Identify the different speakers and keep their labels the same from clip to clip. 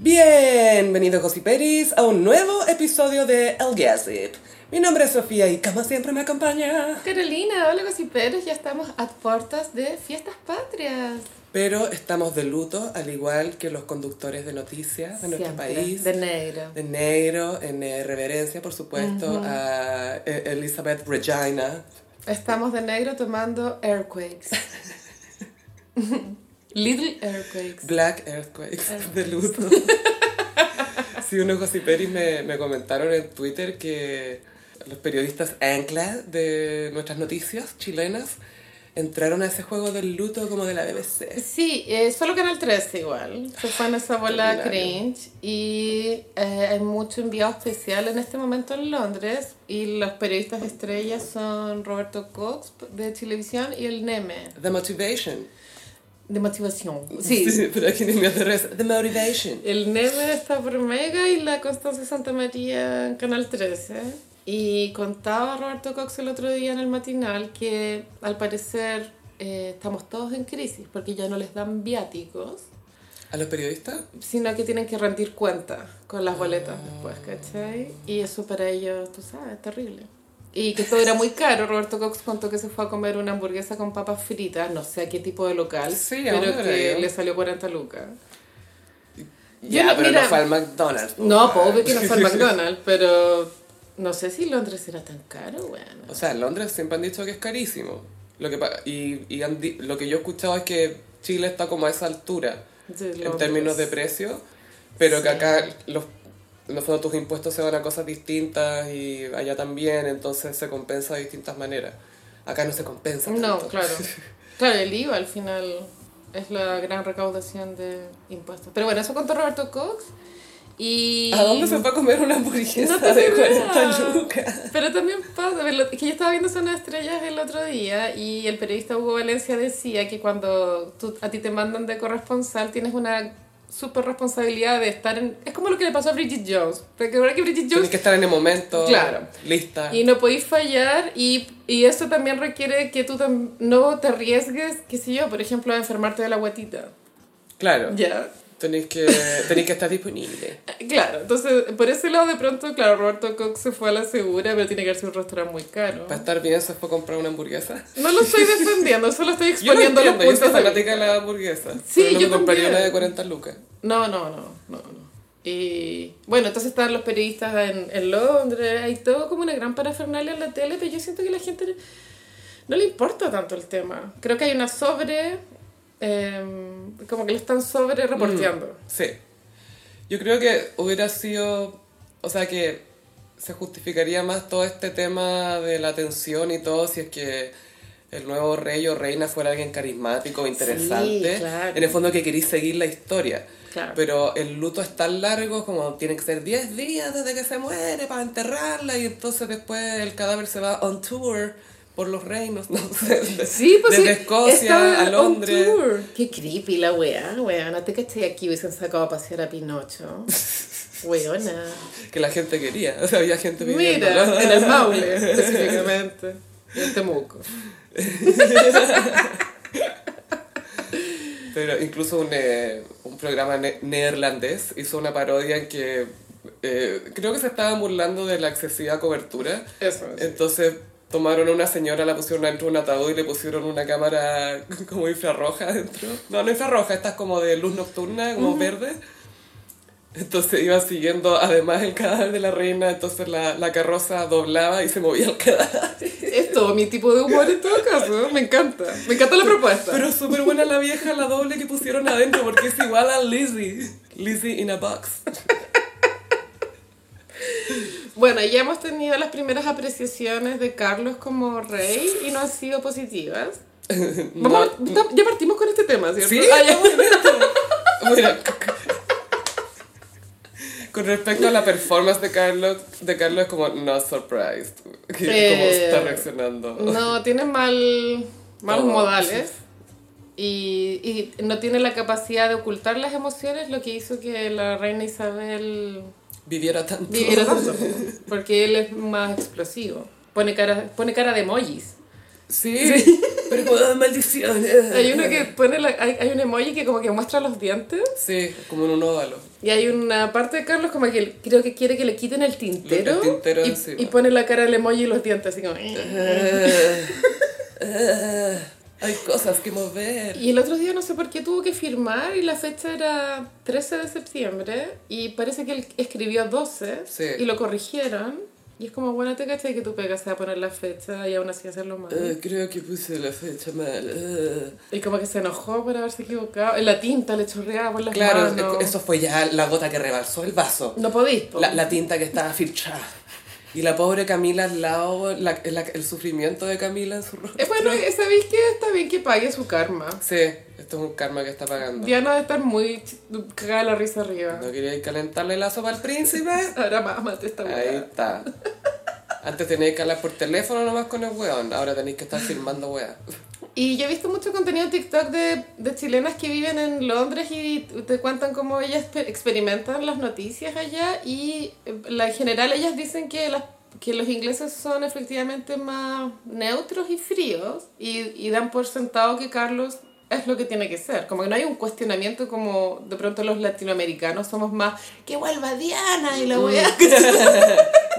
Speaker 1: Bienvenido Gossiperis a un nuevo episodio de El Gossip. Mi nombre es Sofía y como siempre me acompaña.
Speaker 2: Carolina, hola Gossiperos, ya estamos a puertas de fiestas patrias.
Speaker 1: Pero estamos de luto, al igual que los conductores de noticias de nuestro
Speaker 2: Siempre,
Speaker 1: país.
Speaker 2: De negro.
Speaker 1: De negro, en eh, reverencia, por supuesto, a eh, Elizabeth Regina.
Speaker 2: Estamos de negro tomando earthquakes. Little earthquakes.
Speaker 1: Black Earthquakes, de luto. sí, unos gossiperis me, me comentaron en Twitter que los periodistas ancla de nuestras noticias chilenas entraron a ese juego del luto como de la BBC.
Speaker 2: Sí, eh, solo Canal 13 igual. Se fue en esa bola
Speaker 1: Ordinario.
Speaker 2: cringe. Y eh, hay mucho enviado especial en este momento en Londres. Y los periodistas estrellas son Roberto Cox de Televisión y el Neme
Speaker 1: The Motivation.
Speaker 2: de Motivación. Sí,
Speaker 1: pero aquí en Inglaterra es The Motivation.
Speaker 2: El Neme está por Mega y la Constanza Santa María en Canal 13. Y contaba Roberto Cox el otro día en el matinal que al parecer eh, estamos todos en crisis porque ya no les dan viáticos,
Speaker 1: ¿A los periodistas?
Speaker 2: sino que tienen que rendir cuentas con las boletas
Speaker 1: Ah.
Speaker 2: después, ¿cachai? Y eso para ellos, tú sabes, es terrible. Y que todo era muy caro. Roberto Cox contó que se fue a comer una hamburguesa con papas fritas, no sé a qué tipo de local,
Speaker 1: Sí, ¿a
Speaker 2: pero
Speaker 1: dónde habrá
Speaker 2: que
Speaker 1: ido?
Speaker 2: le salió 40 lucas.
Speaker 1: Ya,
Speaker 2: Yo no-
Speaker 1: pero
Speaker 2: mira-
Speaker 1: no fue al McDonald's. po.
Speaker 2: No, pues obvio que no fue al McDonald's, pero no sé si Londres era tan caro, bueno.
Speaker 1: O sea, en Londres siempre han dicho que es carísimo. Lo que, pa- y y han di- lo que yo he escuchado es que Chile está como a esa altura. en términos de precio, pero que
Speaker 2: Sí.
Speaker 1: acá los, en el fondo tus impuestos se van a cosas distintas y allá también, entonces se compensa de distintas maneras. Acá no se compensa.
Speaker 2: No,
Speaker 1: tanto.
Speaker 2: claro. Claro, el IVA al final es la gran recaudación de impuestos. Pero bueno, eso contó Roberto Cox. Y...
Speaker 1: ¿A dónde se fue a comer una hamburguesa
Speaker 2: No te
Speaker 1: de
Speaker 2: digo
Speaker 1: 40
Speaker 2: nada.
Speaker 1: lucas?
Speaker 2: Pero también pasa, a ver, lo- es que yo estaba viendo Zona de Estrellas el otro día y el periodista Hugo Valencia decía que cuando tú- a ti te mandan de corresponsal tienes una super responsabilidad de estar en... Es como lo que le pasó a Bridget Jones. Porque ahora que Bridget Jones
Speaker 1: Tienes que estar en el momento,
Speaker 2: Claro.
Speaker 1: lista.
Speaker 2: Y no podéis fallar y, y eso también requiere que tú tam- no te arriesgues, qué sé yo, por ejemplo, a enfermarte de la guatita.
Speaker 1: Claro,
Speaker 2: Ya.
Speaker 1: tenéis que, tenéis que estar disponible.
Speaker 2: Eh, Claro, entonces por ese lado de pronto, claro, Roberto Cox se fue a la segura, pero tiene que hacerse un restaurante muy caro.
Speaker 1: Para estar bien se fue a comprar una hamburguesa.
Speaker 2: No lo estoy defendiendo, solo estoy
Speaker 1: Yo no
Speaker 2: exponiendo
Speaker 1: entiendo, yo
Speaker 2: los
Speaker 1: soy
Speaker 2: puntos de
Speaker 1: fanática
Speaker 2: vista.
Speaker 1: de la hamburguesa.
Speaker 2: Sí,
Speaker 1: pero no
Speaker 2: yo
Speaker 1: me compraría
Speaker 2: también.
Speaker 1: una de 40 lucas.
Speaker 2: No, no, no, no, no. Y bueno, entonces están los periodistas en, en Londres, hay todo como una gran parafernalia en la tele, pero yo siento que la gente no le importa tanto el tema. Creo que hay una sobre, em, como que lo están sobre reporteando.
Speaker 1: Mm. Sí. Yo creo que hubiera sido, o sea, que se justificaría más todo este tema de la atención y todo si es que el nuevo rey o reina fuera alguien carismático, interesante.
Speaker 2: claro.
Speaker 1: En el fondo que querís seguir la historia.
Speaker 2: Claro.
Speaker 1: Pero el luto es tan largo como tienen que ser 10 días desde que se muere para enterrarla y entonces después el cadáver se va on tour por los reinos, no sé, de-
Speaker 2: Sí, pues
Speaker 1: desde
Speaker 2: sí,
Speaker 1: Escocia
Speaker 2: estaba
Speaker 1: a
Speaker 2: on
Speaker 1: Londres.
Speaker 2: tour. Qué creepy la weá, weona. Te cachai aquí hubiesen sacado a pasear a Pinocho. Weona.
Speaker 1: que la gente quería. O sea, había gente pidiendo.
Speaker 2: Mira, en el Maule, específicamente. En Temuco.
Speaker 1: Pero incluso un, eh, un programa ne- neerlandés hizo una parodia en que eh, creo que se estaban burlando de la excesiva cobertura.
Speaker 2: Eso es.
Speaker 1: Entonces tomaron a una señora, la pusieron dentro de un ataúd y le pusieron una cámara como infrarroja dentro. No, no infrarroja, estas como de luz nocturna, como verde. Entonces iba siguiendo además el cadáver de la reina, entonces la, la carroza doblaba y se movía el cadáver.
Speaker 2: Es todo mi tipo de humor en todo caso, me encanta. Me encanta la propuesta.
Speaker 1: Pero súper buena la vieja, la doble que pusieron adentro, porque es igual a Lizzie. Lizzie in a box.
Speaker 2: bueno, ya hemos tenido las primeras apreciaciones de Carlos como rey y no han sido positivas. Vamos,
Speaker 1: No.
Speaker 2: ta- ya partimos con este tema, ¿cierto?
Speaker 1: ¿Sí?
Speaker 2: Ah, ya.
Speaker 1: Mira, con respecto a la performance de Carlos, de Carlos es como no surprised. que- Cómo
Speaker 2: Eh,
Speaker 1: está reaccionando.
Speaker 2: No, tiene mal, malos
Speaker 1: Oh.
Speaker 2: modales y, y no tiene la capacidad de ocultar las emociones, lo que hizo que la reina Isabel
Speaker 1: Viviera tanto.
Speaker 2: viviera tanto. Porque él es más explosivo. Pone cara, pone cara de emojis.
Speaker 1: Sí, pero ¡Oh, maldición!
Speaker 2: Hay uno que pone, la- hay, hay un emoji que como que muestra los dientes.
Speaker 1: Sí, como en un óvalo.
Speaker 2: Y hay una parte de Carlos como que creo que quiere que le quiten el tintero.
Speaker 1: El tintero
Speaker 2: y,
Speaker 1: encima.
Speaker 2: y pone la cara del emoji y los dientes así como... "Eh".
Speaker 1: Ah, hay cosas que mover.
Speaker 2: Y el otro día no sé por qué tuvo que firmar y la fecha era 13 de septiembre y parece que él escribió 12
Speaker 1: Sí.
Speaker 2: y lo corrigieron. Y es como, bueno, te caché que tú pegaste a poner la fecha y aún así hacerlo mal.
Speaker 1: Eh, creo que puse la fecha mal. eh.
Speaker 2: Y como que se enojó por haberse equivocado. En la tinta le chorreaba por las
Speaker 1: Claro,
Speaker 2: manos.
Speaker 1: eso fue ya la gota que rebalsó el vaso.
Speaker 2: No podís. po.
Speaker 1: La, la tinta que estaba filtrada. Y la pobre Camila al lado, la- la- el sufrimiento de Camila en su rostro.
Speaker 2: Eh, bueno, ¿sabéis que está bien que pague su karma?
Speaker 1: Sí, esto es un karma que está pagando.
Speaker 2: Diana debe estar muy ch- cagada de la risa arriba.
Speaker 1: ¿No queríais calentarle la sopa al príncipe?
Speaker 2: Ahora mámate esta
Speaker 1: Ahí
Speaker 2: weá.
Speaker 1: está. Antes tenéis que hablar por teléfono nomás con el weón. Ahora tenéis que estar firmando weá.
Speaker 2: Y yo he visto mucho contenido en TikTok de, de chilenas que viven en Londres y te cuentan cómo ellas pe- experimentan las noticias allá y eh, la, en general ellas dicen que, las, que los ingleses son efectivamente más neutros y fríos y, y dan por sentado que Carlos es lo que tiene que ser. Como que no hay un cuestionamiento como de pronto los latinoamericanos somos más que vuelva Diana y la weá.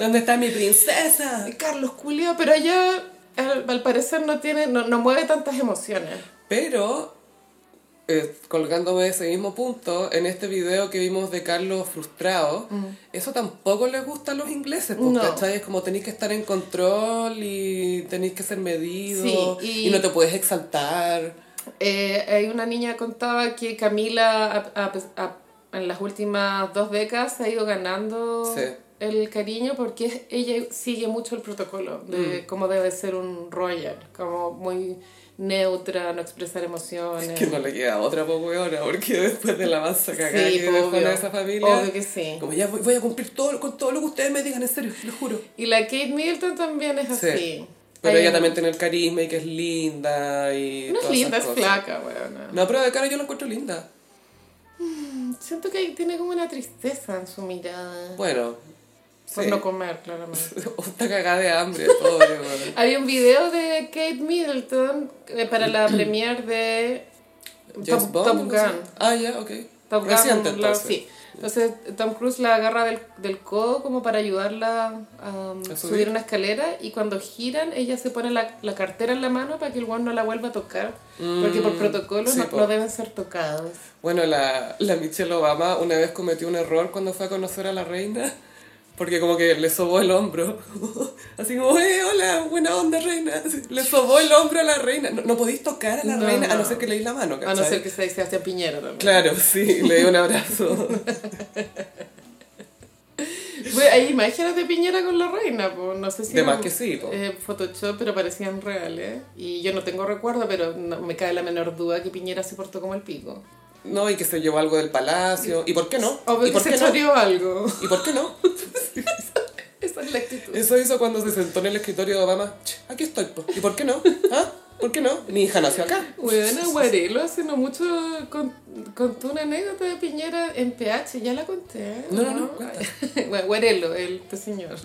Speaker 1: ¿Dónde está mi princesa?
Speaker 2: Carlos Culio, pero ella al, al parecer no tiene, no, no mueve tantas emociones.
Speaker 1: Pero, eh, colgándome de ese mismo punto, en este video que vimos de Carlos frustrado, eso tampoco les gusta a los ingleses, porque
Speaker 2: Mm. No.
Speaker 1: ¿cachai? Es como tenéis que estar en control y tenéis que ser medido
Speaker 2: Sí,
Speaker 1: y...
Speaker 2: y-
Speaker 1: no te puedes exaltar.
Speaker 2: Eh, hay una niña contaba que Camila a- a- a- en las últimas dos décadas ha ido ganando
Speaker 1: Sí.
Speaker 2: el cariño porque ella sigue mucho el protocolo de
Speaker 1: Mm.
Speaker 2: cómo debe ser un royal, como muy neutra, no expresar emociones.
Speaker 1: Que no le queda otra po weona, porque después de la masa cagada
Speaker 2: Eh. Sí,
Speaker 1: que
Speaker 2: po,
Speaker 1: dejó
Speaker 2: obvio.
Speaker 1: a esa familia,
Speaker 2: Obvio que sí.
Speaker 1: como ya voy, voy a cumplir todo, con todo lo que ustedes me digan, en serio, te lo juro.
Speaker 2: Y la Kate Middleton también es
Speaker 1: Sí.
Speaker 2: así.
Speaker 1: Pero
Speaker 2: Hay-
Speaker 1: ella también tiene el carisma y que es linda y
Speaker 2: No es
Speaker 1: todas
Speaker 2: linda,
Speaker 1: esas
Speaker 2: es
Speaker 1: cosas.
Speaker 2: flaca, weona.
Speaker 1: No, pero de cara yo la encuentro linda.
Speaker 2: Siento que tiene como una tristeza en su mirada.
Speaker 1: Bueno.
Speaker 2: Por
Speaker 1: sí.
Speaker 2: no comer, claramente.
Speaker 1: Está cagada de hambre, pobre, weón.
Speaker 2: Había un video de Kate Middleton eh, para la premiere de
Speaker 1: James
Speaker 2: Top,
Speaker 1: Bond,
Speaker 2: Top
Speaker 1: no
Speaker 2: Gun.
Speaker 1: sé. Ah, ya, ok.
Speaker 2: Top Gun,
Speaker 1: Reciente,
Speaker 2: la-
Speaker 1: entonces.
Speaker 2: sí. Entonces Tom Cruise la agarra del, del codo como para ayudarla a, um,
Speaker 1: A subir.
Speaker 2: subir. una escalera y cuando giran ella se pone la, la cartera en la mano para que el one no la vuelva a tocar porque por protocolo
Speaker 1: Mm, sí,
Speaker 2: no,
Speaker 1: po.
Speaker 2: no deben ser tocados.
Speaker 1: Bueno, la, la Michelle Obama una vez cometió un error cuando fue a conocer a la reina, porque como que le sobó el hombro. Así como, eh, hola, buena onda, reina. Le sobó el hombro a la reina. No, no podéis tocar a la
Speaker 2: No,
Speaker 1: reina a no
Speaker 2: no.
Speaker 1: ser que le deis la mano,
Speaker 2: A no
Speaker 1: ¿cachai?
Speaker 2: ser que se Sebastián Piñera también.
Speaker 1: Claro, sí, le di un abrazo.
Speaker 2: Bueno, hay imágenes de Piñera con la reina, po, no sé si...
Speaker 1: De más que sí, po.
Speaker 2: eh, Photoshop, pero parecían reales. Y yo no tengo recuerdo, pero no me cae la menor duda que Piñera se portó como el pico.
Speaker 1: No, y que se llevó algo del palacio. ¿Y por qué no?
Speaker 2: Obvio
Speaker 1: ¿Y
Speaker 2: que
Speaker 1: por
Speaker 2: se
Speaker 1: qué no?
Speaker 2: choreó algo.
Speaker 1: ¿Y por qué no?
Speaker 2: Esa es la actitud.
Speaker 1: Eso hizo cuando se sentó en el escritorio de Obama. "Ch, Aquí estoy, po. ¿y por qué no? ¿Ah? ¿Por qué no? Mi hija nació acá.
Speaker 2: Bueno, Guarelo hace no mucho con- contó una anécdota de Piñera en PH, ya la conté. ¿eh?
Speaker 1: No, no, no, cuenta.
Speaker 2: Bueno, Guarelo, el este señor.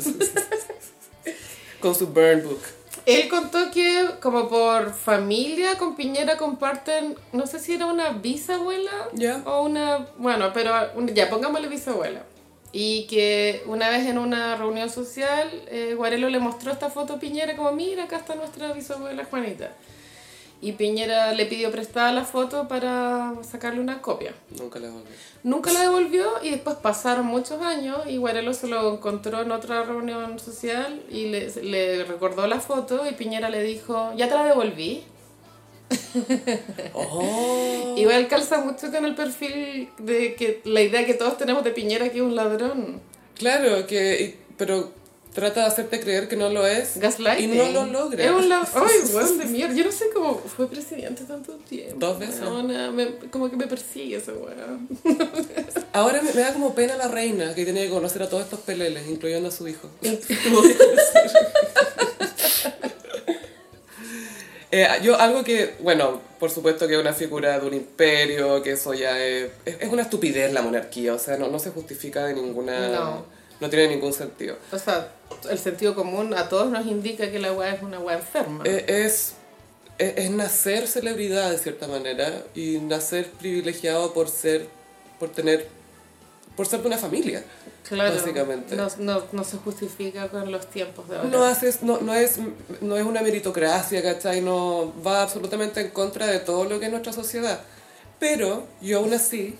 Speaker 1: Con su burn book.
Speaker 2: Él contó que como por familia con Piñera comparten, no sé si era una bisabuela
Speaker 1: Ya.
Speaker 2: o una, bueno, pero un- ya pongámosle bisabuela. Y que una vez en una reunión social, eh, Guarelo le mostró esta foto a Piñera como, mira, acá está nuestra bisabuela Juanita. Y Piñera le pidió prestada la foto para sacarle una copia.
Speaker 1: Nunca la volví.
Speaker 2: Nunca la devolvió y después pasaron muchos años y Guarelo se lo encontró en otra reunión social y le, le recordó la foto y Piñera le dijo, ya te la devolví.
Speaker 1: Oh.
Speaker 2: Igual calza mucho con el perfil de que la idea que todos tenemos de Piñera que es un ladrón.
Speaker 1: Claro, que. y- pero trata de hacerte creer que no lo es.
Speaker 2: Gaslighting.
Speaker 1: Y no lo logra.
Speaker 2: Es un ladrón. Ay, weón de mierda. Yo no sé cómo fue presidente tanto tiempo.
Speaker 1: Dos veces.
Speaker 2: Weona, me- como que me persigue ese weón.
Speaker 1: Ahora me, me da como pena la reina que tiene que conocer a todos estos peleles, incluyendo a su hijo. Eh, yo algo que, bueno, por supuesto que es una figura de un imperio, que eso ya es, es, es una estupidez la monarquía, o sea, no, no se justifica de ninguna...
Speaker 2: No.
Speaker 1: no tiene ningún sentido.
Speaker 2: O sea, el sentido común a todos nos indica que la weá es una weá enferma.
Speaker 1: Eh, es es, es nacer celebridad de cierta manera y nacer privilegiado por ser, por tener, por ser de una familia.
Speaker 2: Claro.
Speaker 1: Básicamente.
Speaker 2: No, no, no se justifica con los tiempos de ahora.
Speaker 1: No haces, no, no es, no es una meritocracia, ¿cachai? No va absolutamente en contra de todo lo que es nuestra sociedad. Pero yo aún así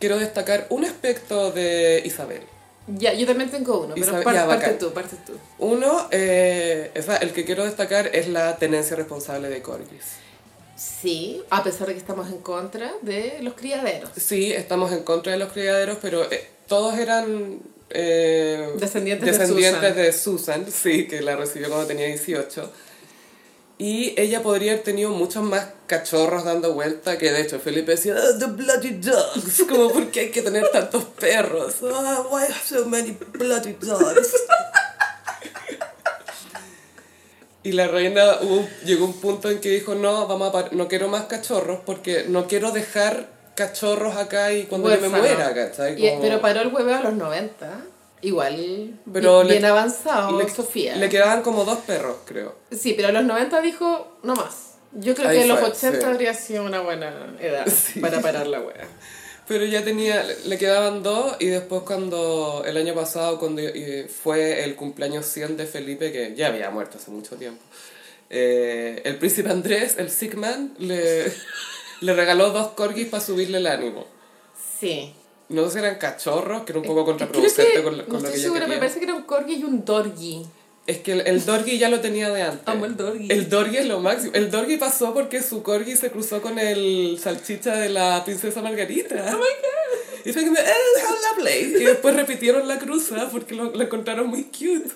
Speaker 1: quiero destacar un aspecto de Isabel.
Speaker 2: Ya, yo también tengo uno, pero
Speaker 1: Isabel-
Speaker 2: par-
Speaker 1: ya,
Speaker 2: parte
Speaker 1: bacán.
Speaker 2: tú, parte tú.
Speaker 1: Uno, eh, o sea, el que quiero destacar es la tenencia responsable de Corgis.
Speaker 2: Sí, a pesar de que estamos en contra de los criaderos.
Speaker 1: Sí, estamos en contra de los criaderos, pero eh, todos eran eh,
Speaker 2: Descendientes de
Speaker 1: descendientes
Speaker 2: Susan.
Speaker 1: de Susan, sí, que la recibió cuando tenía 18. Y ella podría haber tenido muchos más cachorros dando vuelta que de hecho Felipe decía, "Ah, the bloody dogs, como porque hay que tener tantos perros. Ah, why so many bloody dogs? Y la reina hubo- llegó un punto en que dijo, no, vamos a par- no quiero más cachorros porque no quiero dejar cachorros acá y cuando yo me
Speaker 2: Huérfano.
Speaker 1: muera, ¿cachai?
Speaker 2: Y- eh,
Speaker 1: Como-
Speaker 2: pero paró el hueveo a los 90. Igual,
Speaker 1: Pero
Speaker 2: bi-
Speaker 1: le-
Speaker 2: bien avanzado,
Speaker 1: le,
Speaker 2: Sofía.
Speaker 1: le quedaban como dos perros, creo.
Speaker 2: Sí, pero a los 90 dijo, no más. Yo creo
Speaker 1: Ahí
Speaker 2: que a los
Speaker 1: fue,
Speaker 2: 80
Speaker 1: sí.
Speaker 2: habría sido una buena edad
Speaker 1: Sí.
Speaker 2: para parar la hueá.
Speaker 1: Pero ya tenía, le quedaban dos y después cuando el año pasado, cuando eh, fue el cumpleaños 100 de Felipe, que ya había muerto hace mucho tiempo, eh, el príncipe Andrés, el sick man, le, le regaló dos corgis para subirle el ánimo.
Speaker 2: Sí.
Speaker 1: No sé si eran cachorros, que era un poco
Speaker 2: Eh, Creo
Speaker 1: contraproducente
Speaker 2: que,
Speaker 1: con, la- con
Speaker 2: no
Speaker 1: lo
Speaker 2: estoy
Speaker 1: que yo
Speaker 2: segura, me
Speaker 1: quería.
Speaker 2: parece que era un corgi y un dorgi.
Speaker 1: Es que el, el Dorgi ya lo tenía de antes.
Speaker 2: Amo el Dorgi.
Speaker 1: El Dorgi es lo máximo. El Dorgi pasó porque su Corgi se cruzó con el salchicha de la princesa Margarita. Oh my god. Y fue como, "Eh, how lovely". Y después repitieron la cruza porque lo, lo encontraron muy cute.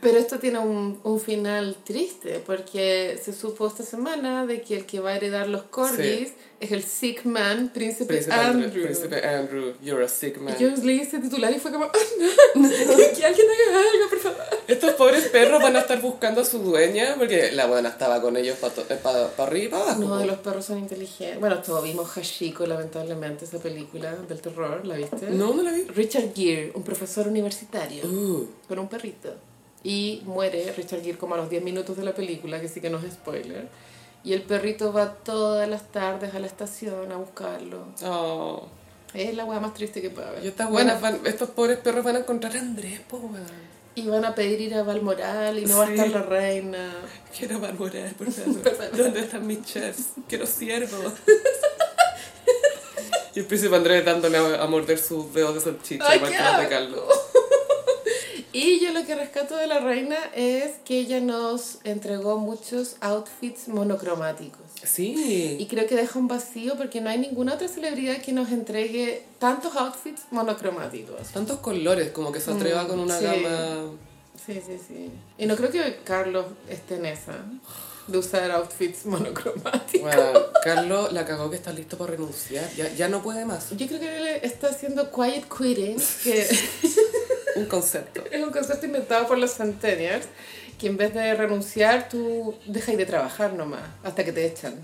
Speaker 2: Pero esto tiene un, un final triste, porque se supo esta semana de que el que va a heredar los corgis es el sick man, príncipe,
Speaker 1: Príncipe
Speaker 2: Andrew.
Speaker 1: Andrew. Príncipe Andrew, you're a sick man.
Speaker 2: Yo leí este titular y fue como, "Ah, no, que alguien haga algo, por favor.
Speaker 1: Estos pobres perros van a estar buscando a su dueña porque la buena estaba con ellos para arriba y para abajo.
Speaker 2: No, los perros son inteligentes. Bueno, todos vimos Hashiko, lamentablemente, esa película del terror, ¿la viste?
Speaker 1: no, no la vi.
Speaker 2: Richard Gere, un profesor universitario,
Speaker 1: Uh,
Speaker 2: con un perrito. Y muere Richard Gere como a los 10 minutos de la película, que sí que no es spoiler. Y el perrito va todas las tardes a la estación a buscarlo.
Speaker 1: oh.
Speaker 2: Es la weá más triste que puede haber.
Speaker 1: Y estas
Speaker 2: Bueno,
Speaker 1: buenas van- estos pobres perros van a encontrar a Andrés, po, weón.
Speaker 2: y van a pedir ir a Balmoral y no va a
Speaker 1: Sí.
Speaker 2: estar la reina.
Speaker 1: Quiero barborear, por favor. ¿Dónde están mis chefs? Quiero siervos. Y el príncipe Andrés dándole a, a morder sus dedos de salchicha,
Speaker 2: Ay,
Speaker 1: igual
Speaker 2: qué
Speaker 1: que los de
Speaker 2: asco.
Speaker 1: Carlos.
Speaker 2: Y yo lo que rescato de la reina es que ella nos entregó muchos outfits monocromáticos. Y
Speaker 1: Sí.
Speaker 2: creo que deja un vacío porque no hay ninguna otra celebridad que nos entregue tantos outfits monocromáticos.
Speaker 1: Tantos colores, como que se atreva
Speaker 2: Mm,
Speaker 1: con una
Speaker 2: sí.
Speaker 1: gama.
Speaker 2: Sí, sí, sí. Y no creo que Carlos esté en esa de usar outfits monocromáticos.
Speaker 1: Bueno, Carlos la cagó que está listo para renunciar. Ya, ya no puede más.
Speaker 2: Yo creo que él está haciendo quiet quitting, que
Speaker 1: Un concepto.
Speaker 2: es un concepto inventado por los centennials, que en vez de renunciar, tú dejas de trabajar nomás, hasta que te echan.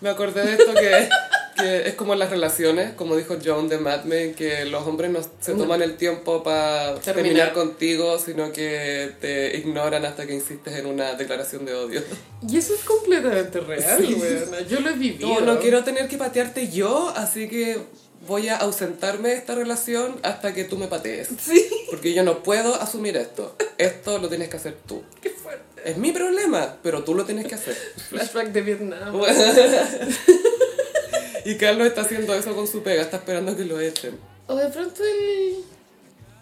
Speaker 1: Me acordé de esto que, que es como en las relaciones, como dijo John de Mad Men, que los hombres no se toman el tiempo para terminar.
Speaker 2: Terminar.
Speaker 1: contigo, sino que te ignoran hasta que insistes en una declaración de odio.
Speaker 2: Y eso es completamente real,
Speaker 1: Sí.
Speaker 2: weona. Yo lo he vivido.
Speaker 1: Como, no quiero tener que patearte yo, así que voy a ausentarme de esta relación hasta que tú me patees.
Speaker 2: Sí,
Speaker 1: Porque yo no puedo asumir esto. Esto lo tienes que hacer tú.
Speaker 2: qué fuerte.
Speaker 1: Es mi problema, pero tú lo tienes que hacer.
Speaker 2: Flashback de Vietnam.
Speaker 1: Y Carlos está haciendo eso con su pega, está esperando que lo echen.
Speaker 2: O de pronto él.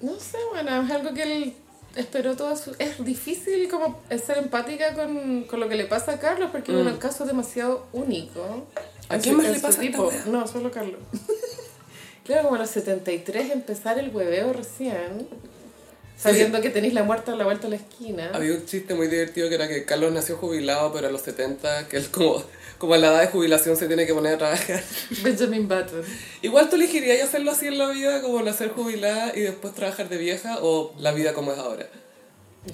Speaker 2: No sé, bueno, es algo que él esperó toda su. Es difícil como ser empática con, con lo que le pasa a Carlos porque es un caso demasiado único.
Speaker 1: Mm. ¿A
Speaker 2: En
Speaker 1: quién
Speaker 2: su-
Speaker 1: más
Speaker 2: en
Speaker 1: le
Speaker 2: su
Speaker 1: pasa
Speaker 2: tipo?
Speaker 1: esta
Speaker 2: No, solo Carlos. claro, como a los 73 empezar el hueveo recién, sabiendo que tenéis la muerte a la vuelta de la esquina.
Speaker 1: Había un chiste muy divertido que era que Carlos nació jubilado, pero a los 70, que él como, como a la edad de jubilación se tiene que poner a trabajar.
Speaker 2: Benjamin Button.
Speaker 1: Igual tú elegirías hacerlo así en la vida, como nacer jubilada y después trabajar de vieja, o la vida como es ahora.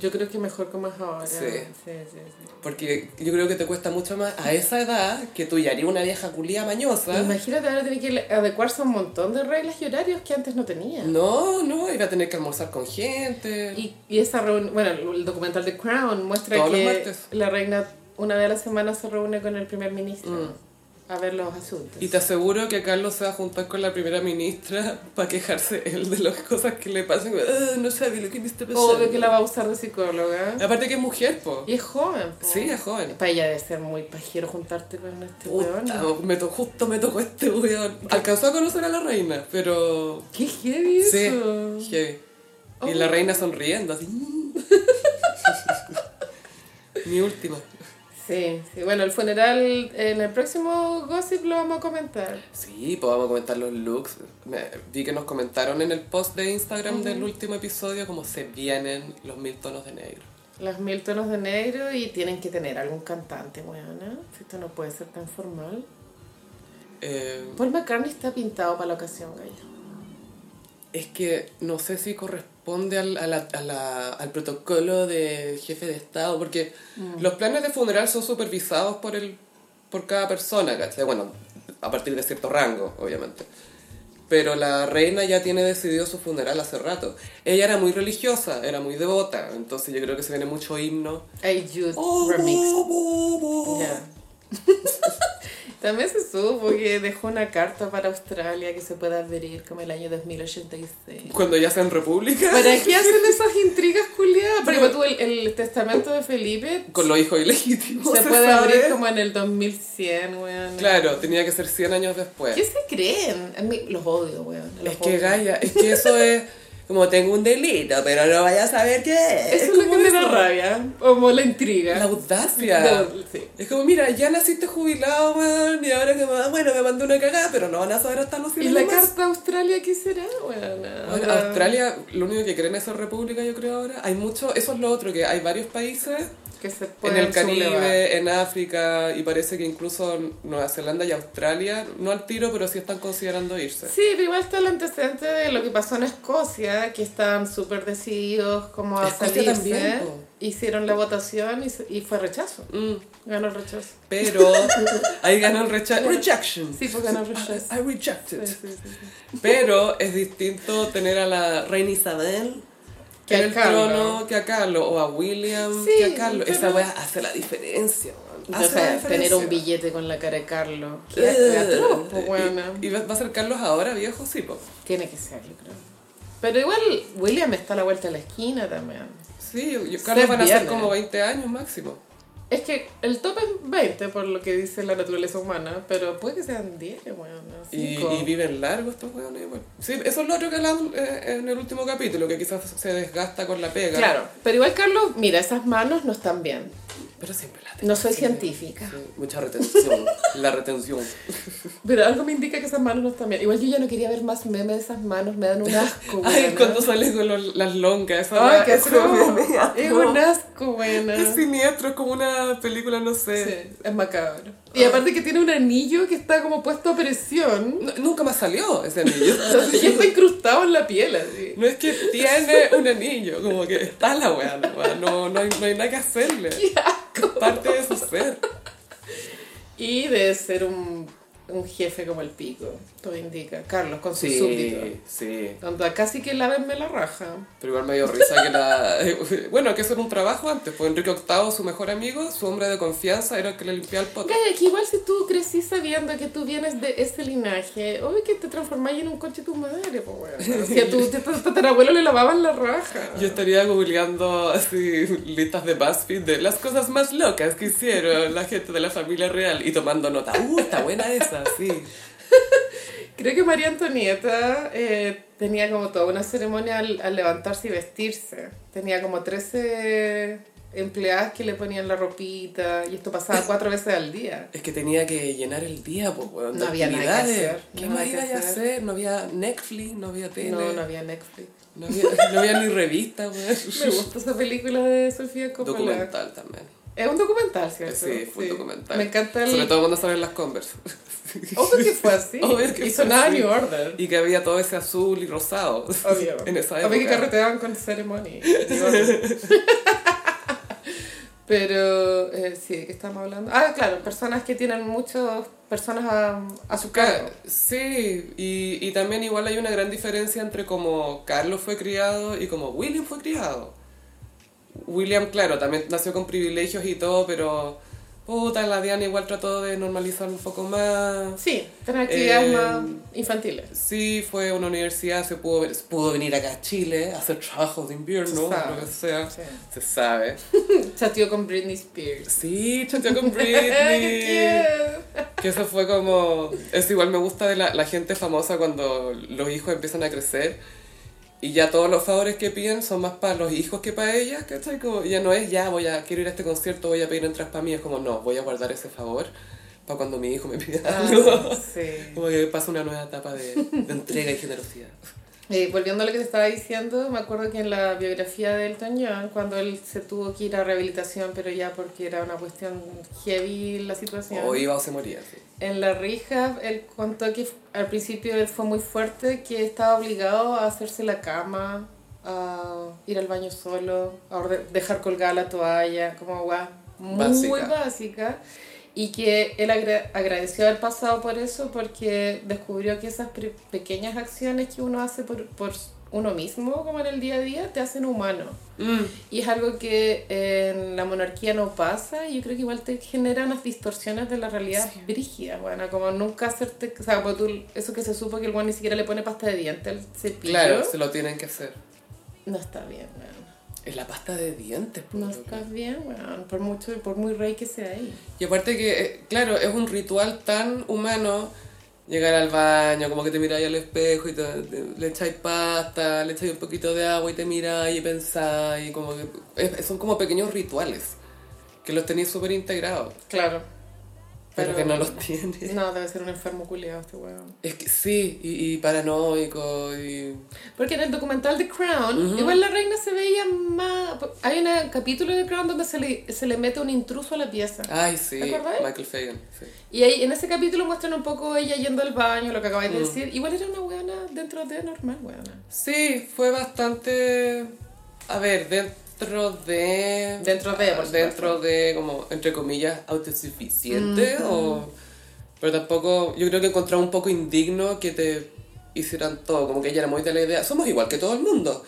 Speaker 2: Yo creo que mejor como es ahora.
Speaker 1: Sí.
Speaker 2: sí, sí. sí.
Speaker 1: Porque yo creo que te cuesta mucho más a esa edad que tú ya eres una vieja culia mañosa.
Speaker 2: Imagínate ahora tiene que adecuarse a un montón de reglas y horarios que antes no tenía.
Speaker 1: No, no, iba a tener que almorzar con gente.
Speaker 2: Y, y esa reunión, bueno, el el documental de Crown muestra
Speaker 1: Todos los
Speaker 2: que
Speaker 1: martes.
Speaker 2: la reina una vez a la semana se reúne con el primer ministro a ver los asuntos.
Speaker 1: Mm. Y te aseguro que Carlos se va a juntar con la primera ministra para quejarse él de las cosas que le pasan. "Ah, no sabe lo que me está pasando.
Speaker 2: Obvio que la va a usar de psicóloga.
Speaker 1: Aparte que es mujer, po.
Speaker 2: Y es joven. po.
Speaker 1: Sí, es joven.
Speaker 2: Para ella debe ser muy pajero juntarte con este weón.
Speaker 1: Puta, me to- justo me tocó este weón. Alcanzó a conocer a la reina, pero...
Speaker 2: Qué heavy
Speaker 1: Sí,
Speaker 2: eso.
Speaker 1: heavy. Y
Speaker 2: Oh.
Speaker 1: la reina sonriendo, así. "Mm". Mi última.
Speaker 2: Sí, sí. Bueno, el funeral en el próximo gossip lo vamos a comentar.
Speaker 1: Sí, pues vamos a comentar los looks. Me- vi que nos comentaron en el post de Instagram del último episodio cómo se vienen los mil tonos de negro.
Speaker 2: Los mil tonos de negro y tienen que tener algún cantante, weona. Si esto no puede ser tan formal.
Speaker 1: Eh,
Speaker 2: Paul McCartney está pintado para la ocasión, gallo.
Speaker 1: es que no sé si corresponde al, a la- a la- al protocolo de jefe de Estado, porque
Speaker 2: Mm.
Speaker 1: los planes de funeral son supervisados por, el, por cada persona, ¿cachai? Bueno, a partir de cierto rango, obviamente. Pero la reina ya tiene decidido su funeral hace rato. Ella era muy religiosa, era muy devota, entonces yo creo que se viene mucho himno.
Speaker 2: Hey Jude Oh,
Speaker 1: Oh,
Speaker 2: remix. Ya. También se supo que dejó una carta para Australia que se pueda adquirir como el año 2086.
Speaker 1: Cuando ya sean república,
Speaker 2: ¿Para qué hacen esas intrigas, culiadas? Porque tú, el, el testamento de Felipe
Speaker 1: con los hijos ilegítimos.
Speaker 2: se puede
Speaker 1: sabe.
Speaker 2: abrir como en el 2100, weón.
Speaker 1: Claro, tenía que ser 100 años después.
Speaker 2: ¿Qué se creen? A mí los odio, weón. los
Speaker 1: Es que
Speaker 2: odio.
Speaker 1: Gaia, es que eso es como tengo un delito, pero no vaya a saber qué es.
Speaker 2: Eso es lo que
Speaker 1: como
Speaker 2: me da
Speaker 1: eso.
Speaker 2: rabia. Como la
Speaker 1: La
Speaker 2: intriga.
Speaker 1: audacia.
Speaker 2: No, sí.
Speaker 1: Es como, mira, ya naciste jubilado, man, y ahora que me- bueno, me mandó una cagada, pero no van a saber hasta los
Speaker 2: ¿Y
Speaker 1: 100
Speaker 2: la
Speaker 1: años más.
Speaker 2: carta a Australia qué será, weón?
Speaker 1: Ahora, Australia, lo único que creen es ser república, yo creo ahora. Hay mucho, eso es lo otro, que hay varios países
Speaker 2: Que se
Speaker 1: en
Speaker 2: pueden
Speaker 1: el Caribe,
Speaker 2: sublevar.
Speaker 1: en África, y parece que incluso Nueva Zelanda y Australia, no al tiro, pero sí están considerando irse.
Speaker 2: Sí, pero igual está el antecedente de lo que pasó en Escocia, que estaban súper decididos como a
Speaker 1: Escocia
Speaker 2: salirse.
Speaker 1: también, po.
Speaker 2: Hicieron la votación y, se- y fue rechazo.
Speaker 1: Mm,
Speaker 2: Ganó el rechazo.
Speaker 1: pero ahí ganó el rechazo. Rejection.
Speaker 2: Sí, fue ganó el rechazo.
Speaker 1: I reject
Speaker 2: Sí,
Speaker 1: it.
Speaker 2: sí, sí, sí.
Speaker 1: Pero es distinto tener a la reina Isabel
Speaker 2: Que
Speaker 1: en
Speaker 2: a
Speaker 1: el
Speaker 2: Carlos.
Speaker 1: trono que a Carlos o a William
Speaker 2: Sí,
Speaker 1: que a Carlos. Esa
Speaker 2: pero-
Speaker 1: weá hace la diferencia. weón.
Speaker 2: O
Speaker 1: Hace la
Speaker 2: sea, tener
Speaker 1: diferencia.
Speaker 2: un billete con la cara de Carlos.
Speaker 1: Eh,
Speaker 2: Qué atroz, po, weona.
Speaker 1: y, y va va a ser Carlos ahora, viejo, sí, po.
Speaker 2: Tiene que ser, yo creo. Pero igual William está a la vuelta de la esquina también.
Speaker 1: Sí, yo-
Speaker 2: Se
Speaker 1: Carlos van a ser
Speaker 2: viene.
Speaker 1: como 20 años máximo.
Speaker 2: Es que el tope es 20 por lo que dice la naturaleza humana, pero puede que sean 10, bueno,
Speaker 1: Y,
Speaker 2: 5.
Speaker 1: y viven largos estos weones. igual. Sí, eso es lo otro que hablamos eh, en el último capítulo, que quizás se desgasta con la pega.
Speaker 2: Claro, pero igual Carlos, mira, esas manos no están bien.
Speaker 1: Pero siempre la tengo.
Speaker 2: No soy
Speaker 1: siempre.
Speaker 2: científica,
Speaker 1: Sí, Mucha retención. la retención.
Speaker 2: pero algo me indica que esas manos no están bien. Igual yo ya no quería ver más memes de esas manos, me dan un asco.
Speaker 1: Ay,
Speaker 2: weona.
Speaker 1: cuando sales con los- las longas, esa
Speaker 2: Ay,
Speaker 1: weá,
Speaker 2: qué
Speaker 1: eso me
Speaker 2: asco. Es
Speaker 1: da
Speaker 2: un
Speaker 1: asco.
Speaker 2: asco, buena.
Speaker 1: Es siniestro, es como una película, no sé.
Speaker 2: es macabro. Y aparte que tiene un anillo que está como puesto a presión.
Speaker 1: No- nunca más salió ese anillo.
Speaker 2: Y está incrustado en la piel, así.
Speaker 1: No es que tiene un anillo, como que está la weá, no, weá, no, no hay, no hay nada que hacerle. Parte de su ser.
Speaker 2: Y de ser un, un jefe como el pico, todo indica. Carlos, con su súbdito.
Speaker 1: sí.
Speaker 2: Onda, casi que lávenme la raja.
Speaker 1: Pero igual me dio risa que la... Bueno, que eso era un trabajo antes. Pues Enrique VIII, su mejor amigo, su hombre de confianza, era el que le limpiaba el poto.
Speaker 2: Gaya, que igual si tú crecí sabiendo que tú vienes de ese linaje, obvio que te transformáis en un coche tu madre, pues bueno. Si a tu tu- tu tatarabuelo le lavaban la raja.
Speaker 1: Yo estaría googleando así listas de BuzzFeed de las cosas más locas que hicieron la gente de la familia real y tomando nota. ¡Uh, está buena esa! Sí.
Speaker 2: Creo que María Antonieta eh, tenía como toda una ceremonia al, al levantarse y vestirse. Tenía como 13 empleadas que le ponían la ropita y esto pasaba cuatro veces al día.
Speaker 1: Es que tenía que llenar el día, pues, weón. de
Speaker 2: No había nada que
Speaker 1: actividades.
Speaker 2: hacer,
Speaker 1: ¿Qué
Speaker 2: nada
Speaker 1: más
Speaker 2: que
Speaker 1: iba a
Speaker 2: hacer.
Speaker 1: hacer? No había Netflix, no había tele,
Speaker 2: No,
Speaker 1: no,
Speaker 2: no había Netflix.
Speaker 1: había, no había ni revista,
Speaker 2: Me
Speaker 1: weón.
Speaker 2: gusta esa película de Sofía Coppola.
Speaker 1: Documental también.
Speaker 2: Es un documental, ¿cierto?
Speaker 1: Sí, fue un documental.
Speaker 2: Me encanta el...
Speaker 1: Sobre todo cuando salen las Converse.
Speaker 2: Obvio que fue así.
Speaker 1: Obvio que fue
Speaker 2: y sonaba
Speaker 1: así.
Speaker 2: New Order.
Speaker 1: Y que había todo ese azul y rosado
Speaker 2: Obvio.
Speaker 1: en esa
Speaker 2: Obvio que
Speaker 1: época.
Speaker 2: carreteaban con Ceremony. New Order. Pero, eh, sí, ¿de qué estamos hablando? Ah, claro, personas que tienen muchas personas a, a su cargo.
Speaker 1: Sí, y, y también igual hay una gran diferencia entre como Carlos fue criado y como William fue criado. William, claro, también nació con privilegios y todo, pero Puta, la Diana igual trató de normalizar un poco más.
Speaker 2: Sí, tener actividades
Speaker 1: Eh,
Speaker 2: más infantiles.
Speaker 1: Sí, fue a una universidad, se pudo, ver- pudo venir acá a Chile a hacer trabajos de invierno,
Speaker 2: Se sabe.
Speaker 1: lo que sea.
Speaker 2: Sí.
Speaker 1: Se sabe.
Speaker 2: Chateó con Britney Spears.
Speaker 1: Sí, chateó con
Speaker 2: Ay,
Speaker 1: Britney.
Speaker 2: qué-
Speaker 1: que eso fue como... Eso igual me gusta de la, la gente famosa cuando los hijos empiezan a crecer y ya todos los favores que piden son más para los hijos que para ellas, ¿cachai? Como ya no es, ya voy a, quiero ir a este concierto, voy a pedir entradas para mí. Es como, no, voy a guardar ese favor para cuando mi hijo me pida algo.
Speaker 2: Ah, sí.
Speaker 1: Como que pasa una nueva etapa de, de entrega y generosidad.
Speaker 2: Eh, volviendo a lo que te estaba diciendo, me acuerdo que en la biografía de Elton John, cuando él se tuvo que ir a rehabilitación, pero ya porque era una cuestión heavy la situación.
Speaker 1: O iba o se moría. sí.
Speaker 2: En la rehab, él contó que f- al principio él fue muy fuerte, que estaba obligado a hacerse la cama, a ir al baño solo, a orde- dejar colgada la toalla, como guay, muy
Speaker 1: Básica.
Speaker 2: básica. Y que él agra- agradeció haber pasado por eso porque descubrió que esas pre- pequeñas acciones que uno hace por, por uno mismo, como en el día a día, te hacen humano. Y es algo que en la monarquía no pasa y yo creo que igual te genera unas distorsiones de la realidad brígidas, bueno, como nunca hacerte, o sea, como tú- eso que se supo que el guan ni siquiera le pone pasta de diente al cepillo,
Speaker 1: Claro, se lo tienen que hacer.
Speaker 2: no está bien, weón.
Speaker 1: Es la pasta de dientes. pues, por
Speaker 2: no
Speaker 1: lo que-
Speaker 2: estás bien, weón, por mucho, por muy rey que sea ahí.
Speaker 1: Y aparte que, eh, claro, es un ritual tan humano llegar al baño, como que te miráis al espejo y te- te- le echáis pasta, le echáis un poquito de agua y te miráis y pensáis, y como que es- son como pequeños rituales que los tenéis súper integrados,
Speaker 2: Claro.
Speaker 1: pero, que no los tienes.
Speaker 2: No, debe ser un enfermo culiado este weón.
Speaker 1: Es que sí, y, y paranoico, y...
Speaker 2: Porque en el documental The Crown, igual la reina se veía más... Hay un capítulo de The Crown donde se le, se le mete un intruso a la pieza.
Speaker 1: Ay, sí,
Speaker 2: ¿Te acordás?
Speaker 1: Michael Fagan, sí.
Speaker 2: Y ahí, en ese capítulo muestran un poco ella yendo al baño, lo que acabáis de decir. Igual era una weona dentro de normal, weona.
Speaker 1: Sí, fue bastante. A ver, dentro de.
Speaker 2: Dentro de, por
Speaker 1: Dentro de, como, entre comillas, autosuficiente. o, pero tampoco. Yo creo que encontraba un poco indigno que te hicieran todo. Como que ella era muy de la idea. Somos igual que todo el mundo.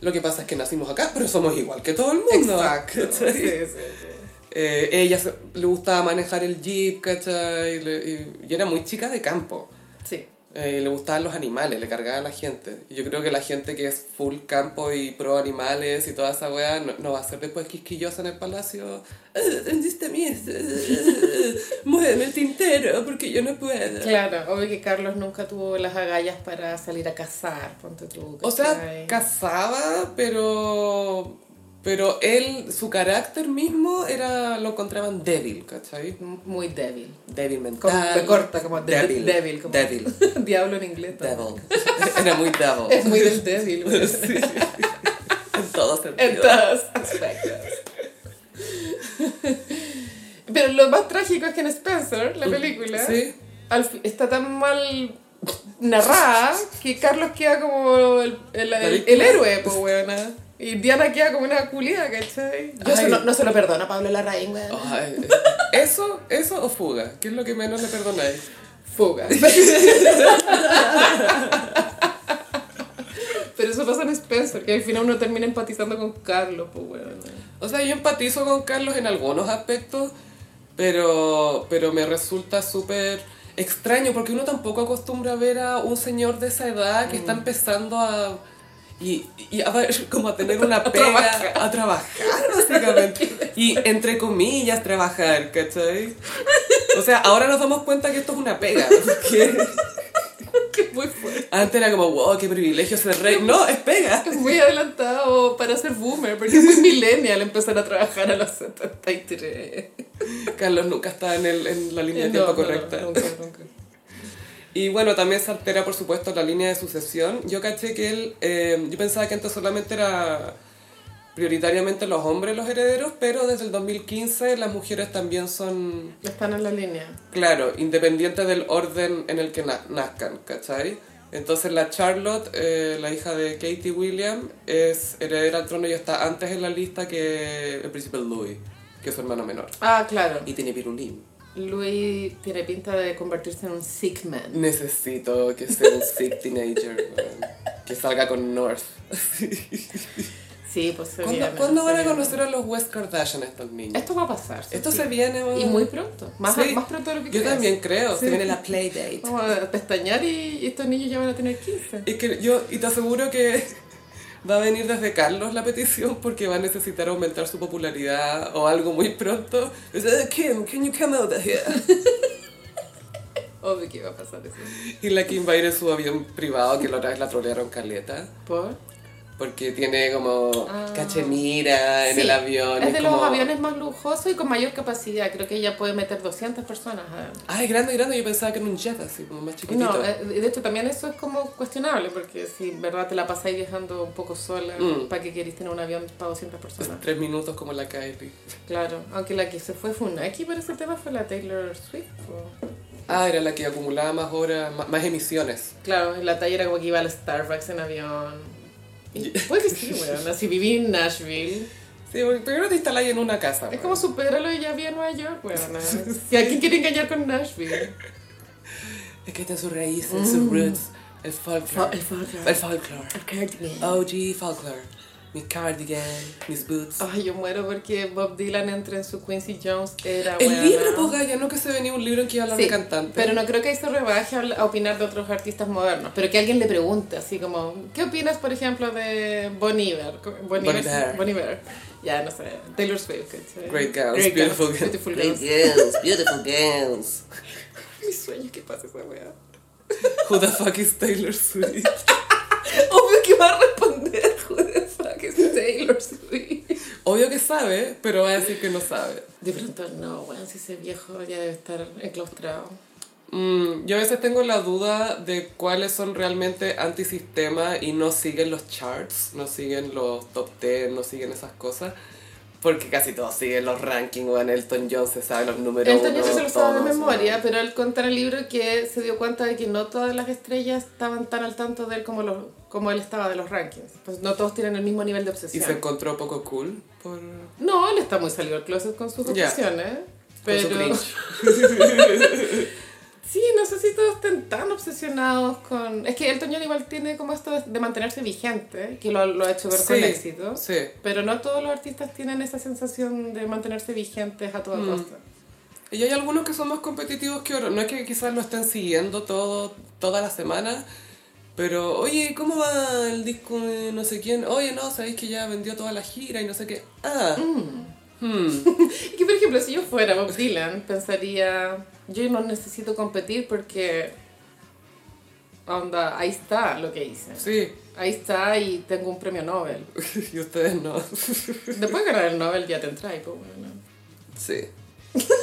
Speaker 1: Lo que pasa es que nacimos acá, pero somos igual que todo el mundo.
Speaker 2: Sí,
Speaker 1: ¿cachai?
Speaker 2: sí, sí.
Speaker 1: Eh, ella se- le gustaba manejar el jeep, ¿cachai? Le- y- y era muy chica de campo.
Speaker 2: Sí.
Speaker 1: Eh, le gustaban los animales, le cargaba a la gente. Y yo creo que la gente que es full campo y pro animales y toda esa weá no, no va a ser después quisquillosa en el palacio. "Ah, ¿Dónde está mi esto? Ah, Muéveme el tintero porque yo no puedo.
Speaker 2: Claro, obvio que Carlos nunca tuvo las agallas para salir a cazar, ponte tú.
Speaker 1: O
Speaker 2: ¿cachai?
Speaker 1: sea, cazaba, pero. Pero él, su carácter mismo era lo encontraban débil, ¿cachai?
Speaker 2: M- muy débil.
Speaker 1: Débil mental.
Speaker 2: Como, de corta, como de-
Speaker 1: débil.
Speaker 2: débil, como-
Speaker 1: Débil.
Speaker 2: Diablo en inglés. ¿no?
Speaker 1: Devil. Era muy devil.
Speaker 2: Es muy del débil, weón.
Speaker 1: Sí. En todo sentido.
Speaker 2: En todos aspectos. Pero lo más trágico es que en Spencer, la película,
Speaker 1: Sí.
Speaker 2: al fi- está tan mal narrada que Carlos queda como el, el,
Speaker 1: La
Speaker 2: el-
Speaker 1: víctima.
Speaker 2: el héroe, pues, weona. Y Diana queda como una culia, ¿cachai? Yo eso
Speaker 1: Ay.
Speaker 2: no, no se lo perdona a Pablo Larraín, weona.
Speaker 1: Ay, eh, eso, eso o fuga, ¿qué es lo que menos le perdonáis?
Speaker 2: Fuga. Pero eso pasa en Spencer, que al final uno termina empatizando con Carlos, pues, weona.
Speaker 1: O sea, yo empatizo con Carlos en algunos aspectos, pero, pero me resulta súper extraño porque uno tampoco acostumbra a ver a un señor de esa edad que está
Speaker 2: Mm.
Speaker 1: empezando a... Y, y a ver, como a tener una pega,
Speaker 2: trabajar.
Speaker 1: a trabajar básicamente. Y entre comillas, trabajar, ¿cachai? O sea, ahora nos damos cuenta que esto es una pega. porque
Speaker 2: Que muy fuerte.
Speaker 1: Antes era como, wow, qué privilegio ser rey. No, es pega.
Speaker 2: Es muy adelantado para ser boomer, porque es muy millennial empezar a trabajar a los 73.
Speaker 1: Carlos nunca está en, el- en la línea de tiempo
Speaker 2: No, no,
Speaker 1: correcta.
Speaker 2: no, nunca, nunca.
Speaker 1: Y bueno, también se altera, por supuesto, la línea de sucesión. Yo caché que él, eh, yo pensaba que antes solamente era prioritariamente los hombres los herederos, pero desde el 2015 las mujeres también son,
Speaker 2: Están en la línea.
Speaker 1: claro, independientes del orden en el que na- nazcan, ¿cachai? Entonces la Charlotte, eh, la hija de Katie William, es heredera al trono y está antes en la lista que el príncipe Louis, que es su hermano menor.
Speaker 2: Ah, claro.
Speaker 1: Y tiene pirulín.
Speaker 2: Luis tiene pinta de convertirse en un sick man.
Speaker 1: Necesito que sea un sick teenager, weón. que salga con North.
Speaker 2: Sí, pues se
Speaker 1: ¿Cuándo,
Speaker 2: viene,
Speaker 1: cuándo
Speaker 2: se
Speaker 1: van a
Speaker 2: viene.
Speaker 1: conocer a los West Kardashian estos niños?
Speaker 2: Esto va a pasar. sí,
Speaker 1: Esto
Speaker 2: sí.
Speaker 1: se viene...
Speaker 2: Y
Speaker 1: weón.
Speaker 2: muy pronto. Más,
Speaker 1: Sí.
Speaker 2: más pronto de lo que
Speaker 1: Yo
Speaker 2: creas.
Speaker 1: también creo. Se
Speaker 2: Sí.
Speaker 1: viene la playdate.
Speaker 2: Vamos a pestañear y, y estos niños ya van a tener 15.
Speaker 1: Es que yo, y te aseguro que va a venir desde Carlos la petición porque va a necesitar aumentar su popularidad o algo muy pronto. Es, "Eh, Kim, can you come over here?
Speaker 2: Obvio que va a pasar eso.
Speaker 1: Y la Kim va a ir en su avión privado que la otra vez la trolearon Carleta.
Speaker 2: Por.
Speaker 1: Porque tiene como
Speaker 2: Ah.
Speaker 1: cachemira en
Speaker 2: Sí,
Speaker 1: el avión.
Speaker 2: Es de
Speaker 1: como-
Speaker 2: los aviones más lujosos y con mayor capacidad. Creo que ella puede meter 200 personas adentro.
Speaker 1: Ay, grande, grande. Yo pensaba que era un jet así, como más chiquitito.
Speaker 2: No, eh, de hecho también eso es como cuestionable, porque si en verdad te la pasáis viajando un poco sola,
Speaker 1: Mm.
Speaker 2: ¿para qué queréis tener un avión para 200
Speaker 1: Pues,
Speaker 2: personas?
Speaker 1: Tres minutos como la Kylie.
Speaker 2: Claro, aunque la que se fue Funaki para ese tema fue la Taylor Swift. po.
Speaker 1: Ah, era la que acumulaba más horas, más, más emisiones.
Speaker 2: Claro, la talla era como que iba al Starbucks en avión. Y puede que sí, weón, si viví en Nashville.
Speaker 1: Sí, porque primero te instaláis en una casa.
Speaker 2: Es
Speaker 1: weón.
Speaker 2: como superarlo y ya vi a Nueva York, weón. ¿Y a quién quiere engañar con Nashville?
Speaker 1: Es que está en sus raíces,
Speaker 2: Mm.
Speaker 1: sus roots, el folklore.
Speaker 2: el folklore.
Speaker 1: El folklore. OG folklore. Mis cardigan, mis boots.
Speaker 2: Ay, yo muero porque Bob Dylan entra en su Quincy Jones era,
Speaker 1: el
Speaker 2: weona.
Speaker 1: libro, pues, Gaya, no que se venía un libro en que iba a hablar
Speaker 2: Sí,
Speaker 1: de cantante.
Speaker 2: Pero no creo que eso rebaje a a opinar de otros artistas modernos. Pero que alguien le pregunte, así como, ¿qué opinas, por ejemplo, de Bon Iver? Co- Bon
Speaker 1: Bon
Speaker 2: Iver.
Speaker 1: Iver.
Speaker 2: Bon Iver. Ya, no sé. Taylor Swift. ¿cachai?
Speaker 1: Great girls,
Speaker 2: Great
Speaker 1: beautiful girls.
Speaker 2: Beautiful
Speaker 1: Great
Speaker 2: girls.
Speaker 1: girls, beautiful girls.
Speaker 2: Mi sueño es que pase esa weá.
Speaker 1: Who the fuck is Taylor Swift?
Speaker 2: Obvio que va a responder, who the fuck is Taylor Swift.
Speaker 1: Obvio que sabe, pero va a decir que no sabe.
Speaker 2: De pronto, no, weón, si ese viejo ya debe estar enclaustrado.
Speaker 1: Mm, yo a veces tengo la duda de cuáles son realmente antisistema y no siguen los charts, no siguen los top 10, no siguen esas cosas. Porque casi todos siguen los rankings, o en Elton John se sabe los números.
Speaker 2: Elton John
Speaker 1: uno,
Speaker 2: se lo sabe de
Speaker 1: todos,
Speaker 2: memoria, pero él cuenta en el libro que se dio cuenta de que no todas las estrellas estaban tan al tanto de él como, los, como él estaba de los rankings. Pues no todos tienen el mismo nivel de
Speaker 1: Y se
Speaker 2: obsesión.
Speaker 1: encontró poco cool por...
Speaker 2: No, él está muy salido del closet con sus
Speaker 1: Ya.
Speaker 2: obsesiones.
Speaker 1: por su
Speaker 2: Pero
Speaker 1: cringe.
Speaker 2: sí, no sé si todos estén tan obsesionados con... Es que Elton John igual tiene como esto de- de mantenerse vigente, que lo, lo ha hecho ver con
Speaker 1: Sí,
Speaker 2: éxito.
Speaker 1: Sí.
Speaker 2: Pero no todos los artistas tienen esa sensación de mantenerse vigentes a
Speaker 1: Mm.
Speaker 2: toda costa.
Speaker 1: Y hay algunos que son más competitivos que otros. No es que quizás lo estén siguiendo todo, toda la semana, pero oye, ¿cómo va el disco de no sé quién? Oye, no, sabéis que ya vendió toda la gira y no sé qué. Ah,
Speaker 2: Mm. Y que, por ejemplo, si yo fuera Bob Dylan, pensaría, yo no necesito competir porque, onda, ahí está lo que hice.
Speaker 1: sí.
Speaker 2: Ahí está y tengo un premio Nobel.
Speaker 1: Y ustedes no.
Speaker 2: Después de ganar el Nobel ya te entráis, pues bueno.
Speaker 1: Sí.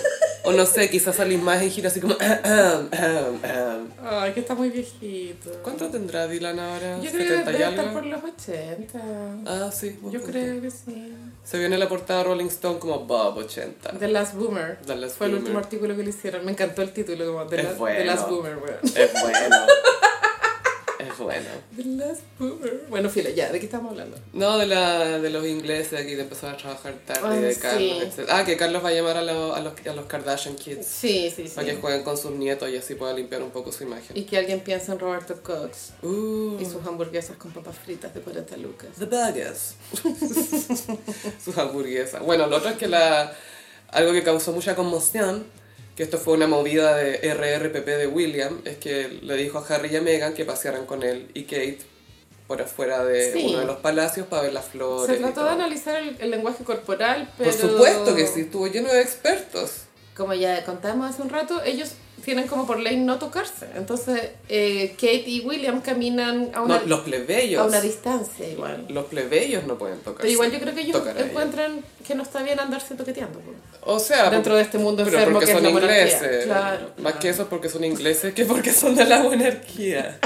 Speaker 1: O no sé, quizás salís más en gira así como... "Ah, "Ahem, ahem, ahem".
Speaker 2: Ay, que está muy viejito.
Speaker 1: ah". ¿Cuánto tendrá Dylan ahora?
Speaker 2: Yo creo que
Speaker 1: ¿70 y
Speaker 2: debe estar
Speaker 1: algo?
Speaker 2: por los 80.
Speaker 1: Ah, sí. buen
Speaker 2: Yo
Speaker 1: punto.
Speaker 2: creo que sí.
Speaker 1: Se viene la portada de Rolling Stone como Bob 80.
Speaker 2: The Last Boomer.
Speaker 1: The Last
Speaker 2: Fue el
Speaker 1: Boomer.
Speaker 2: último artículo que le hicieron. Me encantó el título, como The,
Speaker 1: Es
Speaker 2: La- The
Speaker 1: bueno.
Speaker 2: Last Boomer, weón.
Speaker 1: Es bueno. es bueno.
Speaker 2: The Last Boomer. Bueno, fila, ya, ¿de qué estamos hablando?
Speaker 1: No, de, la, de los ingleses de aquí, de empezar a trabajar tarde,
Speaker 2: Ay,
Speaker 1: de
Speaker 2: sí.
Speaker 1: Carlos, etc. Ah, que Carlos va a llamar a, lo- a los, a los Kardashian Kids
Speaker 2: Sí, sí, sí.
Speaker 1: para que jueguen con sus nietos y así pueda limpiar un poco su imagen.
Speaker 2: Y que alguien piense en Roberto Cox
Speaker 1: Uh,
Speaker 2: y sus hamburguesas con papas fritas de 40 lucas.
Speaker 1: the burgers. sus hamburguesas. Bueno, lo otro es que la, algo que causó mucha conmoción, que esto fue una movida de RRPP de William, es que le dijo a Harry y a Meghan que pasearan con él y Kate por afuera de
Speaker 2: Sí.
Speaker 1: uno de los palacios para ver las flores.
Speaker 2: Se
Speaker 1: y
Speaker 2: trató
Speaker 1: todo.
Speaker 2: de analizar el, el lenguaje corporal, pero...
Speaker 1: Por supuesto que sí, estuvo lleno de expertos.
Speaker 2: Como ya contamos hace un rato, ellos tienen como por ley no tocarse. Entonces, eh, Kate y William caminan a una,
Speaker 1: No, los plebeyos.
Speaker 2: a una distancia igual.
Speaker 1: Los plebeyos no pueden tocar.
Speaker 2: Pero igual yo creo que ellos
Speaker 1: Tocar a ella. Ah,
Speaker 2: encuentran que no está bien andarse toqueteando. pues.
Speaker 1: O sea,
Speaker 2: Dentro de este mundo enfermo que es la monarquía. Claro,
Speaker 1: Más
Speaker 2: claro.
Speaker 1: que eso porque son ingleses que porque son de la monarquía.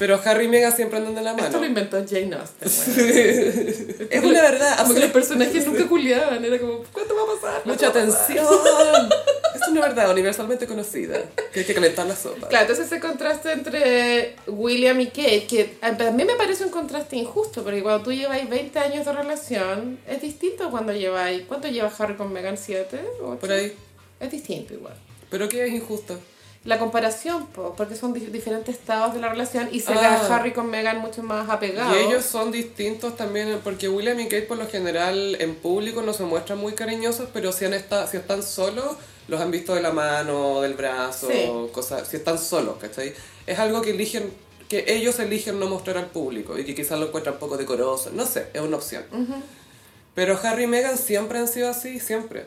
Speaker 1: Pero Harry y Meghan siempre andan de la
Speaker 2: Esto lo
Speaker 1: mano.
Speaker 2: inventó Jane Austen. bueno.
Speaker 1: Es una verdad.
Speaker 2: Porque los
Speaker 1: absoluta.
Speaker 2: personajes nunca culiaban. Era como, ¿cuánto va a pasar? ¿Cuánto
Speaker 1: Mucha
Speaker 2: va a pasar?
Speaker 1: atención. Es una verdad universalmente conocida. Que hay que calentar la sopa.
Speaker 2: Claro, entonces ese contraste entre William y Kate, que a a mí me parece un contraste injusto, porque cuando tú lleváis 20 años de relación, es distinto cuando lleváis... ¿Cuánto lleva Harry con Meghan? ¿7?
Speaker 1: Por ahí.
Speaker 2: Es distinto igual.
Speaker 1: Pero que es injusto.
Speaker 2: la comparación, po, porque son di- diferentes estados de la relación y se
Speaker 1: Ah.
Speaker 2: ve a Harry con Meghan mucho más apegado.
Speaker 1: Y ellos son distintos también, porque William y Kate por lo general en público no se muestran muy cariñosos, pero si, han esta- si están solos, los han visto de la mano, del brazo,
Speaker 2: Sí.
Speaker 1: cosas, si están solos, ¿cachai? Es algo que eligen, que ellos eligen no mostrar al público y que quizás lo encuentran poco decoroso, no sé, es una opción. Pero Harry y Meghan siempre han sido así, siempre.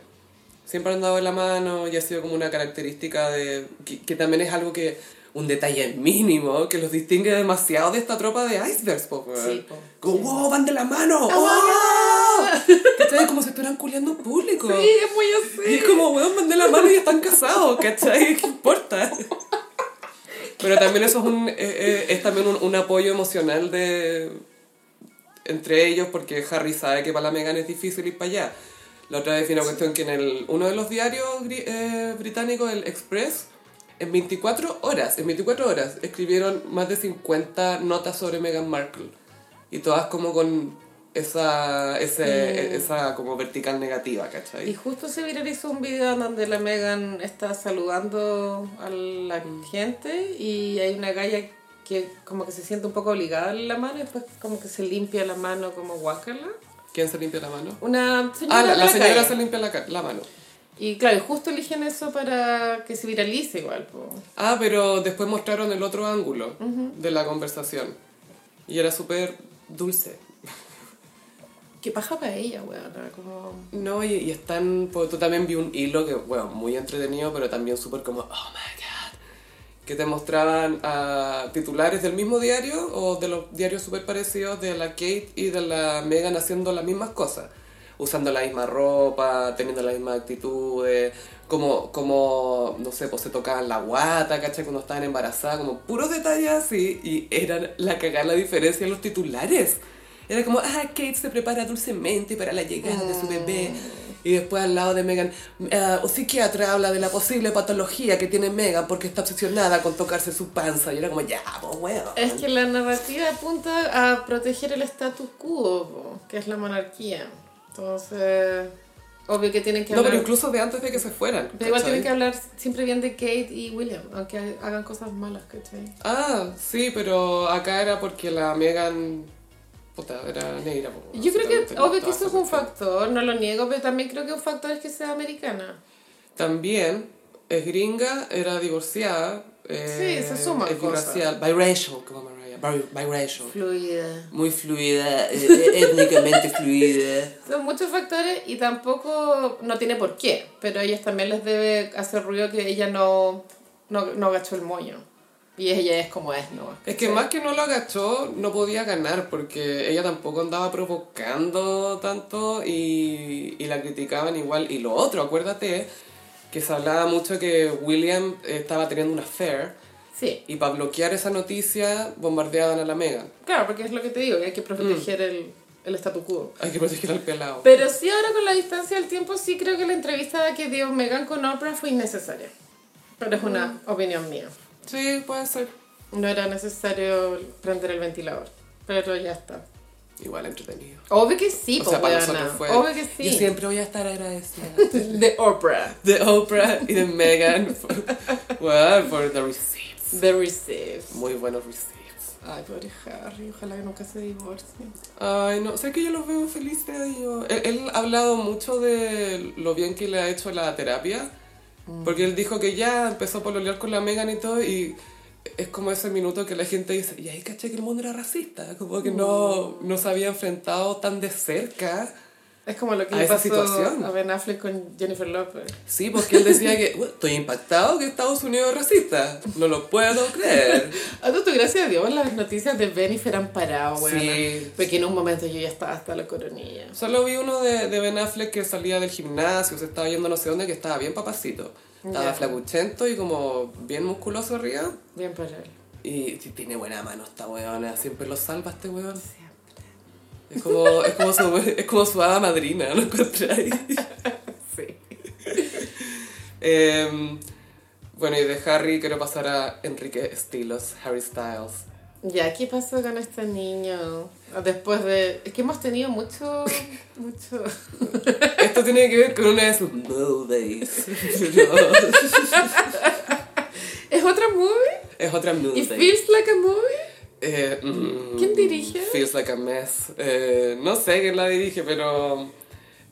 Speaker 1: Siempre han dado la mano y ha sido como una característica de. que, que también es algo que. un detalle mínimo que los distingue demasiado de esta tropa de icebergs, po, weón.
Speaker 2: Sí, po.
Speaker 1: Como, wow, van de la mano.
Speaker 2: Ah.
Speaker 1: ¡Wow! ¿Cachai? Como si estuvieran culiando en público.
Speaker 2: Sí, es muy
Speaker 1: Y
Speaker 2: así.
Speaker 1: es como, weón, van de la mano y están casados, ¿cachai? ¿Qué importa? Pero también eso es, un, eh, eh, es también un, un apoyo emocional de entre ellos, porque Harry sabe que para la Meghan es difícil ir para allá. La otra vez vi una cuestión que en el, uno de los diarios gri- eh, británicos, el Express, en 24 horas, en 24 horas, escribieron más de 50 notas sobre Meghan Markle. Y todas como con esa, ese,
Speaker 2: Mm.
Speaker 1: esa como vertical negativa, ¿cachai?
Speaker 2: Y justo se viralizó un video en donde la Megan está saludando a la
Speaker 1: Mm.
Speaker 2: gente y hay una galla que como que se siente un poco obligada en la mano y después como que se limpia la mano como guácala.
Speaker 1: ¿Quién se limpia la mano?
Speaker 2: Una señora
Speaker 1: Ah, la,
Speaker 2: de
Speaker 1: la señora
Speaker 2: calle.
Speaker 1: se limpia la, ca- la mano.
Speaker 2: Y claro, y justo eligen eso para que se viralice igual. po.
Speaker 1: Ah, pero después mostraron el otro ángulo de la conversación. Y era súper dulce.
Speaker 2: Qué paja para ella, weón. Como...
Speaker 1: No, y, y están... Porque tú también vi un hilo que, bueno, muy entretenido, pero también súper como, oh my god. Que te mostraban a titulares del mismo diario o de los diarios súper parecidos de la Kate y de la Megan haciendo las mismas cosas. Usando la misma ropa, teniendo las mismas actitudes, como, como no sé, pues se tocaban la guata, ¿cachai? Cuando estaban embarazadas, como puros detalles así. Y eran la cagada la diferencia en los titulares. Era como, ah, Kate se prepara dulcemente para la llegada de su
Speaker 2: Ah.
Speaker 1: bebé. Y después al lado de Megan, ah, un psiquiatra habla de la posible patología que tiene Megan porque está obsesionada con tocarse su panza. Y era como, ya, pues, weón.
Speaker 2: Es que la narrativa apunta a proteger el status quo, po, que es la monarquía. Entonces, obvio que tienen que
Speaker 1: No,
Speaker 2: hablar.
Speaker 1: pero incluso de antes de que se fueran.
Speaker 2: pero igual
Speaker 1: ¿cachai?
Speaker 2: tienen que hablar siempre bien de Kate y William, aunque ha- hagan cosas malas, ¿cachai?
Speaker 1: Ah, sí, pero acá era porque la Megan. Puta, era negra. po,
Speaker 2: Yo creo que,
Speaker 1: absolutamente,
Speaker 2: obvio que eso es un
Speaker 1: estaba-
Speaker 2: factor, no lo niego, pero también creo que un factor es que sea americana.
Speaker 1: También es gringa, era divorciada. eh,
Speaker 2: Sí, se suman
Speaker 1: Es
Speaker 2: cosas.
Speaker 1: biracial, biracial, como Mariah. bi- Biracial.
Speaker 2: Fluida.
Speaker 1: Muy fluida, eh, eh, étnicamente fluida.
Speaker 2: Son muchos factores y tampoco, no tiene por qué, pero a ellas también les debe hacer ruido que ella no, no, no agachó el moño. Y ella es como es, ¿no?
Speaker 1: Es que
Speaker 2: ¿cachai?
Speaker 1: más que no lo agachó, no podía ganar porque ella tampoco andaba provocando tanto y, y la criticaban igual. Y lo otro, acuérdate, que se hablaba mucho que William eh, estaba teniendo una affair
Speaker 2: Sí,
Speaker 1: y para bloquear esa noticia bombardeaban a la Megan.
Speaker 2: claro, porque es lo que te digo, que hay que proteger
Speaker 1: Mm.
Speaker 2: el, el statu quo.
Speaker 1: Hay que proteger al pelado.
Speaker 2: Pero sí, ahora con la distancia del tiempo, sí creo que la entrevista que dio Megan con Oprah fue innecesaria. Pero es una opinión mía.
Speaker 1: Sí, puede ser.
Speaker 2: No era necesario prender el ventilador, pero ya está.
Speaker 1: Igual entretenido.
Speaker 2: Obvio que sí,
Speaker 1: O
Speaker 2: po,
Speaker 1: sea, para
Speaker 2: weona.
Speaker 1: nosotros fue.
Speaker 2: Obvio que sí.
Speaker 1: Yo siempre voy a estar agradecida.
Speaker 2: De Oprah.
Speaker 1: De Oprah y de Megan. Well, por the receipts.
Speaker 2: The Receipts.
Speaker 1: Muy buenos receipts.
Speaker 2: Ay, pobre Harry, ojalá que nunca se divorcie.
Speaker 1: Ay, no, sé que yo los veo felices a ellos. Él, él ha hablado mucho de lo bien que le ha hecho la terapia, porque él dijo que ya empezó a pololear con la Megan y todo, y es como ese minuto que la gente dice, y ahí caché que el mundo era racista, como que no, no se había enfrentado tan de cerca.
Speaker 2: Es como lo que
Speaker 1: A
Speaker 2: le
Speaker 1: esa
Speaker 2: pasó
Speaker 1: situación.
Speaker 2: a Ben Affleck con Jennifer Lopez.
Speaker 1: Sí, porque él decía que, "Bueno, estoy impactado que Estados Unidos es racista, no lo puedo creer.
Speaker 2: A todo esto, gracias a Dios, las noticias de Bennifer han
Speaker 1: Ah,
Speaker 2: parado, weón.
Speaker 1: Sí.
Speaker 2: Porque en un momento yo ya estaba hasta la coronilla.
Speaker 1: Solo vi uno de, de Ben Affleck que salía del gimnasio, se estaba yendo no sé dónde, que estaba bien papacito. Estaba
Speaker 2: Ya.
Speaker 1: flacuchento y como bien musculoso arriba.
Speaker 2: Bien para él.
Speaker 1: Y sí, tiene buena mano esta weona, siempre lo salva este weón. Es como, es como, su, es como su hada madrina, ¿no encontráis?
Speaker 2: Sí.
Speaker 1: Em, bueno, y de Harry quiero pasar a Enrique Estilos, Harry Styles.
Speaker 2: Ya, ¿qué pasó con este niño? Después de... Es que hemos tenido mucho... mucho...
Speaker 1: Esto tiene que ver con una de sus movies. Pero-
Speaker 2: Es ¿Es otra movie?
Speaker 1: Es otra
Speaker 2: ¿Y
Speaker 1: movie.
Speaker 2: feels like a movie?
Speaker 1: Eh, mm,
Speaker 2: ¿Quién dirige?
Speaker 1: Feels like a mess. Eh, no sé quién la dirige, pero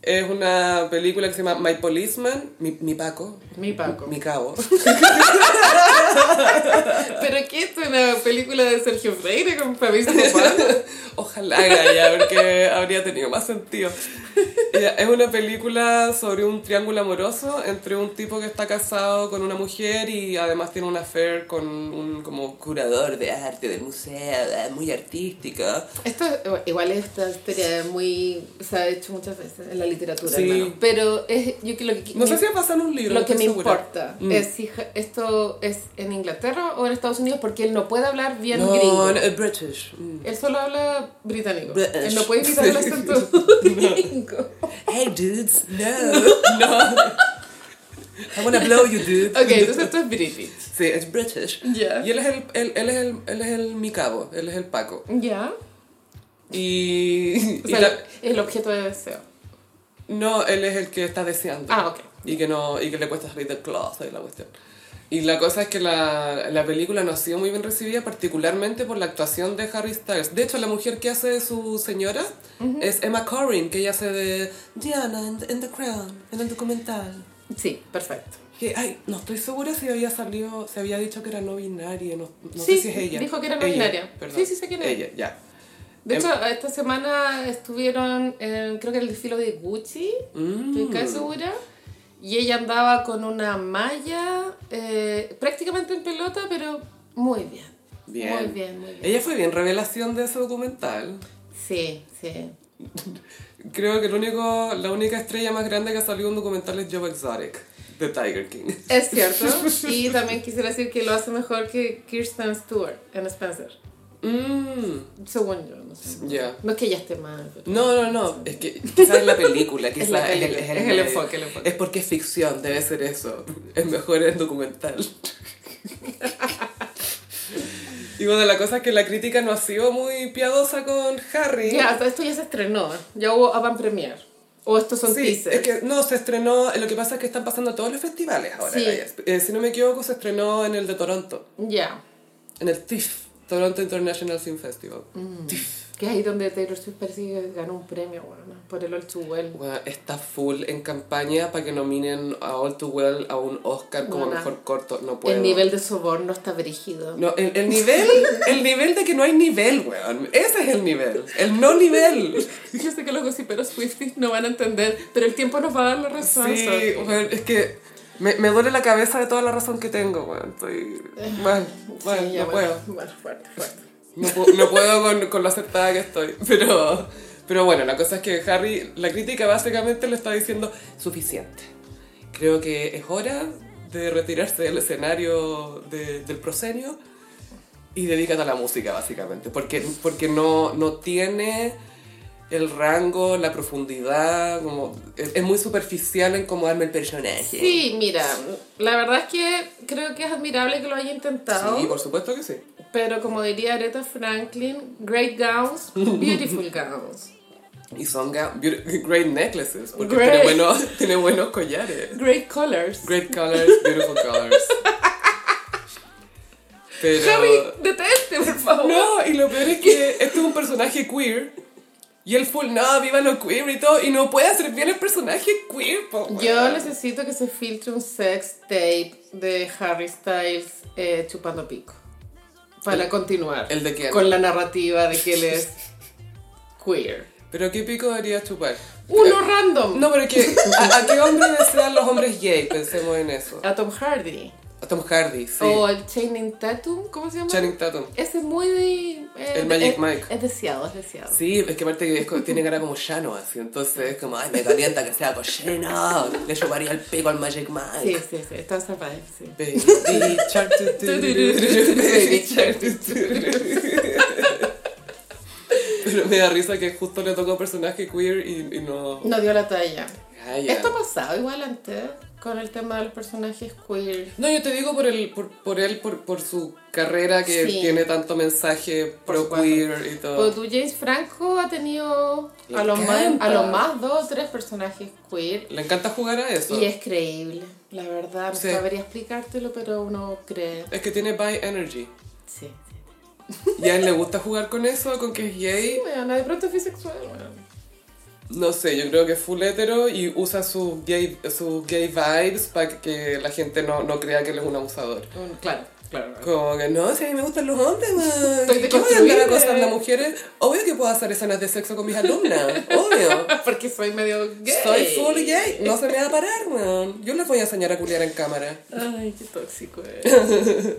Speaker 1: es una película que se llama My Policeman, mi, mi Paco,
Speaker 2: Mi Paco.
Speaker 1: mi cabo.
Speaker 2: ¿Pero qué? ¿Esto es una película de Sergio Freire con Fabrizio Copano?
Speaker 1: Ojalá, ya, ya, porque habría tenido más sentido. Ya, Es una película sobre un triángulo amoroso entre un tipo que está casado con una mujer y además tiene un affair con un como curador de arte del museo, eh, muy artístico.
Speaker 2: Esto, igual esta historia es muy... se ha hecho muchas veces en la literatura,
Speaker 1: Sí.
Speaker 2: hermano. Pero es, yo que lo que...
Speaker 1: No sé si va a pasar en un libro.
Speaker 2: Lo
Speaker 1: no
Speaker 2: que me
Speaker 1: estoy segura.
Speaker 2: importa
Speaker 1: Mm.
Speaker 2: es si ja- esto es en Inglaterra o en Estados Unidos porque él no puede hablar bien
Speaker 1: No,
Speaker 2: gringo.
Speaker 1: no, eh, British. Mm.
Speaker 2: Él solo habla británico.
Speaker 1: British.
Speaker 2: Él no puede quitar el acento gringo.
Speaker 1: Hey dudes, no. no. I wanna blow you, dude.
Speaker 2: Ok, entonces esto es british.
Speaker 1: Sí, es British.
Speaker 2: Ya.
Speaker 1: Y él es el, él, él es el, él es el mi cabo, él es el Paco.
Speaker 2: Ya.
Speaker 1: Y,
Speaker 2: O
Speaker 1: y
Speaker 2: sea,
Speaker 1: la-
Speaker 2: el objeto de deseo.
Speaker 1: no, él es el que está deseando.
Speaker 2: Ah, ok.
Speaker 1: Y que no, y que le cuesta salir del closet y la cuestión. Y la cosa es que la, la película no ha sido muy bien recibida, particularmente por la actuación de Harry Styles. De hecho, la mujer que hace de su señora es Emma Corrin, que ella hace de Diana en, en The Crown, en el documental.
Speaker 2: Sí, perfecto.
Speaker 1: Que, ay, no estoy segura si había salido, se había dicho que era no binaria, no, no
Speaker 2: Sí,
Speaker 1: sé si es ella.
Speaker 2: dijo que era no
Speaker 1: Ella,
Speaker 2: binaria.
Speaker 1: perdón.
Speaker 2: Sí, sí, sé quién es.
Speaker 1: Ella, ya.
Speaker 2: De
Speaker 1: Em-
Speaker 2: hecho, esta semana estuvieron, en, creo que en el desfile de Gucci, Mm. estoy casi
Speaker 1: Mm.
Speaker 2: segura, y ella andaba con una malla eh, prácticamente en pelota, pero muy bien.
Speaker 1: Mm, Bien. Eh.
Speaker 2: Muy bien, muy bien.
Speaker 1: Ella fue bien revelación de ese documental.
Speaker 2: Sí, sí.
Speaker 1: Creo que el único, la única estrella más grande que ha salido en un documental es Joe Exotic, de Tiger King.
Speaker 2: Es cierto. Y también quisiera decir que lo hace mejor que Kirsten Stewart en Spencer.
Speaker 1: Mm,
Speaker 2: Según yo, no sé.
Speaker 1: ya.
Speaker 2: No es que ella esté mal. pero-
Speaker 1: No, no, no, es que quizás es la película, quizás
Speaker 2: Es la
Speaker 1: el-
Speaker 2: película, es el
Speaker 1: medio.
Speaker 2: enfoque, el enfoque.
Speaker 1: Es porque es ficción, debe ser eso. Es mejor el documental. Y bueno, la cosa es que la crítica no ha sido muy piadosa con Harry.
Speaker 2: Ya, hasta esto ya se estrenó. Ya hubo Avant Premier. O estos son
Speaker 1: Sí,
Speaker 2: teasers.
Speaker 1: es que no, se estrenó, lo que pasa es que están pasando todos los festivales ahora.
Speaker 2: Sí.
Speaker 1: Gaya. Eh, si no me equivoco, se estrenó en el de Toronto,
Speaker 2: Ya.
Speaker 1: en el TIFF, Toronto International Film Festival.
Speaker 2: Que es ahí donde Taylor Swift parece que ganó un premio, bueno, por el All Too Well.
Speaker 1: Bueno, está full en campaña para que nominen a All Too Well a un Oscar como
Speaker 2: Buena.
Speaker 1: mejor corto. No puedo.
Speaker 2: El nivel de soborno está brígido.
Speaker 1: No, el, el nivel, el nivel de que no hay nivel, weón. Ese es el nivel. El no nivel.
Speaker 2: Yo sé que los gossiperos Swifties no van a entender, pero el tiempo nos va a dar la razón.
Speaker 1: Sí,
Speaker 2: Sophie.
Speaker 1: weón, es que me, me duele la cabeza de toda la razón que tengo, weón. Estoy mal, mal,
Speaker 2: Eh. Sí, ya,
Speaker 1: no
Speaker 2: bueno,
Speaker 1: puedo.
Speaker 2: Bueno, fuerte, fuerte.
Speaker 1: No, pu- no puedo con, con lo aceptada que estoy. Pero, pero bueno, la cosa es que Harry, la crítica básicamente le está diciendo suficiente. Creo que es hora de retirarse del escenario de- del proscenio y dedícate a la música, básicamente. Porque, porque no, no tiene el rango, la profundidad, como es, es muy superficial en cómo arma el personaje.
Speaker 2: Sí, mira, la verdad es que creo que es admirable que lo haya intentado,
Speaker 1: Sí, por supuesto que sí.
Speaker 2: pero como diría Aretha Franklin, great gowns, beautiful gowns.
Speaker 1: Y son ga- beaut- great necklaces, porque
Speaker 2: Great.
Speaker 1: tiene buenos, tiene buenos collares.
Speaker 2: Great colors.
Speaker 1: Great colors, beautiful colors. Pero...
Speaker 2: Harry, deteste, por favor.
Speaker 1: No, y lo peor es que este es un personaje queer. Y el full, no, viva lo queer y todo. Y no puede hacer bien el personaje queer, po, weón.
Speaker 2: Yo necesito que se filtre un sex tape de Harry Styles eh, chupando pico. Para continuar.
Speaker 1: ¿El de quién?
Speaker 2: Con la narrativa de que él es queer.
Speaker 1: Pero qué pico debería chupar.
Speaker 2: Uno random.
Speaker 1: No, pero que, ¿a, a qué hombre desean los hombres gay? Pensemos en eso.
Speaker 2: A Tom Hardy.
Speaker 1: A Tom Hardy, sí.
Speaker 2: O el Channing Tatum, ¿cómo se llama?
Speaker 1: Channing Tatum.
Speaker 2: Ese es muy de... eh,
Speaker 1: El Magic
Speaker 2: es-
Speaker 1: Mike.
Speaker 2: Es deseado, es deseado.
Speaker 1: Sí, es que aparte que es co- tiene cara como llano, así. Entonces es como, ay, me calienta que sea cochino. Le chuparía el pico al Magic Mike.
Speaker 2: Sí, sí, sí. Está survive, sí.
Speaker 1: Baby Shark, tu, tu, ru, ru, Baby Shark, tu, tu, ru. Pero me da risa que justo le tocó personaje queer y, y no.
Speaker 2: No dio la talla.
Speaker 1: Calla.
Speaker 2: Esto ha pasado igual antes con el tema de los personajes queer.
Speaker 1: No, yo te digo por, el, por, por él, por, por su carrera que
Speaker 2: Sí.
Speaker 1: tiene tanto mensaje pro
Speaker 2: supuesto.
Speaker 1: queer y
Speaker 2: Pero
Speaker 1: todo.
Speaker 2: Pues tú, James Franco ha tenido
Speaker 1: Le
Speaker 2: a lo, más,
Speaker 1: encanta.
Speaker 2: a lo más dos o tres personajes queer
Speaker 1: Le encanta jugar a eso.
Speaker 2: y es creíble. La verdad, no
Speaker 1: Sí.
Speaker 2: sabría explicártelo, pero uno cree.
Speaker 1: Es que tiene by energy.
Speaker 2: Sí, sí.
Speaker 1: Y a él le gusta jugar con eso, con que es gay.
Speaker 2: Bueno, de pronto es bisexual, weón.
Speaker 1: No sé, yo creo que es full hetero y usa sus gay, sus gay vibes para que la gente no, no crea que él es un abusador.
Speaker 2: Un- Claro, claro. claro.
Speaker 1: Como que no, si a mí me gustan los hombres, man.
Speaker 2: Estoy
Speaker 1: ¿Qué voy a andar
Speaker 2: deconstruida.
Speaker 1: acosando a las mujeres? Obvio que puedo hacer escenas de sexo con mis alumnas, obvio.
Speaker 2: Porque soy medio gay.
Speaker 1: Soy full gay, no se me va a parar, man. Yo les voy a enseñar a culiar en cámara.
Speaker 2: Ay, qué tóxico es.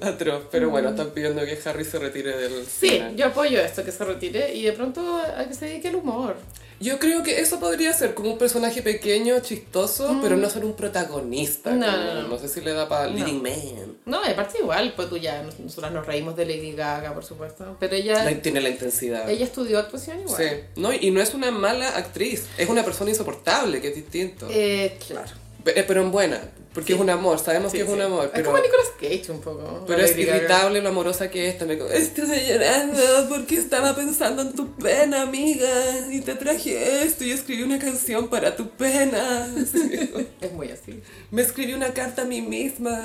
Speaker 1: Atroz, pero bueno, están pidiendo que Harry se retire del
Speaker 2: Mm. Sí,
Speaker 1: cine.
Speaker 2: yo apoyo esto, que se retire y de pronto a que se dedique al humor.
Speaker 1: Yo creo que eso podría ser como un personaje pequeño, chistoso, pero no ser un protagonista.
Speaker 2: Mm. No,
Speaker 1: como-
Speaker 2: no, no.
Speaker 1: sé si le da para
Speaker 2: No.
Speaker 1: Leading Man.
Speaker 2: No, y aparte igual, pues tú ya, nos- nosotras nos reímos de Lady Gaga, por supuesto, pero ella,
Speaker 1: No tiene la intensidad.
Speaker 2: ella estudió actuación igual.
Speaker 1: Sí. No, y no es una mala actriz, es una persona insoportable, que es distinto.
Speaker 2: Eh, claro.
Speaker 1: Pe- eh, Pero en buena, porque
Speaker 2: Sí.
Speaker 1: es un amor, sabemos
Speaker 2: Sí,
Speaker 1: que es un
Speaker 2: sí.
Speaker 1: amor.
Speaker 2: Es
Speaker 1: Pero...
Speaker 2: como Nicolas Cage un poco.
Speaker 1: Pero
Speaker 2: la
Speaker 1: es
Speaker 2: Lady Gaga.
Speaker 1: irritable lo amorosa que es también. como, Estoy llorando porque estaba pensando en tu pena, amiga. Y te traje esto y escribí una canción para tu pena.
Speaker 2: Es muy así.
Speaker 1: Me escribí una carta a mí misma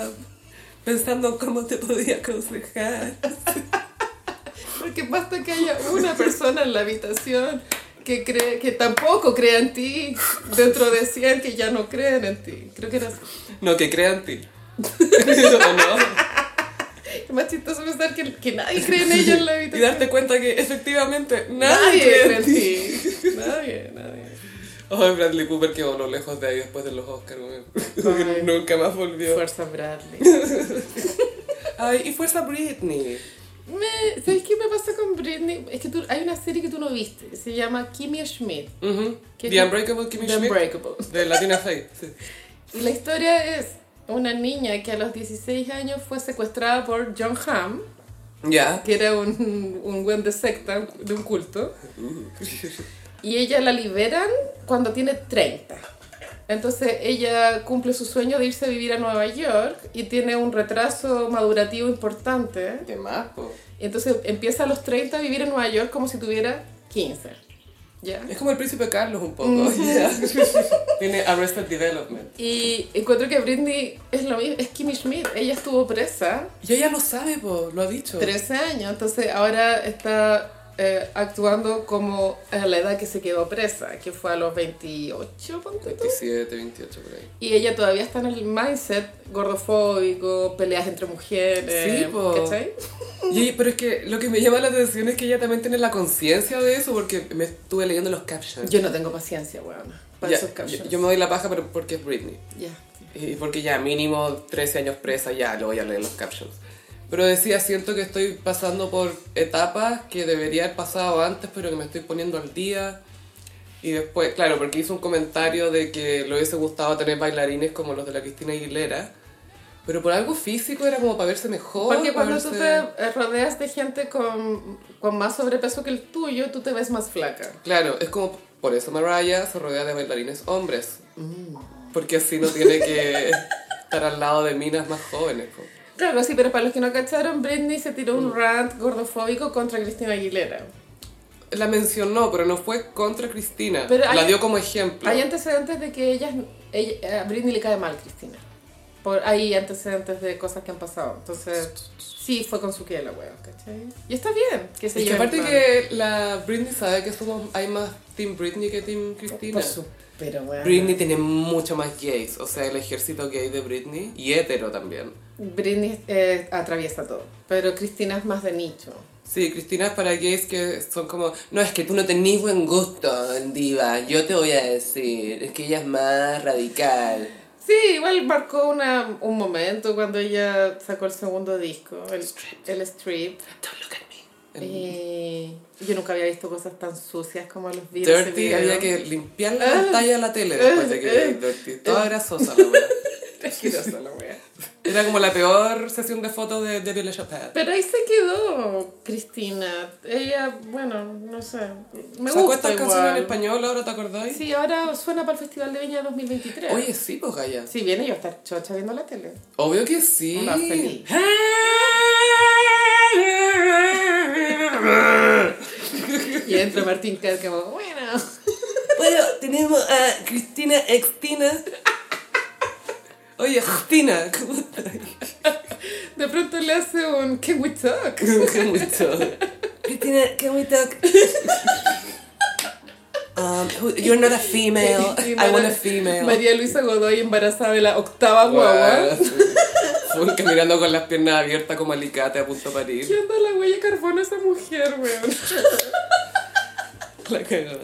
Speaker 1: pensando cómo te podía aconsejar.
Speaker 2: Porque basta que haya una persona en la habitación que cree, que tampoco crea en ti, dentro de 100 que ya no creen en ti. Creo que era así.
Speaker 1: No, que crean ti. ¿O no?
Speaker 2: Es más chistoso pensar que, que nadie cree en ella en la
Speaker 1: Y
Speaker 2: habitación.
Speaker 1: darte cuenta que efectivamente nadie,
Speaker 2: Nadie
Speaker 1: cree en ti.
Speaker 2: ti. Nadie, nadie.
Speaker 1: Ay, Bradley Cooper que voló lejos de ahí después de los Oscars. güey.
Speaker 2: Ay.
Speaker 1: Nunca más volvió.
Speaker 2: Fuerza Bradley.
Speaker 1: Ay, y fuerza Britney.
Speaker 2: Me- ¿Sabes qué me pasa con Britney? Es que tú- hay una serie que tú no viste, que se llama Kimmy Schmidt.
Speaker 1: Ujú.
Speaker 2: ¿Qué-
Speaker 1: The Unbreakable Kimmy
Speaker 2: The
Speaker 1: Schmidt.
Speaker 2: Unbreakable.
Speaker 1: De Latina Faith, sí.
Speaker 2: Y la historia es una niña que a los 16 años fue secuestrada por John Hamm,
Speaker 1: Ya.
Speaker 2: que era un, un buen de secta, de un culto.
Speaker 1: Uh.
Speaker 2: Y ella la liberan cuando tiene 30. Entonces ella cumple su sueño de irse a vivir a Nueva York y tiene un retraso madurativo importante.
Speaker 1: ¿Qué más, po?
Speaker 2: Y entonces empieza a los 30 a vivir en Nueva York como si tuviera 15. ¿Ya?
Speaker 1: Es como el príncipe Carlos un poco. Tiene Arrested Development.
Speaker 2: Y encuentro que Britney es lo mismo, es Kimmy Schmidt. Ella estuvo presa
Speaker 1: Y ella lo sabe, po, lo ha dicho.
Speaker 2: 13 años, entonces ahora está eh, actuando como a la edad que se quedó presa, que fue a los 28, ponte tú.
Speaker 1: 27, 28 por ahí.
Speaker 2: Y ella todavía está en el mindset gordofóbico, peleas entre mujeres.
Speaker 1: Sí, po.
Speaker 2: ¿Cachai?
Speaker 1: Y ella- pero es que lo que me llama la atención es que ella también tiene la conciencia de eso porque me estuve leyendo los captions.
Speaker 2: Yo no tengo paciencia, weón. Para
Speaker 1: Ya,
Speaker 2: esos captions.
Speaker 1: yo- yo me doy la paja pero porque es Britney.
Speaker 2: Ya.
Speaker 1: Y porque ya mínimo 13 años presa, ya lo voy a leer los captions. Pero decía, siento que estoy pasando por etapas que debería haber pasado antes, pero que me estoy poniendo al día. Y después, claro, porque hizo un comentario de que le hubiese gustado tener bailarines como los de la Cristina Aguilera. Pero por algo físico era como para verse mejor.
Speaker 2: Porque
Speaker 1: para
Speaker 2: cuando tú te
Speaker 1: verse-
Speaker 2: eh, rodeas de gente con, con más sobrepeso que el tuyo, tú te ves más flaca.
Speaker 1: Claro, es como por eso Mariah se rodea de bailarines hombres. Porque así no tiene que estar al lado de minas más jóvenes. como.
Speaker 2: Claro, sí, pero para los que no cacharon, Britney se tiró un rant gordofóbico contra Cristina Aguilera.
Speaker 1: La mencionó, pero no fue contra Cristina.
Speaker 2: Pero
Speaker 1: la
Speaker 2: hay-
Speaker 1: dio como ejemplo.
Speaker 2: Hay antecedentes de que ellas, ella- a Britney le cae mal Cristina. Por, hay antecedentes de cosas que han pasado. Entonces, sí, fue con su que la wea, ¿cachai? Y está bien que se
Speaker 1: Y que
Speaker 2: lleven
Speaker 1: aparte
Speaker 2: mal.
Speaker 1: que la Britney sabe que somos, hay más Team Britney que Team Cristina.
Speaker 2: Por su- pero bueno. Britney.
Speaker 1: Britney tiene mucho más gays, o sea, el ejército gay de Britney y hetero también.
Speaker 2: eh, atraviesa todo. Pero Cristina es más de nicho.
Speaker 1: Sí, Cristina es para gays que son como, no, es que tú no tenés buen gusto, diva, yo te voy a decir, es que ella es más radical.
Speaker 2: Sí, igual marcó una, un momento cuando ella sacó el segundo disco, el
Speaker 1: Strip.
Speaker 2: El strip.
Speaker 1: Don't look at me.
Speaker 2: Y yo nunca había visto cosas tan sucias como los videos. ese
Speaker 1: Dirty,
Speaker 2: video.
Speaker 1: había que limpiar la
Speaker 2: Ah.
Speaker 1: pantalla de la tele después de que
Speaker 2: Ah.
Speaker 1: Dirty, toda grasosa la wea.
Speaker 2: Asquerosa la wea.
Speaker 1: Era como la peor sesión de fotos de, de Viola Chapelle.
Speaker 2: Pero ahí se quedó Cristina. Ella, bueno, no sé. Me
Speaker 1: Sacó
Speaker 2: gusta
Speaker 1: estas
Speaker 2: igual.
Speaker 1: canciones en español ahora, ¿te acordáis?
Speaker 2: Sí, ahora suena para el Festival de Viña 2023.
Speaker 1: Oye, sí, pues Gaya.
Speaker 2: Si viene yo a estar chocha viendo la tele.
Speaker 1: Obvio que sí.
Speaker 2: Va a salir. Y entra Martín Kerr como, bueno.
Speaker 1: Bueno, tenemos a Cristina Extina. Oye, Justina, ¿cómo estás?
Speaker 2: De pronto le hace un Can we talk?
Speaker 1: Can we talk? Justina, can we talk? Um, who- you're not a female.
Speaker 2: Y
Speaker 1: I want
Speaker 2: Mara-
Speaker 1: a female.
Speaker 2: María Luisa Godoy embarazada de la octava guagua.
Speaker 1: Full caminando con las piernas abiertas como alicate a punto de parir.
Speaker 2: ¿Qué onda la huella de carbono a esa mujer, weón?
Speaker 1: La cagó.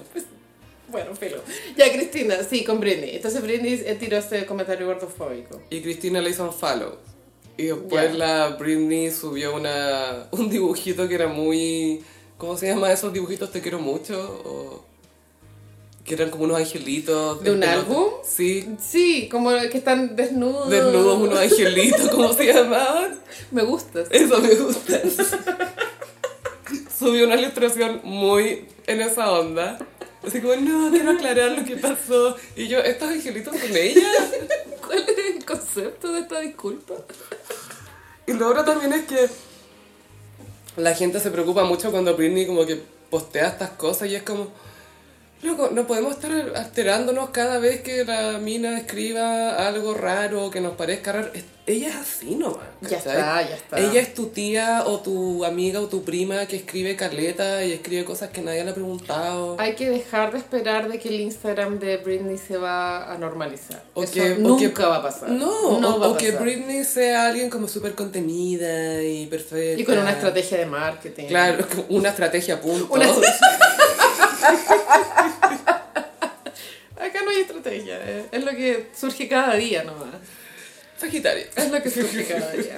Speaker 2: Bueno, filo. Ya, Cristina, sí, con Britney. Entonces Britney eh, tiró este comentario gordofóbico.
Speaker 1: Y Cristina le hizo un follow. Y después
Speaker 2: Ya.
Speaker 1: la Britney subió una, un dibujito que era muy... ¿Cómo se llama esos dibujitos? Te quiero mucho. O, que eran como unos angelitos.
Speaker 2: ¿De
Speaker 1: en
Speaker 2: un
Speaker 1: pelota.
Speaker 2: álbum?
Speaker 1: Sí.
Speaker 2: Sí, como que están desnudos.
Speaker 1: Desnudos, unos angelitos, ¿cómo se llamaban?
Speaker 2: Me gustas.
Speaker 1: Eso me gusta. Subió una ilustración muy en esa onda. Así como, no, quiero aclarar lo que pasó. Y yo, ¿estos angelitos son ella?
Speaker 2: ¿Cuál es el concepto de esta disculpa?
Speaker 1: Y lo otro también es que la gente se preocupa mucho cuando Britney como que postea estas cosas y es como, loco, no podemos estar alterándonos cada vez que la mina escriba algo raro que nos parezca raro. Es- Ella es así nomás.
Speaker 2: Ya
Speaker 1: ¿cachai?
Speaker 2: está, ya está.
Speaker 1: Ella es tu tía o tu amiga o tu prima que escribe caleta y escribe cosas que nadie le ha preguntado.
Speaker 2: Hay que dejar de esperar de que el Instagram de Britney se va a normalizar.
Speaker 1: O
Speaker 2: Eso
Speaker 1: que- o
Speaker 2: nunca
Speaker 1: que-
Speaker 2: va a pasar.
Speaker 1: No, o,
Speaker 2: va a
Speaker 1: o que
Speaker 2: pasar.
Speaker 1: Britney sea alguien como súper contenida y perfecta.
Speaker 2: Y con una estrategia de marketing.
Speaker 1: Claro, como una estrategia punto.
Speaker 2: Una- Acá no hay estrategia. eh. Es lo que surge cada día nomás.
Speaker 1: Sagitario.
Speaker 2: Es lo que surge cada día.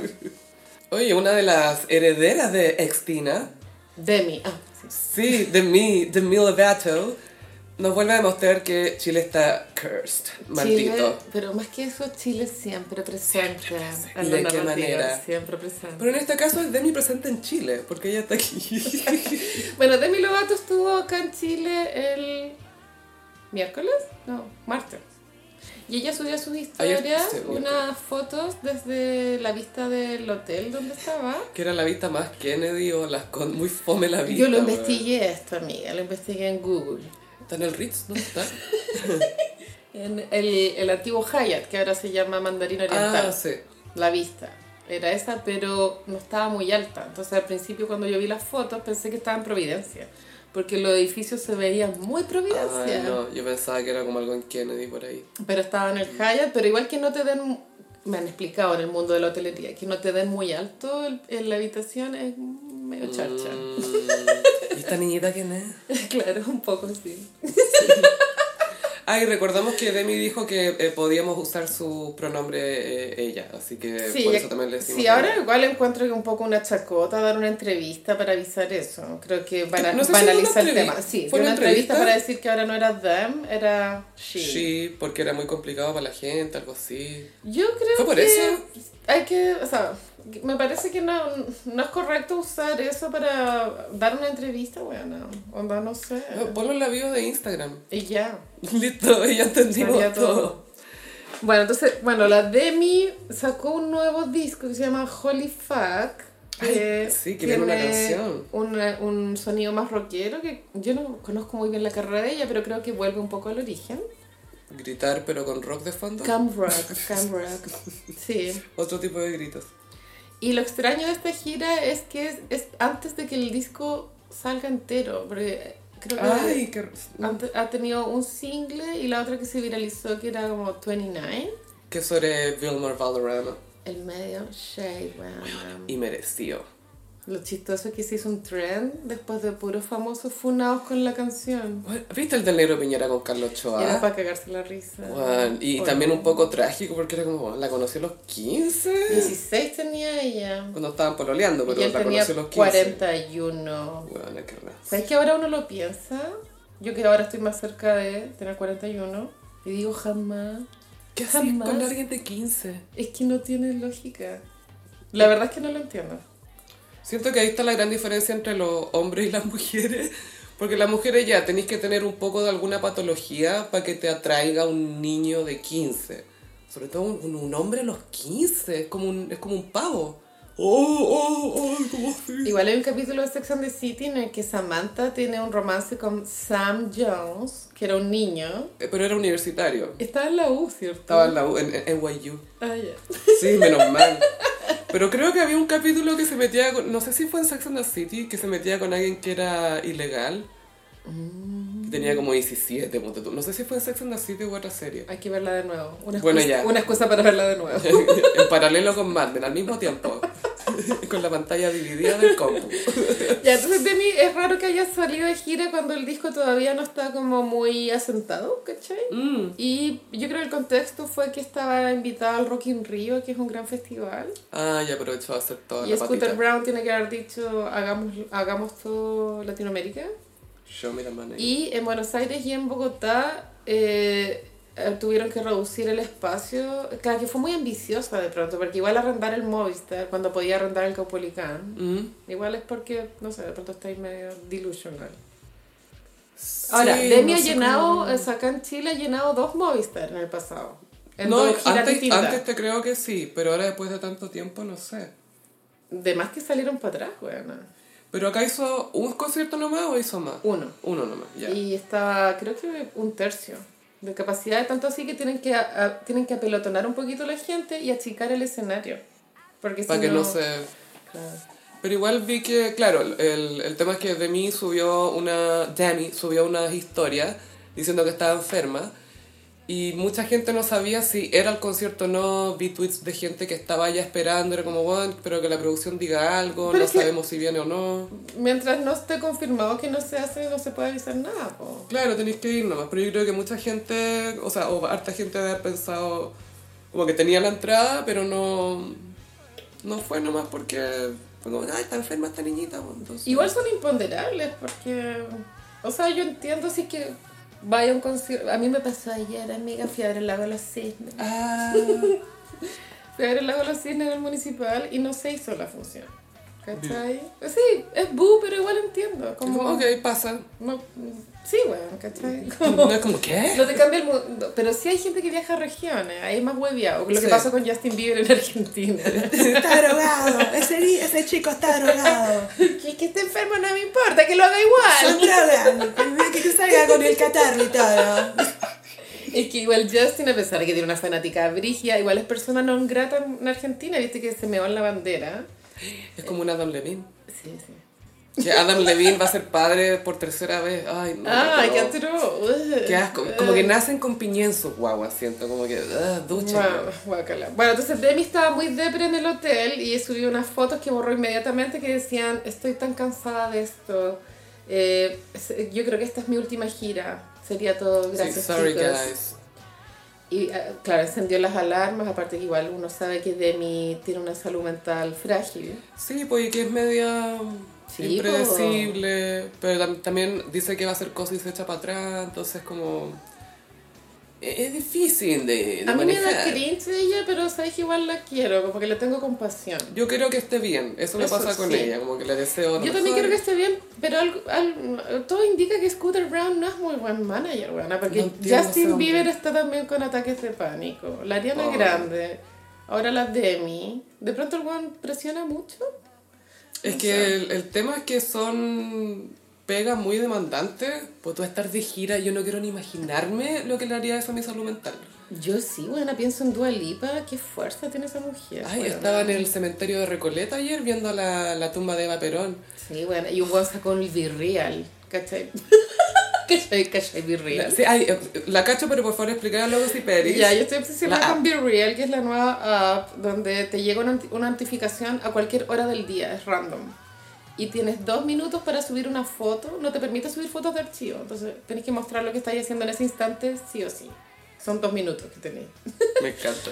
Speaker 1: Oye, una de las herederas de Extina,
Speaker 2: Demi. Ah, sí.
Speaker 1: sí, de mí, de Mil Lovato, nos vuelve a demostrar que Chile está cursed,
Speaker 2: Chile,
Speaker 1: maldito.
Speaker 2: pero más que eso, Chile siempre presente. en
Speaker 1: ¿Y
Speaker 2: la
Speaker 1: de qué
Speaker 2: narrativa,
Speaker 1: manera?
Speaker 2: Siempre presente.
Speaker 1: Pero en este caso es Demi presente en Chile, porque ella está aquí.
Speaker 2: Bueno, Demi Lovato estuvo acá en Chile el miércoles, no, martes. Y ella subió a sus
Speaker 1: Ayer,
Speaker 2: historias
Speaker 1: sí, miércoles.
Speaker 2: unas fotos desde la vista del hotel donde estaba.
Speaker 1: que era la vista más Kennedy o las con muy fome la vista.
Speaker 2: Yo lo
Speaker 1: weón.
Speaker 2: investigué esto, amiga, lo investigué en Google.
Speaker 1: Está en el Ritz, ¿dónde está?
Speaker 2: En el, el antiguo Hyatt, que ahora se llama Mandarín Oriental.
Speaker 1: ah, sí.
Speaker 2: la vista. Era esa, pero no estaba muy alta. Entonces al principio cuando yo vi las fotos pensé que estaba en Providencia. Porque los edificios se veían muy
Speaker 1: Ay,
Speaker 2: Providencia.
Speaker 1: no, yo pensaba que era como algo en Kennedy por ahí.
Speaker 2: Pero estaba en el Hyatt, pero igual que no te den... Me han explicado en el mundo de la hotelería que no te den muy alto el- en la habitación es medio charcha.
Speaker 1: Mm, ¿Y esta niñita quién es?
Speaker 2: claro, un poco sí.
Speaker 1: Ah, y recordamos que Demi dijo que eh, podíamos usar su pronombre eh, ella, así que
Speaker 2: Sí,
Speaker 1: por
Speaker 2: ya-
Speaker 1: eso también le decimos.
Speaker 2: sí,
Speaker 1: que-
Speaker 2: ahora igual encuentro que un poco una chacota dar una entrevista para avisar eso. Creo que van a
Speaker 1: No sé si fue una
Speaker 2: banalizar el
Speaker 1: entrevi-
Speaker 2: tema. Sí,
Speaker 1: ¿fue
Speaker 2: una,
Speaker 1: una
Speaker 2: entrevista
Speaker 1: entrevista?
Speaker 2: para decir que ahora no era them, era she.
Speaker 1: Sí, porque era muy complicado para la gente, algo así.
Speaker 2: Yo creo
Speaker 1: ¿Fue por
Speaker 2: que
Speaker 1: eso?
Speaker 2: hay que, o sea, me parece que no, no es correcto usar eso para dar una entrevista, bueno, onda, no sé.
Speaker 1: No, Ah, Ponlo en la bio de Instagram.
Speaker 2: Y ya.
Speaker 1: Listo, ya entendimos
Speaker 2: Estaría
Speaker 1: todo.
Speaker 2: todo. Bueno, entonces, bueno, la Demi sacó un nuevo disco que se llama Holy Fuck.
Speaker 1: Ay, sí, que tiene una canción.
Speaker 2: una- un sonido más rockero que yo no conozco muy bien la carrera de ella, pero creo que vuelve un poco al origen.
Speaker 1: Gritar pero con rock de fondo.
Speaker 2: Cam rock, cam rock. Sí.
Speaker 1: Otro tipo de gritos.
Speaker 2: Y lo extraño de esta gira es que es, es antes de que el disco salga entero, porque creo que
Speaker 1: Ay, qué...
Speaker 2: ante- ha tenido un single y la otra que se viralizó que era como 29.
Speaker 1: Que sobre Vilmar Valderrama.
Speaker 2: El medio shade, weón.
Speaker 1: Y mereció.
Speaker 2: Lo chistoso es que se hizo un trend después de puros famosos funados con la canción.
Speaker 1: ¿Viste el del negro Piñera con Carlos
Speaker 2: Y era
Speaker 1: Ochoa?
Speaker 2: para cagarse la risa.
Speaker 1: Juan, y
Speaker 2: Oye.
Speaker 1: también un poco trágico porque era como, bueno, la conocí a los 15.
Speaker 2: 16 tenía ella.
Speaker 1: Cuando estaban pololeando, pero
Speaker 2: y él
Speaker 1: la
Speaker 2: tenía
Speaker 1: conocí a los 15.
Speaker 2: 41.
Speaker 1: Bueno, qué raro.
Speaker 2: ¿Sabes que ahora uno lo piensa? Yo que ahora estoy más cerca de tener 41. Y digo jamás.
Speaker 1: ¿Qué haces
Speaker 2: Jamás.
Speaker 1: con alguien de 15?
Speaker 2: Es que no tiene lógica. La verdad es que no lo entiendo.
Speaker 1: Siento que ahí está la gran diferencia entre los hombres y las mujeres. Porque las mujeres ya tenéis que tener un poco de alguna patología para que te atraiga un niño de 15. Sobre todo un, un hombre a los 15. Es como un, es como un pavo. ¡Oh, oh, oh! ¿Cómo así?
Speaker 2: Igual hay un capítulo de Sex and the City en el que Samantha tiene un romance con Sam Jones, que era un niño.
Speaker 1: Eh, Pero era universitario.
Speaker 2: Estaba en la U, ¿cierto?
Speaker 1: Estaba en la U, en, en NYU.
Speaker 2: Ah, ya.
Speaker 1: Sí, menos mal. Pero creo que había un capítulo que se metía con, no sé si fue en Sex and the City, que se metía con alguien que era ilegal.
Speaker 2: Mm.
Speaker 1: Que tenía como 17, ponte tú. No sé si fue en Sex and the City u otra serie.
Speaker 2: Hay que verla de nuevo. Una
Speaker 1: Bueno,
Speaker 2: excusa,
Speaker 1: ya.
Speaker 2: Una excusa para verla de nuevo.
Speaker 1: en paralelo con Mad Men, al mismo tiempo. con la pantalla dividida del compu.
Speaker 2: ya, entonces Demi, es raro que haya salido de gira cuando el disco todavía no está como muy asentado, ¿cachai?
Speaker 1: Mm.
Speaker 2: Y yo creo que el contexto fue que estaba invitada al Rock in Rio, que es un gran festival.
Speaker 1: Ah, ya aprovechó a hacer toda
Speaker 2: Y
Speaker 1: la
Speaker 2: Scooter
Speaker 1: patita.
Speaker 2: Brown tiene que haber dicho, hagamos, hagamos todo Latinoamérica.
Speaker 1: Show me the money.
Speaker 2: Y en Buenos Aires y en Bogotá eh, eh, tuvieron que reducir el espacio. Claro, que fue muy ambiciosa de pronto, porque igual arrendar el Movistar cuando podía arrendar el Caupolicán.
Speaker 1: Mm.
Speaker 2: Igual es porque, no sé, de pronto estáis medio delusional. Ahora,
Speaker 1: Sí,
Speaker 2: Demi
Speaker 1: no
Speaker 2: ha
Speaker 1: sé
Speaker 2: llenado,
Speaker 1: cómo-
Speaker 2: o sea, acá en Chile ha llenado dos Movistar en el pasado. En
Speaker 1: No,
Speaker 2: dos giras
Speaker 1: antes,
Speaker 2: distintas.
Speaker 1: antes te creo que sí, pero ahora después de tanto tiempo no sé.
Speaker 2: De más que salieron para atrás, bueno.
Speaker 1: ¿Pero acá hizo un concierto nomás o hizo más?
Speaker 2: Uno.
Speaker 1: Uno nomás, ya.
Speaker 2: Y estaba, creo que un tercio de capacidad, tanto así que tienen que, a- a- tienen que apelotonar un poquito la gente y achicar el escenario. Porque
Speaker 1: Para
Speaker 2: si
Speaker 1: que
Speaker 2: no,
Speaker 1: no se...
Speaker 2: Claro.
Speaker 1: Pero igual vi que, claro, el, el tema es que Demi subió una... Demi subió unas historias diciendo que estaba enferma y mucha gente no sabía si era el concierto o no. Vi tweets de gente que estaba ya esperando, era como, bueno, pero que la producción diga algo,
Speaker 2: Pero
Speaker 1: no
Speaker 2: es que-
Speaker 1: sabemos si viene o no.
Speaker 2: Mientras no esté confirmado que no se hace, no se puede avisar nada. po.
Speaker 1: Claro, tenéis que ir nomás, pero yo creo que mucha gente, o sea, o harta gente debe haber pensado como que tenía la entrada, pero no, no fue nomás porque fue como, ay, está enferma esta niñita. pues, Entonces,
Speaker 2: Igual son imponderables porque, o sea, yo entiendo si es que vaya a un concierto. A mí me pasó ayer, amiga, fui a ver el lago de los cisnes.
Speaker 1: Ah,
Speaker 2: Fui a ver el lago de los cisnes en el municipal y no se hizo la función. ¿Cachai? Sí, es bu, pero igual entiendo.
Speaker 1: como,
Speaker 2: Como,
Speaker 1: ok, pasa.
Speaker 2: No, sí, weón, ¿cachai?
Speaker 1: No
Speaker 2: Como-
Speaker 1: es como, ¿qué?
Speaker 2: No te cambia el mundo. Pero sí hay gente que viaja a regiones, ahí es más hueviado. Lo que
Speaker 1: Sí.
Speaker 2: pasó con Justin Bieber en Argentina.
Speaker 3: Está drogado, ese, di- ese chico está drogado.
Speaker 2: que, que esté enfermo no me importa, que lo haga
Speaker 3: Son
Speaker 2: igual.
Speaker 3: drogas. Que que salga con el catarro y todo.
Speaker 2: Es que igual Justin, a pesar de que tiene una fanática brigia, igual es persona non grata en Argentina, viste que se meó en la bandera.
Speaker 1: Es como un Adam Levine.
Speaker 2: Sí, sí.
Speaker 1: Que Adam Levine va a ser padre por tercera vez. Ay, no.
Speaker 2: ah,
Speaker 1: pero-
Speaker 2: qué atroz.
Speaker 1: qué asco. Como que nacen con piñenzos, guagua, siento. Como que, ah, ducha.
Speaker 2: Guau, guácala. Bueno, entonces Demi estaba muy depre en el hotel y subió unas fotos que borró inmediatamente que decían, estoy tan cansada de esto, Eh, se- yo creo que esta es mi última gira, sería todo, gracias
Speaker 1: Sí, sorry,
Speaker 2: chicos".
Speaker 1: guys.
Speaker 2: Y ah, claro, encendió las alarmas, aparte que igual uno sabe que Demi tiene una salud mental frágil.
Speaker 1: Sí, pues y que es media
Speaker 2: Sí,
Speaker 1: impredecible, pero tam- también dice que va a hacer cosas y se echa para atrás, entonces como... Es, es difícil de, de
Speaker 2: A mí me da
Speaker 1: manejar.
Speaker 2: cringe ella, pero sabes que igual la quiero, como que le tengo compasión.
Speaker 1: Yo quiero que esté bien, eso, me
Speaker 2: Eso
Speaker 1: pasa con
Speaker 2: sí.
Speaker 1: ella, como que le deseo lo
Speaker 2: Yo también
Speaker 1: mejor.
Speaker 2: quiero que esté bien, pero algo- al- todo indica que Scooter Brown no es muy buen manager, weona, porque
Speaker 1: No entiendo ese
Speaker 2: Justin
Speaker 1: hombre.
Speaker 2: Bieber está también con ataques de pánico. La Ariana
Speaker 1: Ay.
Speaker 2: Grande, ahora la Demi. De pronto el weón presiona mucho.
Speaker 1: Es que el, el tema es que son pegas muy demandantes, pues tú estar de gira, yo no quiero ni imaginarme lo que le haría eso a mi salud mental.
Speaker 2: Yo sí, weona, pienso en Dua Lipa, qué fuerza tiene esa mujer.
Speaker 1: Ay,
Speaker 2: weona.
Speaker 1: estaba en el cementerio de Recoleta ayer viendo la, la tumba de Eva Perón.
Speaker 2: Sí, bueno, y un weón sacó el Virreal, ¿cachai? ¿Cachai? ¿Cachai? Virreal.
Speaker 1: Sí, ay, eh, la cacho, pero por favor explicar a Lucy Pérez.
Speaker 2: Ya, yo estoy obsesionada
Speaker 1: La
Speaker 2: con Be Real, que es la nueva app donde te llega una, una notificación a cualquier hora del día, es random. Y tienes dos minutos para subir una foto, no te permite subir fotos de archivo, entonces tenés que mostrar lo que estáis haciendo en ese instante, sí o sí. Son dos minutos que tenéis.
Speaker 1: Me encanta.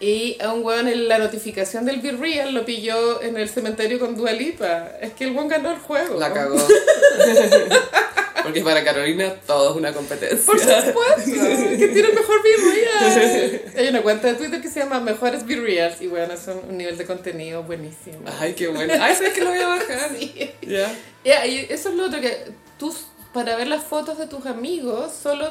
Speaker 2: Y a un weón en la notificación del Be Real lo pilló en el cementerio con Dua Lipa. Es que el weón ganó el juego.
Speaker 1: La cagó. Porque para Carolina todo es una competencia.
Speaker 2: Por supuesto, que tiene el mejor Be Real. Hay una cuenta de Twitter que se llama Mejores Be Reals y bueno, es un nivel de contenido buenísimo.
Speaker 1: Ay, qué bueno. Ay, sabes que lo voy a bajar. Ya.
Speaker 2: Ya, y eso es lo otro que tú, para ver las fotos de tus amigos, solo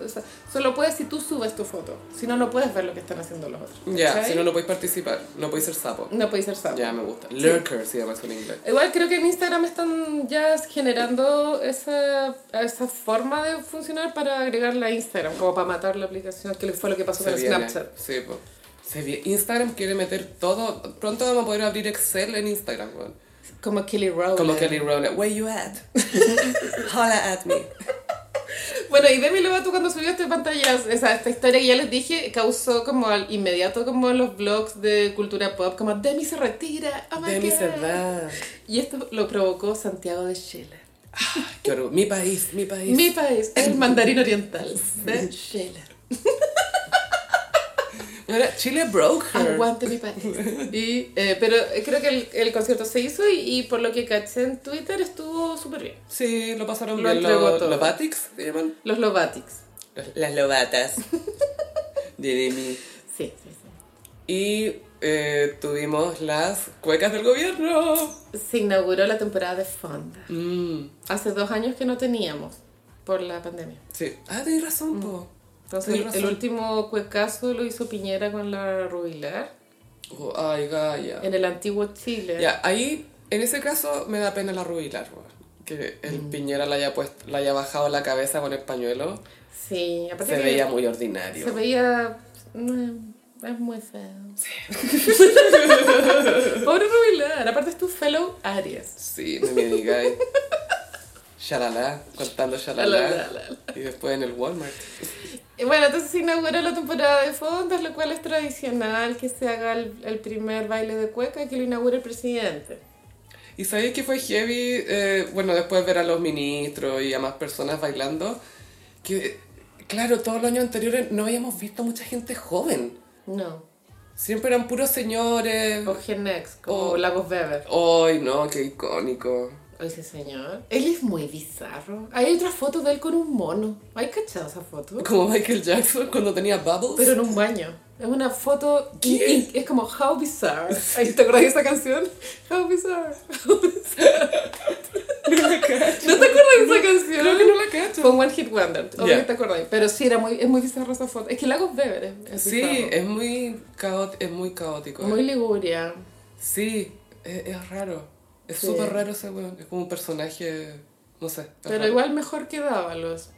Speaker 2: O sea, solo puedes si tú subes tu foto. Si no, no puedes ver lo que están haciendo los otros.
Speaker 1: Ya,
Speaker 2: ¿cachai?
Speaker 1: si no, no podéis participar. No podéis ser sapo.
Speaker 2: No podéis ser sapo.
Speaker 1: Ya, me gusta. Lurker se llama eso en inglés.
Speaker 2: Igual creo que en Instagram están ya generando esa, esa forma de funcionar para agregarla a Instagram, como para matar la aplicación, que fue lo que pasó
Speaker 1: Se
Speaker 2: con
Speaker 1: viene.
Speaker 2: Snapchat.
Speaker 1: Sí, po. Se viene. Instagram quiere meter todo. Pronto vamos a poder abrir Excel en Instagram, weón.
Speaker 2: Como Kelly Rowland.
Speaker 1: Como Kelly Rowland. Where you at? Hola at me.
Speaker 2: Bueno, y Demi Lovato cuando subió este pantallazo, esa, esta historia que ya les dije, causó como al inmediato como los blogs de cultura pop, como Demi se retira, oh my
Speaker 1: Demi
Speaker 2: God".
Speaker 1: se va.
Speaker 2: Y esto lo provocó Santiago de Chile.
Speaker 1: Qué orgullo. Mi país, mi país.
Speaker 2: Mi país, el mandarín oriental de Chile.
Speaker 1: Ahora, Chile broke her.
Speaker 2: Aguante mi país. Y, eh, pero creo que el, el concierto se hizo y, y por lo que caché en Twitter estuvo súper bien.
Speaker 1: Sí, lo pasaron
Speaker 2: Lo
Speaker 1: bien
Speaker 2: entregó
Speaker 1: los
Speaker 2: todo.
Speaker 1: los Batics, se llaman.
Speaker 2: Los Lovatics.
Speaker 1: Las lobatas. De Demi.
Speaker 2: Sí, sí, sí.
Speaker 1: Y eh, tuvimos las cuecas del gobierno.
Speaker 2: Se inauguró la temporada de Fonda.
Speaker 1: Mm,
Speaker 2: Hace dos años que no teníamos por la pandemia.
Speaker 1: sí. Ah, tenés razón, po.
Speaker 2: Entonces
Speaker 1: Tenés
Speaker 2: el, el
Speaker 1: razón.
Speaker 2: último cuecazo lo hizo Piñera con la Rubilar
Speaker 1: Oh, ay, Gaia.
Speaker 2: en el antiguo Chile.
Speaker 1: Ya, ahí, en ese caso, me da pena la rubilar, weón. Que el Piñera la haya, puesto, la haya bajado la cabeza con el pañuelo.
Speaker 2: Sí, aparte
Speaker 1: Se
Speaker 2: que
Speaker 1: veía muy
Speaker 2: se
Speaker 1: ordinario.
Speaker 2: veía... mm, es muy feo. Pobre Rubilar, aparte es tu fellow Aries.
Speaker 1: Sí, no me digáis. Shalala, contando shalala.
Speaker 2: Shalala.
Speaker 1: Y después en el Walmart.
Speaker 2: Y Bueno, entonces se inaugura la temporada de fondas, lo cual es tradicional que se haga el, el primer baile de cueca que lo inaugura el presidente.
Speaker 1: Y sabéis que fue heavy, eh, bueno, después ver a los ministros y a más personas bailando, que claro, todos los años anteriores no habíamos visto mucha gente joven.
Speaker 2: No.
Speaker 1: Siempre eran puros señores.
Speaker 2: O Gen X, como
Speaker 1: Oh.
Speaker 2: Lagos Weber.
Speaker 1: Ay, no, qué icónico.
Speaker 2: Ese señor. Él es muy bizarro. Hay otra foto de él con un mono. ¿Hay cachado esa foto?
Speaker 1: Como Michael Jackson cuando tenía Bubbles.
Speaker 2: Pero en un baño. Es una foto.
Speaker 1: ¿Qué?
Speaker 2: y- y Es como How Bizarre. Ay, ¿Te acordás de esa canción? How Bizarre. How Bizarre. ¿No te acuerdas de esa canción?
Speaker 1: Creo que no la cacho.
Speaker 2: Fue un One Hit Wonder, obvio
Speaker 1: Ya.
Speaker 2: que te acordáis. Pero sí, era muy, es muy bizarra esa foto. Es que Lagos Weber es, es
Speaker 1: Sí,
Speaker 2: bizarro.
Speaker 1: es muy, caótico, es muy caótico.
Speaker 2: Muy Liguria.
Speaker 1: Sí, es, es raro. Es
Speaker 2: Sí.
Speaker 1: súper raro ese weón. Es como un personaje, no sé. es
Speaker 2: Pero
Speaker 1: raro.
Speaker 2: igual mejor que Dávalos.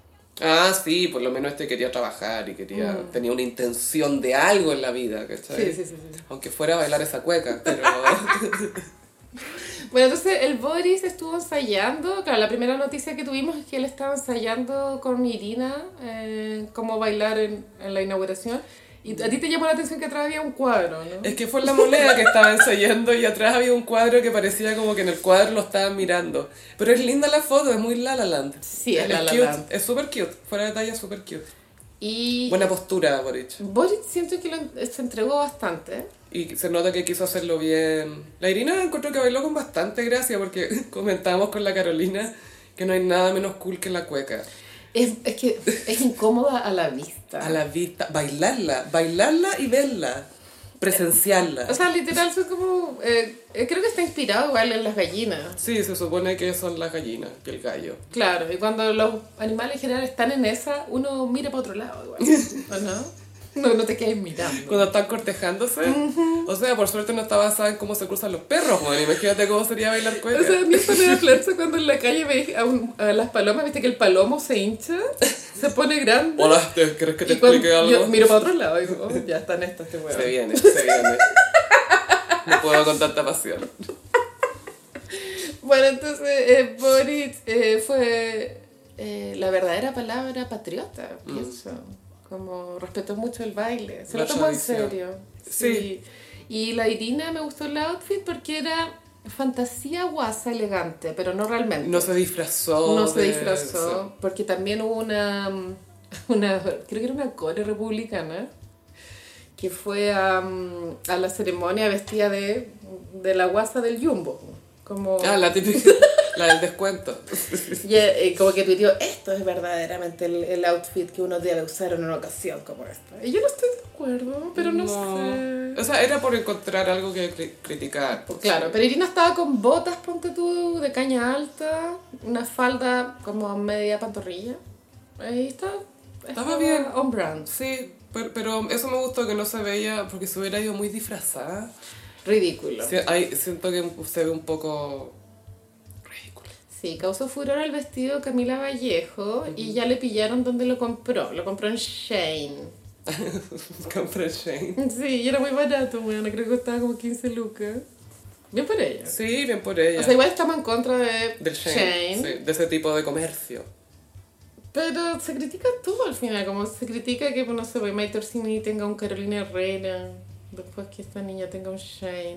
Speaker 1: Ah, sí, por lo menos este quería trabajar y quería tenía una intención de algo en la vida, ¿cachai?
Speaker 2: Mm. Sí, sí, sí, sí.
Speaker 1: Aunque fuera a bailar esa cueca, pero...
Speaker 2: Bueno, entonces el Boris estuvo ensayando. Claro, la primera noticia que tuvimos es que él estaba ensayando con Irina eh, cómo bailar en, en la inauguración. Y a ti te llamó la atención que atrás había un cuadro, ¿no?
Speaker 1: es que fue en la moneda que estaba ensayando y atrás había un cuadro que parecía como que en el cuadro lo estaban mirando. Pero es linda la foto, es muy La La Land.
Speaker 2: Sí, es La La
Speaker 1: cute,
Speaker 2: Land.
Speaker 1: Es súper cute, fuera de talla, súper cute.
Speaker 2: Y
Speaker 1: Buena postura, Boric.
Speaker 2: Boris siento que lo en- se entregó bastante.
Speaker 1: Y se nota que quiso hacerlo bien. La Irina encontró que bailó con bastante gracia porque comentábamos con la Carolina que no hay nada menos cool que la cueca.
Speaker 2: Es, es que es incómoda a la vista.
Speaker 1: A la vista, bailarla, bailarla y verla, presenciarla.
Speaker 2: O sea, literal, son como... eh, eh, creo que está inspirado igual en las gallinas.
Speaker 1: sí, se supone que son las gallinas y el gallo.
Speaker 2: Claro, y cuando los animales en general están en esa, uno mira para otro lado igual, ¿o no? No, no te quedes mirando.
Speaker 1: Cuando están cortejándose, o sea, por suerte no está basada en cómo se cruzan los perros, Juan. Imagínate cómo sería bailar cueca.
Speaker 2: O sea, a mí eso me da plancha cuando en la calle veis a, un- a las palomas, viste que el palomo se hincha, se pone grande.
Speaker 1: Hola, ¿te- ¿crees que te
Speaker 2: Y cuando
Speaker 1: explique algo?
Speaker 2: yo miro para otro lado y digo, "Oh, ya están estas, este huevo.
Speaker 1: Se viene, se viene. No puedo con tanta pasión.
Speaker 2: Bueno, entonces eh, Boris eh, fue eh, la verdadera palabra patriota, pienso. Como respetó mucho el baile, se
Speaker 1: Mm. La
Speaker 2: lo tomó en
Speaker 1: tradición.
Speaker 2: serio.
Speaker 1: Sí.
Speaker 2: Y la Irina me gustó el outfit porque era fantasía guasa elegante, pero no realmente.
Speaker 1: No se disfrazó.
Speaker 2: No se
Speaker 1: de-
Speaker 2: disfrazó, porque también hubo una, una, creo que era una core republicana, que fue a, mm, a la ceremonia vestida de, de la guasa del Jumbo. Como,
Speaker 1: Ah, la típica, la del descuento.
Speaker 2: y, eh, como que tuiteó, esto es verdaderamente el, el outfit que uno debe usar en una ocasión como esta. Y yo no estoy de acuerdo, pero no, sé.
Speaker 1: O sea, era por encontrar algo que cri- criticar.
Speaker 2: Pues Claro, pero Irina estaba con botas, ponte tú, de caña alta, una falda como media pantorrilla. Ahí está,
Speaker 1: Estaba bien.
Speaker 2: On brand.
Speaker 1: Sí, per- pero, eso me gustó que no se veía porque se hubiera ido muy disfrazada.
Speaker 2: Ridículo.
Speaker 1: Sí, ay, siento que se ve un poco ridículo.
Speaker 2: Sí, causó furor el vestido Camila Vallejo y ya le pillaron donde lo compró. Lo compró en Shane.
Speaker 1: Compré Shane.
Speaker 2: Sí, y era muy barato, bueno, creo que costaba como 15 lucas. Bien por ella.
Speaker 1: Sí, bien por ella.
Speaker 2: O sea, igual estamos en contra de
Speaker 1: Del Shane.
Speaker 2: Shane,
Speaker 1: sí, de ese tipo de comercio.
Speaker 2: pero se critica todo al final, como se critica que, pues, no sé, pues, May Torsini tenga un Carolina Herrera, después que esta niña tenga un Shane.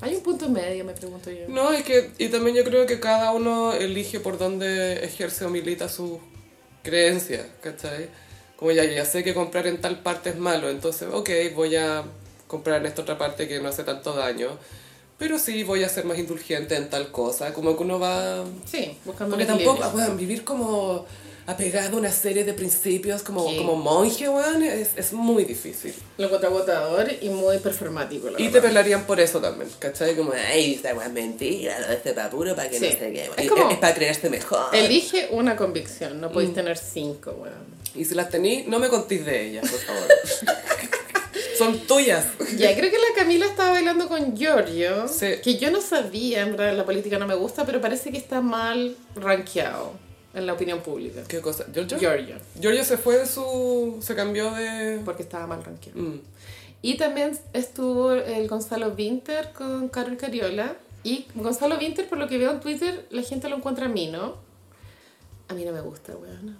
Speaker 2: Hay un punto medio, me pregunto yo.
Speaker 1: No, es que, y también yo creo que cada uno elige por dónde ejerce o milita sus creencias, ¿cachai? Como ya, ya sé que comprar en tal parte es malo, entonces, ok, voy a comprar en esta otra parte que no hace tanto daño, pero sí voy a ser más indulgente en tal cosa, como que uno va...
Speaker 2: Sí, buscando
Speaker 1: Porque
Speaker 2: un equilibrio.
Speaker 1: tampoco, weón, vivir como apegado a una serie de principios, como,
Speaker 2: Sí.
Speaker 1: como monje, weón, es, es muy difícil.
Speaker 2: Lo encuentro agotador y muy performático, la
Speaker 1: Y te
Speaker 2: verdad.
Speaker 1: pelarían por eso también, ¿cachai? Como, ay, esta weá es mentira, lo de este papuro para que
Speaker 2: Sí.
Speaker 1: no sé qué.
Speaker 2: Es
Speaker 1: Es,
Speaker 2: como-
Speaker 1: para creerte mejor.
Speaker 2: Elige una convicción, no
Speaker 1: Mm.
Speaker 2: podéis tener cinco, weón.
Speaker 1: Y si las tení, no me contís de ellas, por favor. Son tuyas.
Speaker 2: Ya, creo que la Camila estaba bailando con Giorgio,
Speaker 1: Sí.
Speaker 2: que yo no sabía, en verdad la política no me gusta, pero parece que está mal rankeado en la opinión pública.
Speaker 1: ¿Qué cosa? ¿Giorgio?
Speaker 2: Giorgio,
Speaker 1: Giorgio se fue de su... se cambió de...
Speaker 2: porque estaba mal rankeado.
Speaker 1: Mm.
Speaker 2: Y también estuvo el Gonzalo Vinter con Carol Cariola. Y Gonzalo Vinter, por lo que veo en Twitter, la gente lo encuentra a mí, ¿no? A mí no me gusta, weón.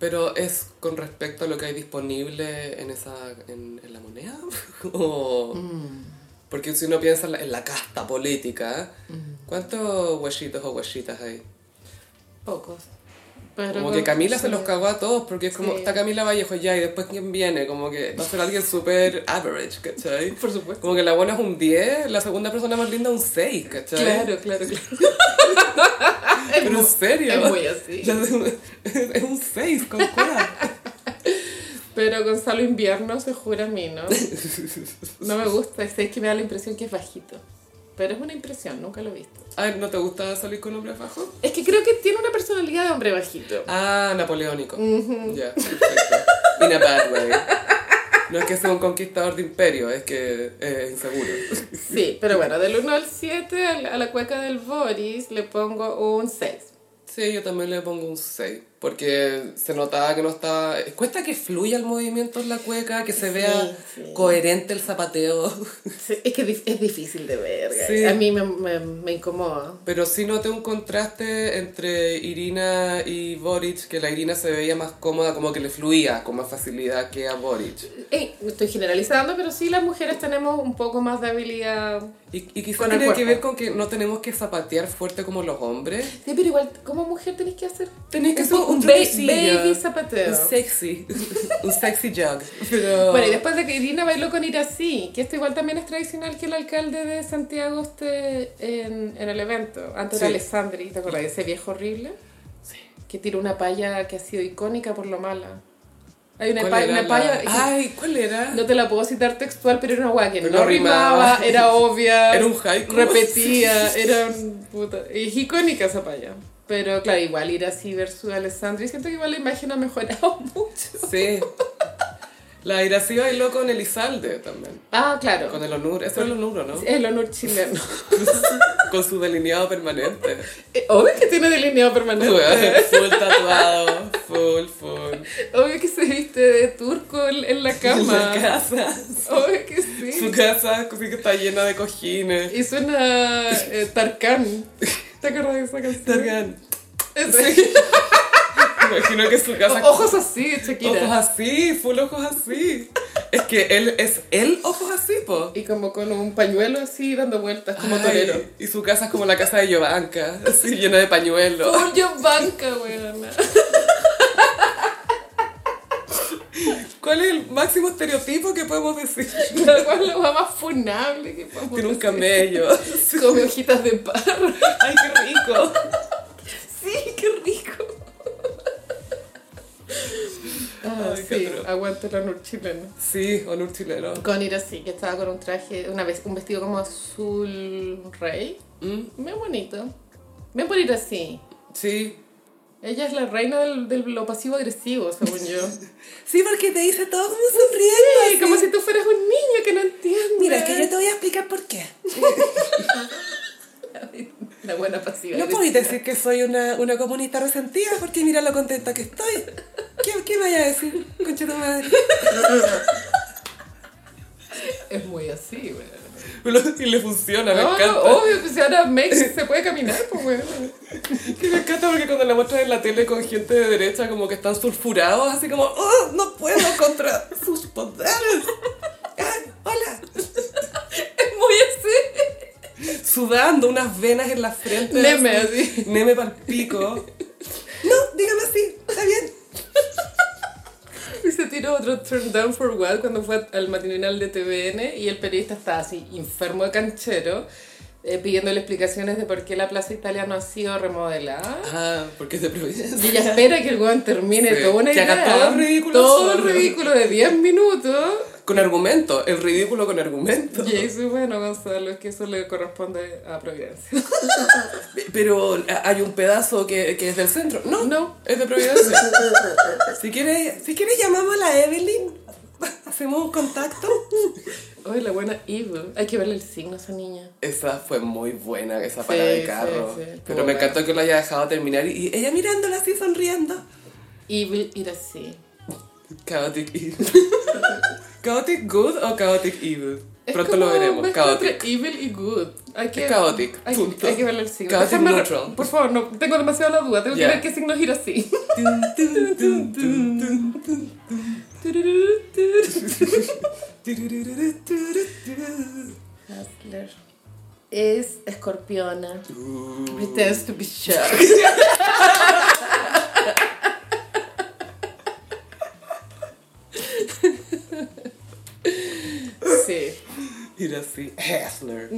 Speaker 1: Pero es con respecto a lo que hay disponible en esa... en, en la moneda. o...
Speaker 2: Mm.
Speaker 1: Porque si uno piensa en la, en la casta política,
Speaker 2: Mm.
Speaker 1: ¿cuántos huesitos o huesitas hay?
Speaker 2: Pocos. Pero
Speaker 1: Como
Speaker 2: con-
Speaker 1: que Camila se
Speaker 2: sí.
Speaker 1: los cagó a todos porque es como,
Speaker 2: Sí.
Speaker 1: está Camila Vallejo ya y después quién viene, como que va a ser alguien súper average, ¿cachai?
Speaker 2: Por supuesto.
Speaker 1: Como que la buena es un 10, la segunda persona más linda un 6, ¿cachai?
Speaker 2: Claro, claro, claro.
Speaker 1: Pero en serio.
Speaker 2: es muy así.
Speaker 1: Ya es- es un 6, con cuál.
Speaker 2: Pero Gonzalo Invierno se jura a mí, ¿no? No me gusta, es que me da la impresión que es bajito. Pero es una impresión, nunca lo he visto.
Speaker 1: Ay, ¿no te gusta salir con hombres bajos?
Speaker 2: Es que creo que tiene una personalidad de hombre bajito.
Speaker 1: Ah, napoleónico. Ya, perfecto. In a bad way. No es que sea un conquistador de imperio, es que eh, es inseguro.
Speaker 2: Sí, pero bueno, del 1 al 7 a la- a la cueca del Boris le pongo un 6.
Speaker 1: Sí, yo también le pongo un 6, porque se notaba que no estaba... Cuesta que fluya el movimiento en la cueca, que se
Speaker 2: Sí,
Speaker 1: vea
Speaker 2: sí.
Speaker 1: coherente el zapateo,
Speaker 2: es que dif- es difícil de ver,
Speaker 1: Sí.
Speaker 2: guys. a mí me, me- me incomoda.
Speaker 1: pero sí noté un contraste entre Irina y Boric, que la Irina se veía más cómoda, como que le fluía con más facilidad que a Boric.
Speaker 2: Ey, estoy generalizando, pero sí las mujeres tenemos un poco más de habilidad.
Speaker 1: Y, y quizás
Speaker 2: Con el
Speaker 1: tiene que
Speaker 2: cuerpo.
Speaker 1: ver con que no tenemos que zapatear fuerte como los hombres.
Speaker 2: Sí, pero igual, como mujer tenés que hacer
Speaker 1: Tenés que
Speaker 2: Un
Speaker 1: ser
Speaker 2: po-
Speaker 1: un,
Speaker 2: un ba-
Speaker 1: truquecillo.
Speaker 2: baby zapateo.
Speaker 1: Un sexy, un sexy jog. Pero...
Speaker 2: Bueno, y después de que Irina bailó con Irací, que esto igual también es tradicional que el alcalde de Santiago esté en, en el evento. Antes era
Speaker 1: Sí.
Speaker 2: Alessandri, ¿te acuerdas de ese viejo horrible?
Speaker 1: Sí.
Speaker 2: Que tiró una palla que ha sido icónica por lo mala. Hay una,
Speaker 1: ¿Cuál
Speaker 2: pa-
Speaker 1: era
Speaker 2: una
Speaker 1: la-
Speaker 2: palla... que-
Speaker 1: Ay, ¿cuál era?
Speaker 2: No te la puedo citar textual, pero era una guay que
Speaker 1: Pero
Speaker 2: no
Speaker 1: no rimaba.
Speaker 2: rimaba, era obvia,
Speaker 1: Era un haiku.
Speaker 2: repetía, era un puta... Es icónica esa palla. Pero claro, igual Irací versus Alessandri, siento que igual la imagen ha mejorado mucho.
Speaker 1: Sí. La Irací bailó con Elizalde también.
Speaker 2: Ah, claro.
Speaker 1: Con el Onur. Eso es el Onuro, ¿no?
Speaker 2: El honor chileno.
Speaker 1: Con su delineado permanente.
Speaker 2: Eh, Obvio que tiene delineado permanente.
Speaker 1: full tatuado. Full, full.
Speaker 2: Obvio que se viste de turco en, en la cama.
Speaker 1: La casa.
Speaker 2: Obvio que
Speaker 1: Su
Speaker 2: sí.
Speaker 1: casa sí que está llena de cojines.
Speaker 2: Y suena eh, Tarkan. ¿Te acuerdas de esa canción?
Speaker 1: Targan.
Speaker 2: Ese.
Speaker 1: Imagino que su casa...
Speaker 2: O- Ojos así,
Speaker 1: Ojos
Speaker 2: Shakira.
Speaker 1: así, full ojos así. Es que él es él ojos así, po.
Speaker 2: Y como con un pañuelo así dando vueltas como
Speaker 1: Ay,
Speaker 2: torero.
Speaker 1: Y su casa es como la casa de Yovanka, así llena de pañuelos.
Speaker 2: Por yo banca, weona.
Speaker 1: ¿Cuál es el máximo estereotipo que podemos decir?
Speaker 2: La cual es la weá más funable que podemos
Speaker 1: Tiene un
Speaker 2: decir.
Speaker 1: camello.
Speaker 2: Come hojitas de parra.
Speaker 1: Ay, qué rico.
Speaker 2: Sí, qué rico. Ah,
Speaker 1: Ay, qué
Speaker 2: sí,
Speaker 1: atroz.
Speaker 2: aguanta el honor chileno.
Speaker 1: Sí, honor chileno.
Speaker 2: Con ir así, que estaba con un traje, una vez, un vestido como azul rey.
Speaker 1: Mm,
Speaker 2: Bien bonito. Bien por ir así.
Speaker 1: Sí.
Speaker 2: Ella es la reina del, del- lo pasivo-agresivo, según yo.
Speaker 3: Sí, porque te dice todo como sonriendo.
Speaker 2: Sí,
Speaker 3: así.
Speaker 2: como si tú fueras un niño que no entiende.
Speaker 3: Mira, es que yo te voy a explicar por qué.
Speaker 2: La buena pasiva.
Speaker 3: No podéis decir que soy una, una comunista resentida porque mira lo contenta que estoy. ¿Qué, qué vaya a decir, concha tu madre?
Speaker 2: Es muy así, güey.
Speaker 1: Y le funciona, me
Speaker 3: Ah,
Speaker 2: No,
Speaker 1: encanta.
Speaker 2: no,
Speaker 3: oh.
Speaker 2: obvio, pues si ahora Mex se puede caminar, pues, güey.
Speaker 1: Que me encanta porque cuando la muestran en la tele con gente de derecha como que están sulfurados, así como, oh, no puedo contra sus poderes. Ah, hola.
Speaker 2: Es muy así.
Speaker 1: Sudando unas venas en la frente.
Speaker 2: Neme, así.
Speaker 1: Neme pa'l pico.
Speaker 3: No, dígame así, está bien.
Speaker 2: Y se tiró Este otro turn down for what cuando fue al matinal de TVN y el periodista estaba así, enfermo de canchero, eh, pidiéndole explicaciones de por qué la Plaza Italia no ha sido remodelada.
Speaker 1: Ah, porque es de Providencia.
Speaker 2: Y ella espera que el weón termine
Speaker 1: Sí,
Speaker 2: toda una
Speaker 1: que haga
Speaker 2: idea,
Speaker 1: todo el ridículo
Speaker 2: todo el
Speaker 1: solo.
Speaker 2: ridículo de 10 minutos.
Speaker 1: Con argumento, el ridículo con argumento.
Speaker 2: Y ahí sí, bueno, Gonzalo, es que eso le corresponde a Providencia.
Speaker 1: Pero ah, hay un pedazo que, que es del centro. No,
Speaker 2: No.
Speaker 1: es de Providencia. si quieres,
Speaker 3: Si quieres llamamos a la Evelyn, hacemos un contacto.
Speaker 2: Oye, la buena Evil. Hay que verle el signo a esa niña.
Speaker 1: Esa fue muy buena, esa parada
Speaker 2: Sí,
Speaker 1: de carro.
Speaker 2: sí, sí, estuvo
Speaker 1: Pero me
Speaker 2: buena.
Speaker 1: encantó que lo haya dejado terminar y, y ella mirándola así sonriendo.
Speaker 2: Evil era así.
Speaker 1: Chaotic Evil. ¿Chaotic Good o Chaotic Evil?
Speaker 2: Es
Speaker 1: Pronto
Speaker 2: como
Speaker 1: lo veremos.
Speaker 2: mezcla entre
Speaker 1: Chaotic.
Speaker 2: Evil y good. Hay que,
Speaker 1: Es chaotic,
Speaker 2: hay,
Speaker 1: punto.
Speaker 2: hay que verle el signo.
Speaker 1: Chaotic
Speaker 2: Déjame-
Speaker 1: neutral.
Speaker 2: Por favor, no, tengo demasiado la duda. Tengo
Speaker 1: Ya.
Speaker 2: que ver qué signo gira así.
Speaker 1: Tun, tun, tun, tun, tun, tun. Turururu, tururu, tururu.
Speaker 2: Hustler. Es escorpiona.
Speaker 1: Uh,
Speaker 2: Pretends to be shy. sí.
Speaker 1: Era así. Hessler.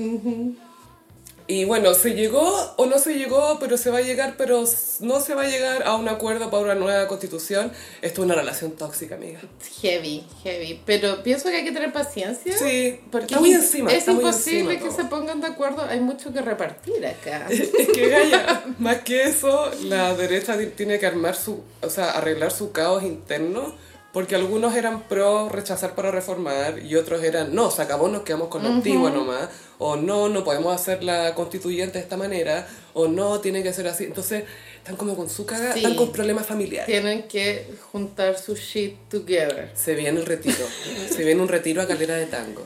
Speaker 1: Y bueno, se llegó o no se llegó, pero se va a llegar, pero s- no se va a llegar a un acuerdo para una nueva constitución. Esto es una relación tóxica, amiga.
Speaker 2: Heavy, heavy. Pero pienso que hay que tener paciencia.
Speaker 1: Sí,
Speaker 2: Porque
Speaker 1: está muy
Speaker 2: es-
Speaker 1: encima.
Speaker 2: es
Speaker 1: está muy
Speaker 2: imposible
Speaker 1: encima
Speaker 2: que
Speaker 1: todo.
Speaker 2: se pongan de acuerdo. Hay mucho que repartir acá.
Speaker 1: Es que Gaya, más que eso, la derecha di- tiene que armar su, o sea, arreglar su caos interno, porque algunos eran pro rechazar para reformar y otros eran no, se acabó, nos quedamos con lo antiguo nomás, o no, no podemos hacer la constituyente de esta manera, o no, tiene que ser así. Entonces, están como con su caga,
Speaker 2: Sí.
Speaker 1: están con problemas familiares.
Speaker 2: Tienen que juntar su shit together.
Speaker 1: Se viene el retiro, se viene un retiro a calera de tango.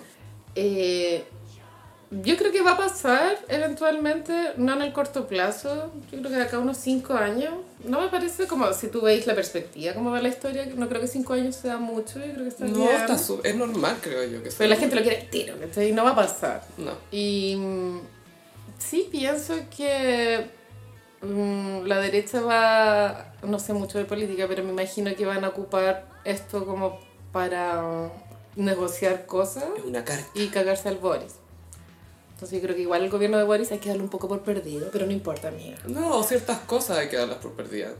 Speaker 2: Eh, yo creo que va a pasar eventualmente, no en el corto plazo, yo creo que de acá a unos 5 años. No me parece como, si tú veis la perspectiva, cómo va la historia, no creo que 5 años sea mucho, yo creo que está
Speaker 1: No,
Speaker 2: bien.
Speaker 1: está su- es normal, creo yo. Que sea
Speaker 2: Pero la
Speaker 1: normal.
Speaker 2: gente lo quiere al tiro, ¿cachai? Y no va a pasar.
Speaker 1: No.
Speaker 2: Y mm, sí pienso que mm, la derecha va, no sé mucho de política, pero me imagino que van a ocupar esto como para mm, negociar cosas
Speaker 1: Es una carta.
Speaker 2: y cagarse al Boris. Entonces yo creo que igual el gobierno de Boris hay que darle un poco por perdido, pero no importa, mía.
Speaker 1: No, ciertas cosas hay que darlas por perdidas.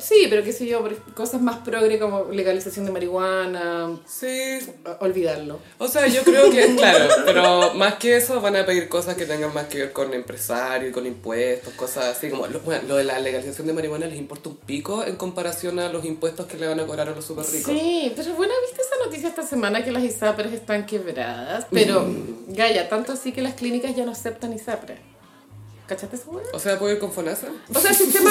Speaker 2: Sí, pero qué sé yo, por- cosas más progre como legalización de marihuana,
Speaker 1: Sí,
Speaker 2: o- olvidarlo.
Speaker 1: O sea, yo creo que, claro, pero más que eso van a pedir cosas que tengan más que ver con empresarios, con impuestos, cosas así, como lo, bueno, lo de la legalización de marihuana les importa un pico en comparación a los impuestos que le van a cobrar a los super ricos.
Speaker 2: Sí, pero bueno, ¿viste esa noticia esta semana que las ISAPRES están quebradas? Pero,
Speaker 1: Mm.
Speaker 2: Gaya, tanto así que las clínicas ya no aceptan ISAPRES. ¿Cachaste eso, weón?
Speaker 1: O sea, ¿puedo ir con FONASA?
Speaker 2: O sea, el sistema...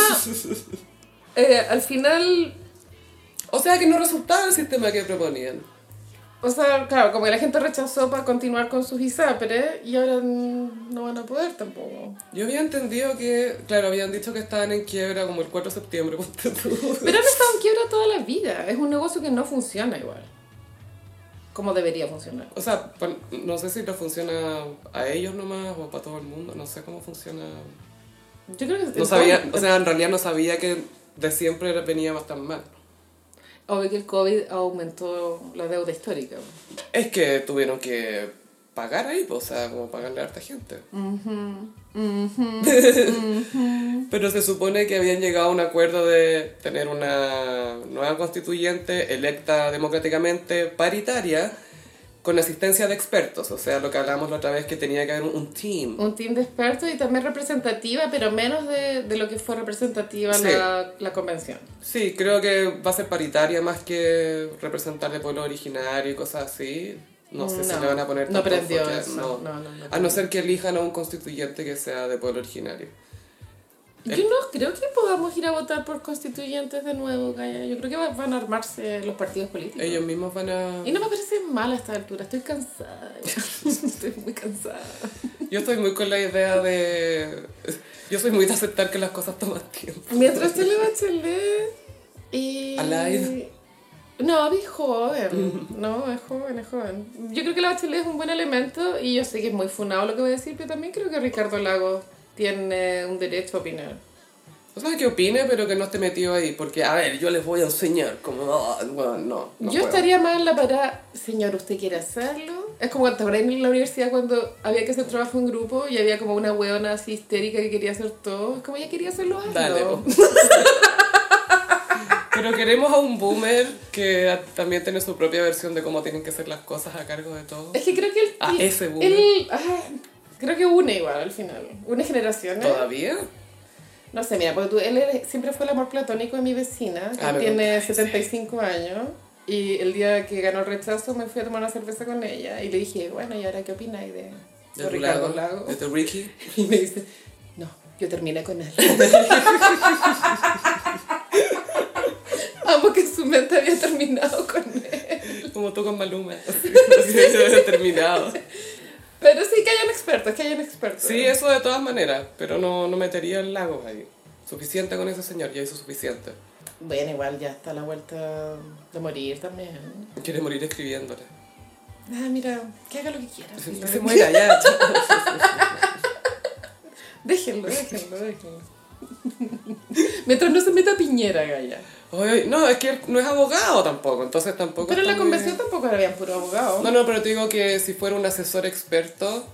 Speaker 2: eh, al final...
Speaker 1: O sea, que no resultaba el sistema que proponían.
Speaker 2: O sea, claro, como que la gente rechazó para continuar con sus ISAPRES y ahora mm, no van a poder tampoco.
Speaker 1: Yo había entendido que, claro, habían dicho que estaban en quiebra como el 4 de septiembre. ponte tú.
Speaker 2: Pero han estado en quiebra toda la vida. Es un negocio que no funciona igual. Como debería funcionar.
Speaker 1: O sea, pa- no sé si lo funciona a ellos nomás o para todo el mundo, no sé cómo funciona
Speaker 2: Yo creo que...
Speaker 1: No sabía, o sea, en realidad no sabía que de siempre venía bastante mal.
Speaker 2: Obvio que el COVID aumentó la deuda histórica.
Speaker 1: Es que tuvieron que pagar ahí, pues, o sea, como pagarle a harta gente. Pero se supone que habían llegado a un acuerdo de tener una nueva constituyente electa democráticamente paritaria con asistencia de expertos, o sea, lo que hablamos la otra vez que tenía que haber un, un team.
Speaker 2: Un team de expertos y también representativa, pero menos de, de lo que fue representativa
Speaker 1: Sí.
Speaker 2: la, la convención.
Speaker 1: Sí, creo que va a ser paritaria más que representar de pueblo originario y cosas así. No sé si le van a poner
Speaker 2: No
Speaker 1: tanto
Speaker 2: prendió
Speaker 1: enfoque,
Speaker 2: eso,
Speaker 1: no.
Speaker 2: no, no, no
Speaker 1: a no ser que elijan a un constituyente que sea de pueblo originario.
Speaker 2: Yo no creo que podamos ir a votar por constituyentes de nuevo, Gaya. Yo creo que va- van a armarse los partidos políticos.
Speaker 1: Ellos mismos van a...
Speaker 2: Y no me parece mal a esta altura, estoy cansada. estoy muy cansada.
Speaker 1: Yo estoy muy con la idea de... Yo soy muy de aceptar que las cosas toman tiempo.
Speaker 2: Mientras se le bachelet y...
Speaker 1: Alive.
Speaker 2: No, es joven. No, es joven, es joven. Yo creo que la bachelet es un buen elemento y yo sé que es muy funado lo que voy a decir, pero también creo que Ricardo Lago tiene un derecho a opinar.
Speaker 1: No sé qué opine, pero que no esté metido ahí. Porque, a ver, yo les voy a enseñar como... ah, bueno, no, no
Speaker 2: Yo
Speaker 1: puedo.
Speaker 2: estaría más en la parada, señor, ¿usted quiere hacerlo? Es como cuando ahora en la universidad cuando había que hacer trabajo en grupo y había como una hueona así histérica que quería hacer todo. Es como ella quería hacerlo, hazlo.
Speaker 1: Dale, vos. Pero queremos a un boomer que a- también tiene su propia versión de cómo tienen que ser las cosas a cargo de todo.
Speaker 2: Es que creo que el...
Speaker 1: Ah,
Speaker 2: el-
Speaker 1: ese boomer.
Speaker 2: el- ah, creo que une igual al final. Une generaciones.
Speaker 1: ¿Todavía?
Speaker 2: No sé, mira, porque tú, él era- siempre fue el amor platónico de mi vecina, que
Speaker 1: Ah, me
Speaker 2: tiene
Speaker 1: contaste.
Speaker 2: 75 años. Y el día que ganó el rechazo me fui a tomar una cerveza con ella y le dije, bueno, ¿y ahora qué opináis de, de
Speaker 1: tu
Speaker 2: Ricardo
Speaker 1: lado,
Speaker 2: Lago?
Speaker 1: De tu Ricky.
Speaker 2: Y me dice, no, yo terminé con él. Amo que en Ah, su mente había terminado con él.
Speaker 1: Como tú con Maluma. Terminado.
Speaker 2: Pero sí que hayan expertos, que hayan expertos.
Speaker 1: Sí, eso de todas maneras. Pero no, no metería el lago ahí. Suficiente con ese señor, ya hizo suficiente.
Speaker 2: Bueno, igual ya está a la vuelta de morir también.
Speaker 1: Quiere morir escribiéndole.
Speaker 2: Ah, mira, que haga lo que quiera.
Speaker 1: Que se muera ya.
Speaker 2: Déjenlo, déjenlo, déjenlo. Mientras no se meta Piñera, Gaya.
Speaker 1: Oye, no, es que él no es abogado tampoco, entonces tampoco.
Speaker 2: Pero en
Speaker 1: está
Speaker 2: la
Speaker 1: muy-
Speaker 2: convención tampoco habían puro abogado.
Speaker 1: No, no, pero te digo que si fuera un asesor experto,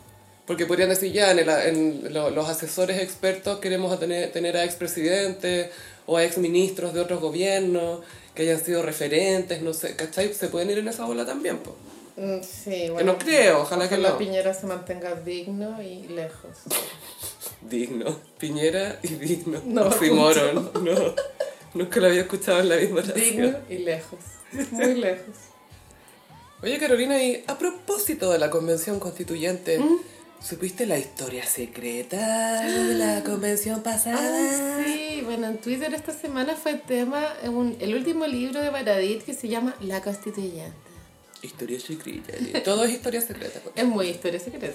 Speaker 1: porque podrían decir ya, en, el- en lo- los asesores expertos queremos a tener, tener a expresidentes o a exministros de otros gobiernos que hayan sido referentes, no sé, ¿cachai? Se pueden ir en esa bola también, po.
Speaker 2: Mm, Sí,
Speaker 1: Que
Speaker 2: bueno.
Speaker 1: no creo, ojalá que
Speaker 2: Ojalá
Speaker 1: no.
Speaker 2: Piñera se mantenga digno y lejos.
Speaker 1: Digno. Piñera y digno.
Speaker 2: No,
Speaker 1: No, Oxymoron, no. Nunca lo había escuchado en la misma
Speaker 2: Digno
Speaker 1: oración.
Speaker 2: y lejos. Muy lejos.
Speaker 1: Oye, Carolina, y a propósito de la convención constituyente, ¿supiste la historia secreta de la convención
Speaker 2: Ah.
Speaker 1: pasada?
Speaker 2: sí, bueno, en Twitter esta semana fue tema en un- el último libro de Baradit que se llama La Constituyente.
Speaker 1: Historia secreta. eh. Todo es historia secreta. pues.
Speaker 2: Es muy historia secreta.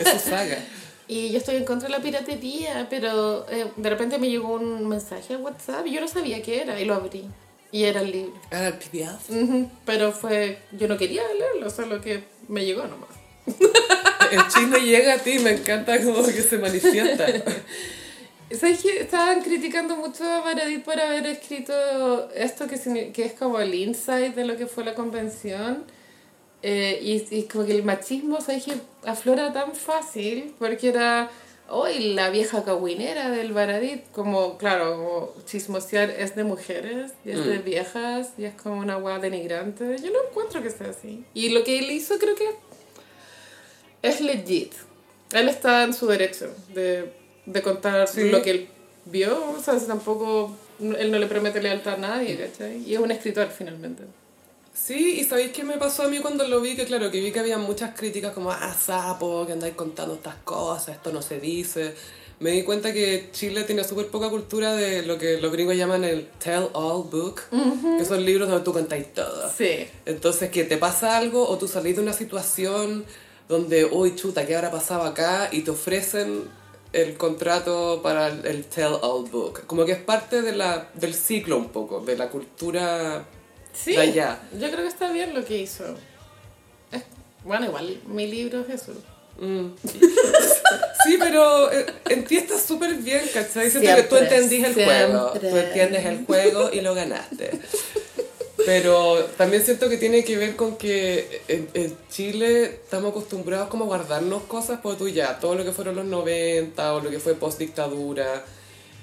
Speaker 1: Es su saga.
Speaker 2: Y yo estoy en contra de la piratería, pero eh, de repente me llegó un mensaje a WhatsApp y yo no sabía qué era y lo abrí. Y era el libro.
Speaker 1: Ah, el PDF.
Speaker 2: Ujú, Pero fue, yo no quería leerlo, solo que me llegó nomás.
Speaker 1: El chisme llega a ti, me encanta como que se manifiesta.
Speaker 2: ¿Sabes que Estaban criticando mucho a Baradit por haber escrito esto que, signi- que es como el insight de lo que fue la convención. Eh, y, y como que el machismo, ¿sabes que Aflora tan fácil porque era hoy la vieja cahuinera del Baradit. Como, claro, como chismosear es de mujeres, y es de viejas, y es como una hueá denigrante. Yo no encuentro que sea así. Y lo que él hizo creo que es legit. Él está en su derecho de, de contar
Speaker 1: Sí.
Speaker 2: lo que él vio. O sea, si tampoco. Él no le promete lealtad a nadie, ¿cachai? Y es un escritor finalmente.
Speaker 1: Sí, y ¿sabéis qué me pasó a mí cuando lo vi? Que claro, que vi que había muchas críticas como, ah, sapo, que andáis contando estas cosas, esto no se dice. Me di cuenta que Chile tiene súper poca cultura de lo que los gringos llaman el tell-all book, que son libros donde tú contáis todo.
Speaker 2: Sí.
Speaker 1: Entonces, que te pasa algo o tú salís de una situación donde, uy, chuta, ¿qué habrá pasado acá? Y te ofrecen el contrato para el, el tell-all book. Como que es parte de la, del ciclo un poco, de la cultura
Speaker 2: Sí.
Speaker 1: De allá.
Speaker 2: Yo creo que está bien lo que hizo. Es- bueno, igual, mi libro es eso.
Speaker 1: Sí, pero eh, en ti está súper bien, ¿cachai? Siento que tú
Speaker 2: Siempre,
Speaker 1: entendís el juego.
Speaker 2: siempre.
Speaker 1: Tú entiendes el juego y lo ganaste. Pero también siento que tiene que ver con que en, en Chile estamos acostumbrados como a guardarnos cosas por tú ya, todo lo que fueron los 90 o lo que fue post dictadura,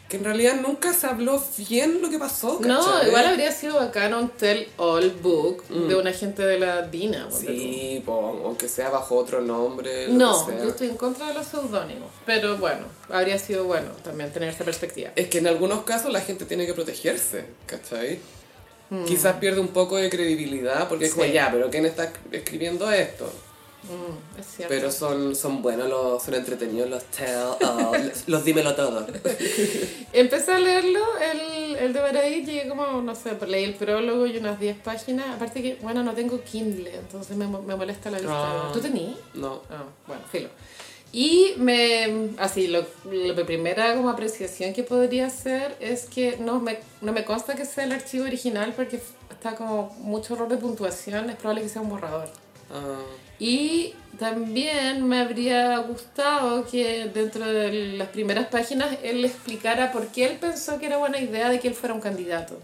Speaker 1: Que en realidad nunca se habló bien lo que pasó.
Speaker 2: No,
Speaker 1: ¿cachai? Mm.
Speaker 2: igual habría sido bacano un tell-all book de un agente de la DINA. ponte tú.
Speaker 1: Sí, po, aunque sea bajo otro nombre. lo
Speaker 2: No,
Speaker 1: que sea.
Speaker 2: yo estoy en contra de los seudónimos. Pero bueno, habría sido bueno también tener esa perspectiva.
Speaker 1: Es que en algunos casos la gente tiene que protegerse, ¿cachai? Quizás pierde un poco de credibilidad porque es como,
Speaker 2: Sí.
Speaker 1: ya, pero ¿quién está escribiendo esto?
Speaker 2: Mm, es cierto.
Speaker 1: Pero son, son buenos, los, son entretenidos los tell los, los dímelo todo.
Speaker 2: Empecé a leerlo, el, el de Baradí, llegué como, no sé, pues, leí el prólogo y unas 10 páginas. Aparte que, bueno, no tengo Kindle, entonces me, mo- me molesta la vista.
Speaker 1: Ah.
Speaker 2: ¿Tú tenías?
Speaker 1: No.
Speaker 2: Ah, bueno, filo. Y me, así, lo, la primera como apreciación que podría hacer es que no me, no me consta que sea el archivo original porque f- está como mucho error de puntuación, es probable que sea un borrador.
Speaker 1: Ah,
Speaker 2: Y también me habría gustado que dentro de las primeras páginas él explicara por qué él pensó que era buena idea de que él fuera un candidato.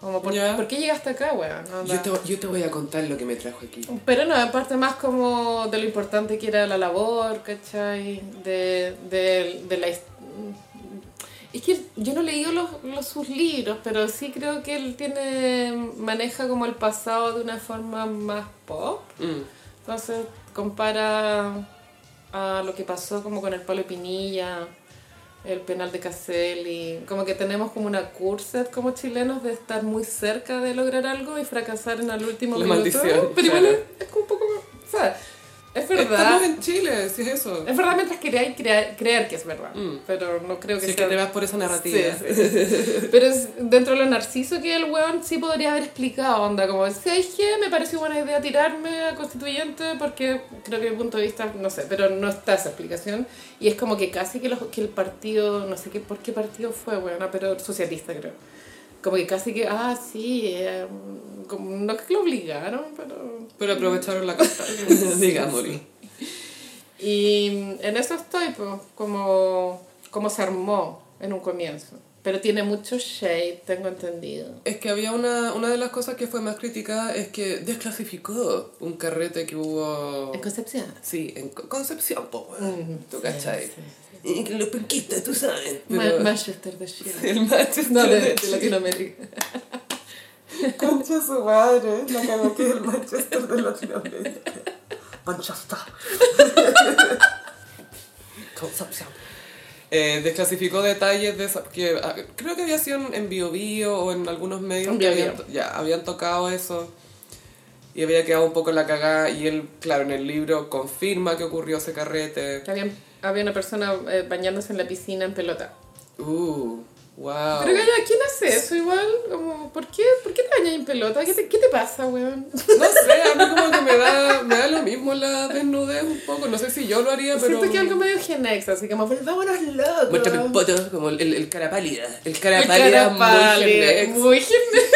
Speaker 2: Como, ¿por,
Speaker 1: Ya.
Speaker 2: ¿por qué llegaste acá, weón? Onda.
Speaker 1: yo, te, yo te voy a contar lo que me trajo aquí.
Speaker 2: Pero no, aparte más como de lo importante que era la labor, ¿cachai? De, de, de la... his- Es que yo no he leído los, los, sus libros, pero sí creo que él tiene maneja como el pasado de una forma más pop.
Speaker 1: Mm.
Speaker 2: Entonces compara a lo que pasó como con el Pablo Pinilla, el penal de Caselli, como que tenemos como una curset como chilenos de estar muy cerca de lograr algo y fracasar en el último
Speaker 1: La
Speaker 2: minuto.
Speaker 1: maldición,
Speaker 2: Pero igual
Speaker 1: claro.
Speaker 2: es, es como un poco, o sea, es verdad.
Speaker 1: Estamos en Chile, si es eso.
Speaker 2: Es verdad mientras queráis creer, creer que es verdad,
Speaker 1: Mm.
Speaker 2: pero no creo que
Speaker 1: Si es que
Speaker 2: sea
Speaker 1: te vas por esa narrativa.
Speaker 2: Sí, sí. Pero es- dentro de lo narciso que el weón sí podría haber explicado, onda, como, ¿sabes qué? Me pareció buena idea tirarme a constituyente porque creo que mi punto de vista, no sé, pero no está esa explicación. Y es como que casi que, los, que el partido, no sé qué, por qué partido fue, weona, pero socialista creo. Como que casi que, ah, sí, eh, como, no que lo obligaron, pero...
Speaker 1: Pero aprovecharon la carta, digámoslo.
Speaker 2: Y en eso estoy, pues, como, como se armó en un comienzo. Pero tiene mucho shade, tengo entendido.
Speaker 1: Es que había una, una de las cosas que fue más criticada es que desclasificó un carrete que hubo...
Speaker 2: En Concepción.
Speaker 1: Sí, en Co- Concepción, po, weón.
Speaker 2: Mm,
Speaker 1: ¿Tú
Speaker 2: sí,
Speaker 1: cachai?
Speaker 2: sí,
Speaker 1: Y que los penquistas, tú sabes.
Speaker 2: Ma-
Speaker 1: Pero-
Speaker 2: Manchester de Chile.
Speaker 1: el Manchester
Speaker 2: No, de,
Speaker 1: de
Speaker 2: de Latinoamérica.
Speaker 1: Concha su madre, la cagó que el Manchester de Latinoamérica. Manchester. Concepción. Eh, desclasificó detalles de esa- que ah, creo que había sido en- en BioBio o en algunos medios
Speaker 2: En
Speaker 1: que
Speaker 2: Bio Bio.
Speaker 1: habían, to- ya, habían tocado eso y había quedado un poco en la cagada y él, claro, en el libro confirma que ocurrió ese carrete.
Speaker 2: Había, había una persona eh, bañándose en la piscina en pelota.
Speaker 1: Uh, wow.
Speaker 2: Pero Gaya, ¿quién hace eso igual? Como, ¿por, qué, ¿Por qué te bañas en pelota? ¿Qué te, qué te pasa, weón?
Speaker 1: No sé, a mí como que me da, me da lo mismo la desnudez un poco. No sé si yo lo haría, pero...
Speaker 2: Siento que algo Ah. medio genex, así como, pues, vámonos locos.
Speaker 1: Muéstrame el poto, como el, el cara pálida. El cara
Speaker 2: El
Speaker 1: pálida es
Speaker 2: cara
Speaker 1: muy eh,
Speaker 2: pálida,
Speaker 1: genex.
Speaker 2: Muy genex.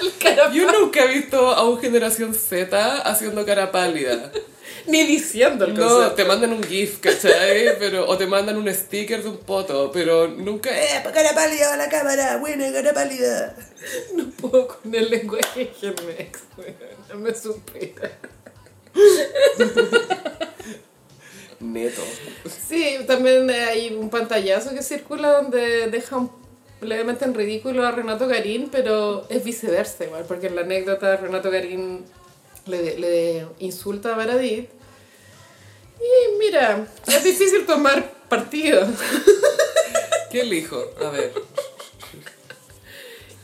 Speaker 2: El cara
Speaker 1: Yo nunca he visto a un generación Z haciendo cara pálida.
Speaker 2: Ni diciendo el
Speaker 1: No,
Speaker 2: concepto.
Speaker 1: te mandan un GIF, ¿cachai? Pero, o te mandan un sticker de un poto, pero nunca... ¡Eh, cara pálida a la cámara! ¡Buena, cara pálida!
Speaker 2: No puedo con el lenguaje gemex, no me supera.
Speaker 1: Neto.
Speaker 2: Sí, también hay un pantallazo que circula donde dejan levemente en ridículo a Renato Garín, pero es viceversa igual, porque en la anécdota Renato Garín le, le insulta a Baradit. Y mira, es difícil tomar partido.
Speaker 1: ¿Qué elijo? A ver.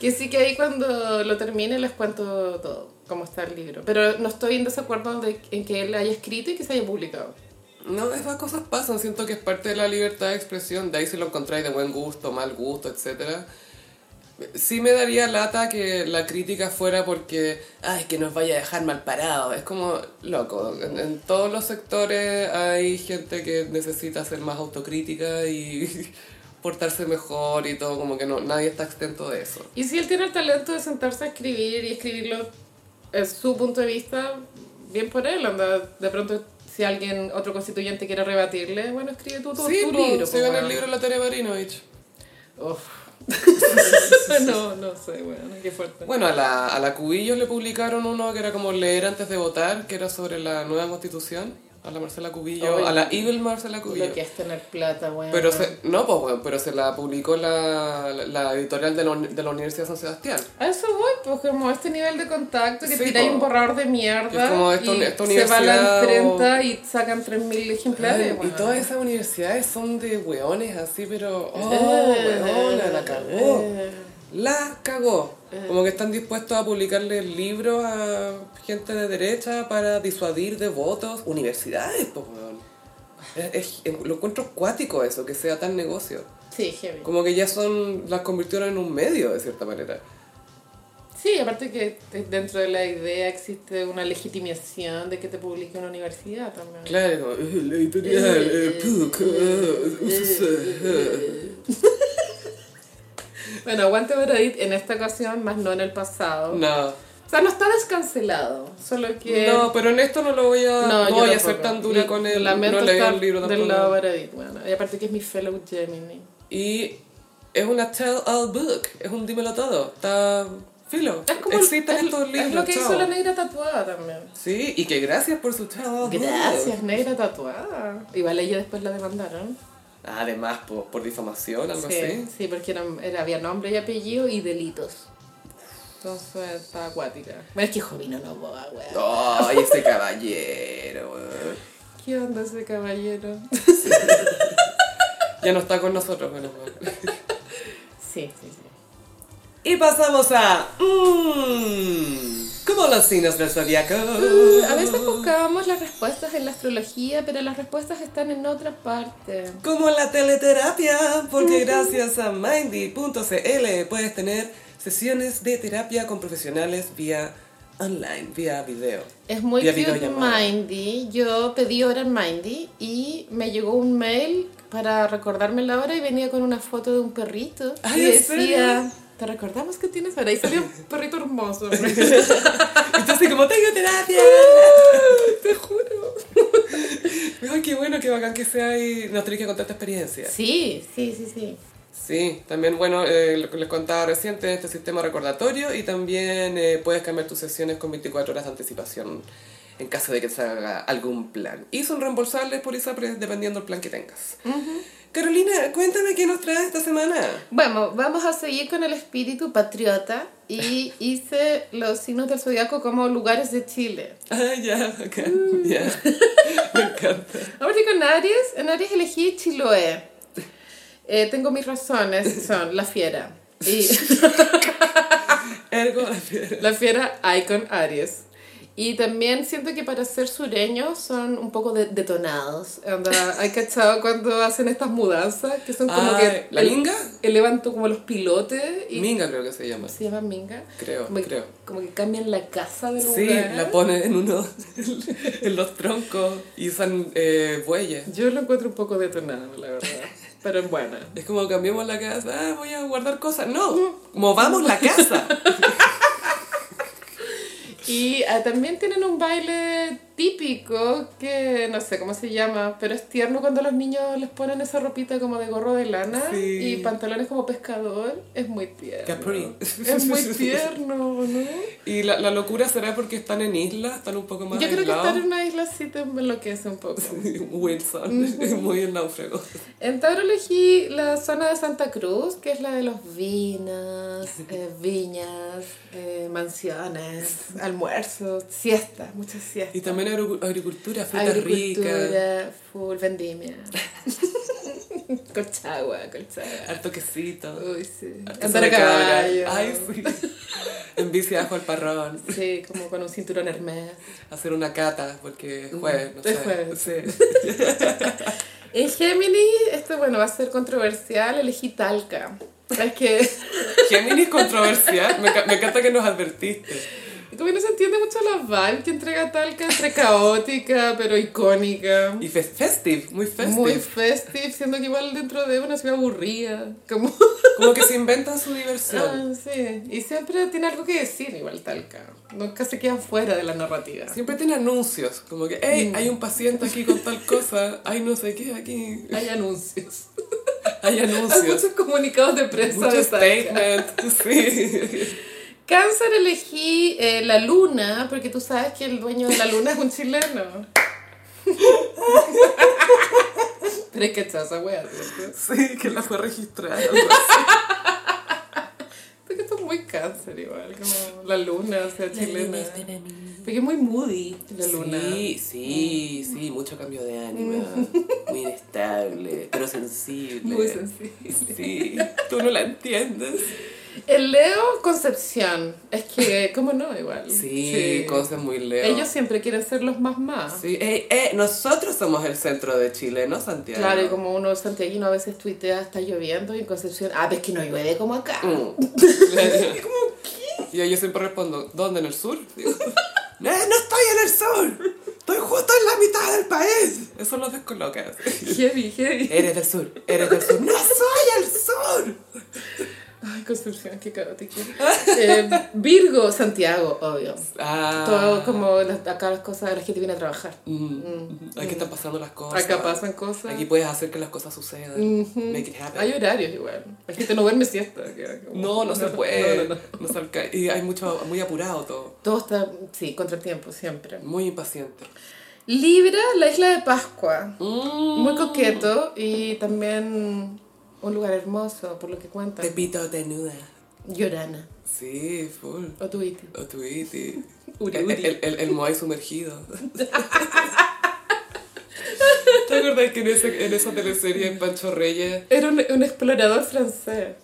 Speaker 2: Que sí que ahí cuando lo termine les cuento todo, cómo está el libro. Pero no estoy en desacuerdo de- en que él haya escrito y que se haya publicado.
Speaker 1: No, esas cosas pasan, siento que es parte de la libertad de expresión, de ahí si lo encontráis de buen gusto, mal gusto, etc. Sí me daría lata que la crítica fuera porque, ay, que nos vaya a dejar mal parado. Es como, loco, en, en todos los sectores hay gente que necesita ser más autocrítica y portarse mejor y todo, como que no, nadie está exento de eso.
Speaker 2: Y si él tiene el talento de sentarse a escribir y escribirlo es su punto de vista, bien por él. Anda, de pronto, si alguien, otro constituyente quiere rebatirle, bueno, escribe tú, tú
Speaker 1: sí,
Speaker 2: tu
Speaker 1: po,
Speaker 2: libro.
Speaker 1: sí,
Speaker 2: po,
Speaker 1: en
Speaker 2: weón.
Speaker 1: el libro de la Tere Marinovich.
Speaker 2: Uf. no, no sé, bueno, qué fuerte.
Speaker 1: Bueno, a la, a la Cubillos le publicaron uno que era como leer antes de votar, que era sobre la nueva constitución. a la Marcela Cubillo,
Speaker 2: Oy.
Speaker 1: a la Evil Marcela Cubillo.
Speaker 2: Lo que es tener plata, weón.
Speaker 1: Pero se, no, pues, weón, pero se la publicó la, la editorial de la, uni- de la Universidad de San Sebastián.
Speaker 2: A eso voy, pues como este nivel de contacto que
Speaker 1: Sí,
Speaker 2: tiráis
Speaker 1: po.
Speaker 2: un borrador de mierda.
Speaker 1: Es como esta-
Speaker 2: y
Speaker 1: esta
Speaker 2: se va a la
Speaker 1: universidad
Speaker 2: imprenta y sacan 3.000 ejemplares.
Speaker 1: Ay, y
Speaker 2: weón.
Speaker 1: todas esas universidades son de weones así, pero. ¡Oh,
Speaker 2: Eh,
Speaker 1: weona! La cagó.
Speaker 2: eh.
Speaker 1: La cagó. Como que están dispuestos a publicarle libros a gente de derecha para disuadir de votos. Universidades, pues, weón. Es- es- lo encuentro cuático eso, que sea tan negocio.
Speaker 2: Sí, heavy.
Speaker 1: Como que ya son. las convirtieron en un medio, de cierta manera.
Speaker 2: Sí, aparte que te- dentro de la idea existe una legitimación de que te publique una universidad también.
Speaker 1: Claro, eh, la editorial, eh, PUC, eh, UCC, eh.
Speaker 2: Bueno, aguante Veredit en esta ocasión, más no en el pasado.
Speaker 1: No.
Speaker 2: O sea, no está descancelado, solo que...
Speaker 1: No, pero en esto no lo voy a, no,
Speaker 2: yo
Speaker 1: voy a
Speaker 2: tampoco.
Speaker 1: ser tan dura con él.
Speaker 2: Lamento
Speaker 1: no leí
Speaker 2: estar
Speaker 1: el libro
Speaker 2: del lado
Speaker 1: tampoco.
Speaker 2: de Veredit, bueno. Y aparte que es mi fellow Gemini.
Speaker 1: Y es una tell-all book, es un dímelo todo. Está filo.
Speaker 2: Es como
Speaker 1: Existen
Speaker 2: es-
Speaker 1: estos libros.
Speaker 2: Es lo que
Speaker 1: chao.
Speaker 2: hizo la negra tatuada también.
Speaker 1: Sí, y que gracias por su tell-all book.
Speaker 2: Gracias, negra tatuada. Igual ella después la demandaron.
Speaker 1: Además, por, por difamación, algo
Speaker 2: Sí,
Speaker 1: así.
Speaker 2: sí, porque era, era- había nombre y apellido y delitos. Entonces estaba acuática. Bueno, es que Jovino no boba, weón.
Speaker 1: Ay, ese caballero, weón.
Speaker 2: ¿Qué onda ese caballero?
Speaker 1: Ya no está con nosotros, menos mal.
Speaker 2: Sí, sí, sí.
Speaker 1: Y pasamos a. Mmm, como los signos del zodiaco.
Speaker 2: Uh, A veces buscábamos las respuestas en la astrología, pero las respuestas están en otra parte.
Speaker 1: Como la teleterapia, porque gracias a mindy.cl puedes tener sesiones de terapia con profesionales vía online, vía video.
Speaker 2: Es muy
Speaker 1: Vía
Speaker 2: cute
Speaker 1: videollamada.
Speaker 2: Mindy. Yo pedí hora en Mindy y me llegó un mail para recordarme la hora y venía con una foto de un perrito.
Speaker 1: Ay,
Speaker 2: y
Speaker 1: ¿en
Speaker 2: decía,
Speaker 1: serio?
Speaker 2: ¿te recordamos que tienes hora? Y salió un perrito hermoso.
Speaker 1: Entonces, como tengo terapia, te juro. Ay, qué bueno, qué bacán que sea y nos tenés que contar tu experiencia.
Speaker 2: sí, sí, sí, sí.
Speaker 1: Sí, también, bueno, eh, lo que les contaba recién, tenés este sistema recordatorio y también eh, puedes cambiar tus sesiones con 24 horas de anticipación en caso de que se haga algún plan. Y son reembolsables por ISAPRE dependiendo del plan que tengas. Carolina, cuéntame qué nos trae esta semana.
Speaker 2: Bueno, vamos a seguir con el espíritu patriota y hice los signos del zodiaco como lugares de Chile.
Speaker 1: Ah, ya, acá, ya. Me encanta.
Speaker 2: Aparte con Aries, en Aries elegí Chiloé. Eh, tengo mis razones, son la fiera. Y...
Speaker 1: Ergo la piedra.
Speaker 2: La fiera Icon Aries. Y también siento que para ser sureños son un poco de- detonados. Onda, ¿Hay cachado cuando hacen estas mudanzas? Que son como
Speaker 1: Ah,
Speaker 2: que...
Speaker 1: ¿la
Speaker 2: el-
Speaker 1: minga?
Speaker 2: Elevan to- como los pilotes y...
Speaker 1: Minga creo que se llama.
Speaker 2: ¿Se llama minga?
Speaker 1: Creo,
Speaker 2: como, que-
Speaker 1: creo.
Speaker 2: Como que cambian la casa del
Speaker 1: Sí,
Speaker 2: lugar.
Speaker 1: la ponen en, unos, en los troncos y usan eh, bueyes.
Speaker 2: Yo lo encuentro un poco detonado, la verdad. Pero bueno.
Speaker 1: Es como cambiamos la casa, ah, voy a guardar cosas. No, movamos la casa.
Speaker 2: Y ah, también tienen un baile típico que no sé cómo se llama, pero es tierno cuando los niños les ponen esa ropita como de gorro de lana
Speaker 1: Sí.
Speaker 2: y pantalones como pescador. Es muy tierno.
Speaker 1: Capri.
Speaker 2: Es muy tierno, ¿no?
Speaker 1: Y la, la locura será porque están en islas, están un poco más
Speaker 2: Yo creo que
Speaker 1: aislados.
Speaker 2: estar en una isla sí te enloquece un poco.
Speaker 1: Wilson, muy en náufrago.
Speaker 2: En Tauro elegí la zona de Santa Cruz, que es la de los vinos, eh, viñas, eh, mansiones, almuerzos, siestas, muchas siestas.
Speaker 1: Y también agricu- agricultura, frutas ricas,
Speaker 2: Agricultura, full vendimia. colchagua, colchagua.
Speaker 1: harto quesito,
Speaker 2: Uy, sí.
Speaker 1: harto
Speaker 2: Andar a caballo.
Speaker 1: sobrecabra. Ay, sí. En bici bajo el parrón,
Speaker 2: Sí, como con un cinturón hermes.
Speaker 1: hacer una cata, porque es jueves, no
Speaker 2: Es
Speaker 1: sé.
Speaker 2: jueves.
Speaker 1: Sí.
Speaker 2: En Gemini, esto bueno, va a ser controversial, elegí Talca. Es que
Speaker 1: Géminis controversial, me, ca- me encanta que nos advertiste.
Speaker 2: como que no se entiende mucho la vibe que entrega Talca, entre caótica, pero icónica.
Speaker 1: Y fe- festive, muy festive.
Speaker 2: Muy festive, siendo que igual dentro de una ciudad aburrida. Como...
Speaker 1: Como que se inventan su diversión.
Speaker 2: Ah, sí. Y siempre tiene algo que decir igual Talca. Nunca se queda fuera de la narrativa.
Speaker 1: Siempre tiene anuncios, como que, hey, hay un paciente aquí con tal cosa, hay no sé qué aquí,
Speaker 2: Hay anuncios.
Speaker 1: hay
Speaker 2: Hay
Speaker 1: anuncios.
Speaker 2: muchos comunicados de prensa de
Speaker 1: Muchos
Speaker 2: Talca.
Speaker 1: statements, sí.
Speaker 2: Cáncer elegí eh, la luna, porque tú sabes que el dueño de la luna es un chileno. Pero es que está esa wea, ¿cierto?
Speaker 1: Sí, que la fue registrada.
Speaker 2: Creo que esto es muy cáncer igual, como la luna, o sea, chilena. Porque es muy moody la luna.
Speaker 1: Sí, sí, sí, mucho cambio de ánimo. Muy inestable, pero Mm. sensible.
Speaker 2: Muy sensible.
Speaker 1: Sí, tú no la entiendes.
Speaker 2: El Leo Concepción. Es que, ¿cómo no? Igual.
Speaker 1: Sí, cosas muy leo.
Speaker 2: Ellos siempre quieren ser los más más.
Speaker 1: Sí, eh, eh, nosotros somos el centro de Chile, ¿no, Santiago?
Speaker 2: Claro, y como uno santiaguino a veces tuitea, está lloviendo y en Concepción, ah, pero es que no llueve como acá.
Speaker 1: Mm. Y ahí yo siempre respondo, ¿dónde? ¿En el sur? Digo, no, no estoy en el sur, estoy justo en la mitad del país. Eso los descoloca.
Speaker 2: Heavy, heavy.
Speaker 1: Eres del sur, eres del sur. ¡No soy el sur!
Speaker 2: Ay, Concepción, qué caótico. Eh, Virgo, Santiago, obvio.
Speaker 1: Ah,
Speaker 2: Todo como las- acá las cosas, la gente viene a trabajar.
Speaker 1: mm, aquí están pasando las cosas.
Speaker 2: Acá pasan cosas.
Speaker 1: Aquí puedes hacer que las cosas sucedan. Make it happen.
Speaker 2: Hay horarios igual. La gente no duerme siesta. que- como-
Speaker 1: No, no se puede.
Speaker 2: no, no, no.
Speaker 1: No se alca- y hay mucho, muy apurado todo.
Speaker 2: Todo está, sí, contratiempo siempre.
Speaker 1: Muy impaciente.
Speaker 2: Libra, la isla de Pascua.
Speaker 1: Mm.
Speaker 2: Muy coqueto y también un lugar hermoso, por lo que cuentan.
Speaker 1: Tepito tenuda.
Speaker 2: Llorana.
Speaker 1: Sí, full.
Speaker 2: O Tuiti.
Speaker 1: O Tweety.
Speaker 2: Uri,
Speaker 1: El,
Speaker 2: uri.
Speaker 1: el, el, el Moai sumergido. ¿Te acuerdas que en, ese- en esa teleserie en Pancho Reyes?
Speaker 2: Era un, un explorador francés.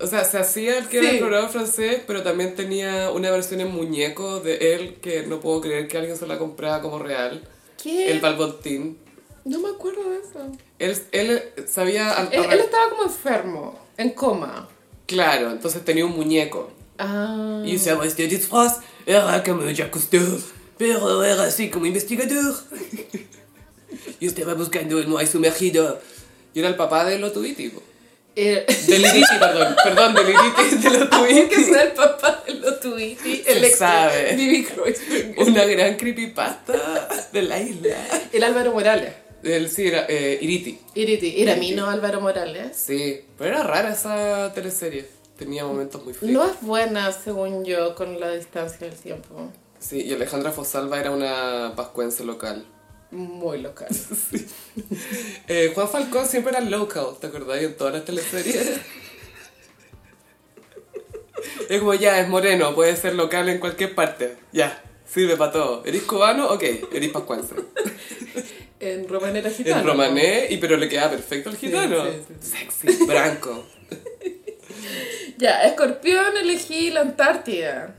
Speaker 1: O sea, se hacía el que era
Speaker 2: Sí.
Speaker 1: explorador francés, pero también tenía una versión en muñeco de él que no puedo creer que alguien se la compraba como real.
Speaker 2: ¿Qué?
Speaker 1: El Balbontín.
Speaker 2: No me acuerdo de eso.
Speaker 1: Él, él sabía... al-
Speaker 2: Él, él estaba como enfermo, en coma.
Speaker 1: Claro, entonces tenía un muñeco.
Speaker 2: Ah.
Speaker 1: Y sabes que disfraz era como Jacques Cousteau, pero era así como investigador. Y estaba buscando el Moai sumergido. Y era el papá de Lotuiti, po.
Speaker 2: Eh,
Speaker 1: Del Iriti, perdón. Perdón, del Iriti, de
Speaker 2: Tiene que
Speaker 1: Lotuiti.
Speaker 2: ser el papá de los Tuiti, el
Speaker 1: Se
Speaker 2: ex
Speaker 1: sabe.
Speaker 2: Bibi Kreuzberger.
Speaker 1: Una gran creepypasta de la isla.
Speaker 2: El Álvaro Morales.
Speaker 1: Él sí era eh, Iriti.
Speaker 2: Iriti, Iramino Álvaro Morales.
Speaker 1: Sí, pero era rara esa teleserie. Tenía momentos muy fríos.
Speaker 2: No es buena, según yo, con la distancia del tiempo.
Speaker 1: Sí, y Alejandra Fosalva era una pascuense local.
Speaker 2: Muy local.
Speaker 1: Eh, Juan Falcón siempre era local, ¿te acordás? En todas las teleseries. es como, ya, es moreno, puede ser local en cualquier parte. Ya, sirve para todo. ¿Eres cubano? Ok, eres pascuense.
Speaker 2: En romanera gitana.
Speaker 1: Es romané, y, pero le queda perfecto al gitano.
Speaker 2: sí,
Speaker 1: Sexy, branco.
Speaker 2: Ya, escorpión elegí la Antártida.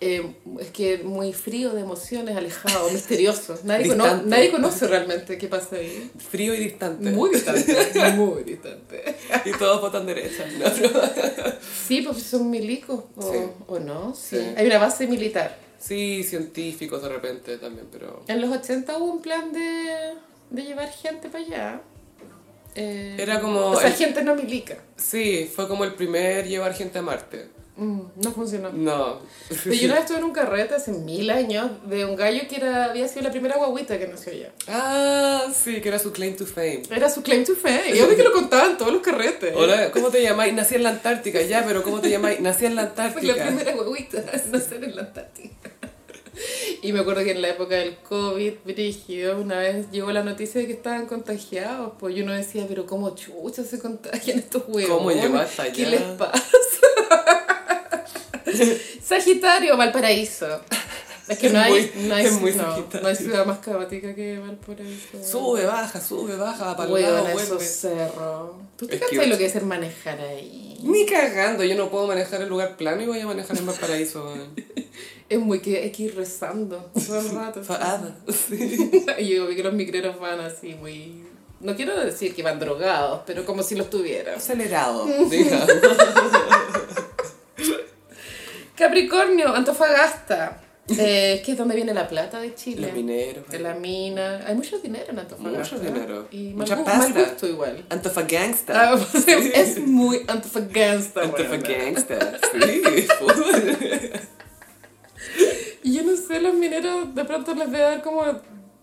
Speaker 2: Eh, es que muy frío de emociones, alejado, misterioso. Nadie, cono-
Speaker 1: Distante.
Speaker 2: nadie conoce realmente qué pasa ahí.
Speaker 1: Frío y distante.
Speaker 2: Muy distante, muy distante.
Speaker 1: Y todos votan derecha. ¿no?
Speaker 2: Sí, porque son milicos, o,
Speaker 1: Sí.
Speaker 2: o no, sí.
Speaker 1: Sí.
Speaker 2: Hay una base militar.
Speaker 1: Sí, científicos de repente también, pero...
Speaker 2: En los 80 hubo un plan de, de llevar gente para allá. Eh,
Speaker 1: Era como
Speaker 2: O sea,
Speaker 1: el-
Speaker 2: gente no milica.
Speaker 1: Sí, fue como el primer llevar gente a Marte.
Speaker 2: Mm, no funcionó.
Speaker 1: No.
Speaker 2: Pero yo una vez estuve en un carrete hace mil años de un gallo que era, había sido la primera guaguita que nació allá.
Speaker 1: Ah, sí, que era su claim to fame.
Speaker 2: Era su claim to fame. Y obvio que lo contaban en todos los carretes.
Speaker 1: Hola, ¿cómo te llamáis? Nací en la Antártica, ya, pero ¿cómo te llamáis? Nací en la
Speaker 2: Fue la
Speaker 1: Antártica.
Speaker 2: primera guaguita en nacer en la Antártida. Y me acuerdo que en la época del COVID, brígido, una vez llegó la noticia de que estaban contagiados. Pues yo no decía, pero ¿cómo chucha se contagian estos huevos?
Speaker 1: ¿Cómo llegó hasta
Speaker 2: ¿Qué
Speaker 1: allá?
Speaker 2: les pasa? Sagitario, Valparaíso. Es que no
Speaker 1: Es
Speaker 2: hay,
Speaker 1: muy-
Speaker 2: no hay-
Speaker 1: es muy
Speaker 2: no,
Speaker 1: Sagitario.
Speaker 2: no hay ciudad más caótica que Valparaíso.
Speaker 1: Sube, baja, sube, baja, para el lado,
Speaker 2: Huevona, esos
Speaker 1: vuelve.
Speaker 2: cerros. ¿Tú te
Speaker 1: Es que-
Speaker 2: cansas de lo que es el manejar ahí?
Speaker 1: Ni cagando, yo no puedo manejar el lugar plano y voy a manejar en Valparaíso. weón.
Speaker 2: Es muy que hay que ir rezando todo el rato.
Speaker 1: Fada.
Speaker 2: Y yo vi que los micreros van así muy... No quiero decir que van drogados, pero como si los tuvieran.
Speaker 1: Acelerado. Diga.
Speaker 2: Capricornio, Antofagasta. Eh, que es donde viene la plata de Chile.
Speaker 1: Los mineros.
Speaker 2: De la mina. Hay mucho dinero en Antofagasta.
Speaker 1: Mucho dinero.
Speaker 2: Y
Speaker 1: Mucha
Speaker 2: mal, gu-
Speaker 1: pasta.
Speaker 2: mal gusto igual.
Speaker 1: Antofagangsta.
Speaker 2: Ah, es muy Antofagasta. weona.
Speaker 1: Antofagangsta. Sí, full.
Speaker 2: Y yo no sé, los mineros de pronto les debe dar como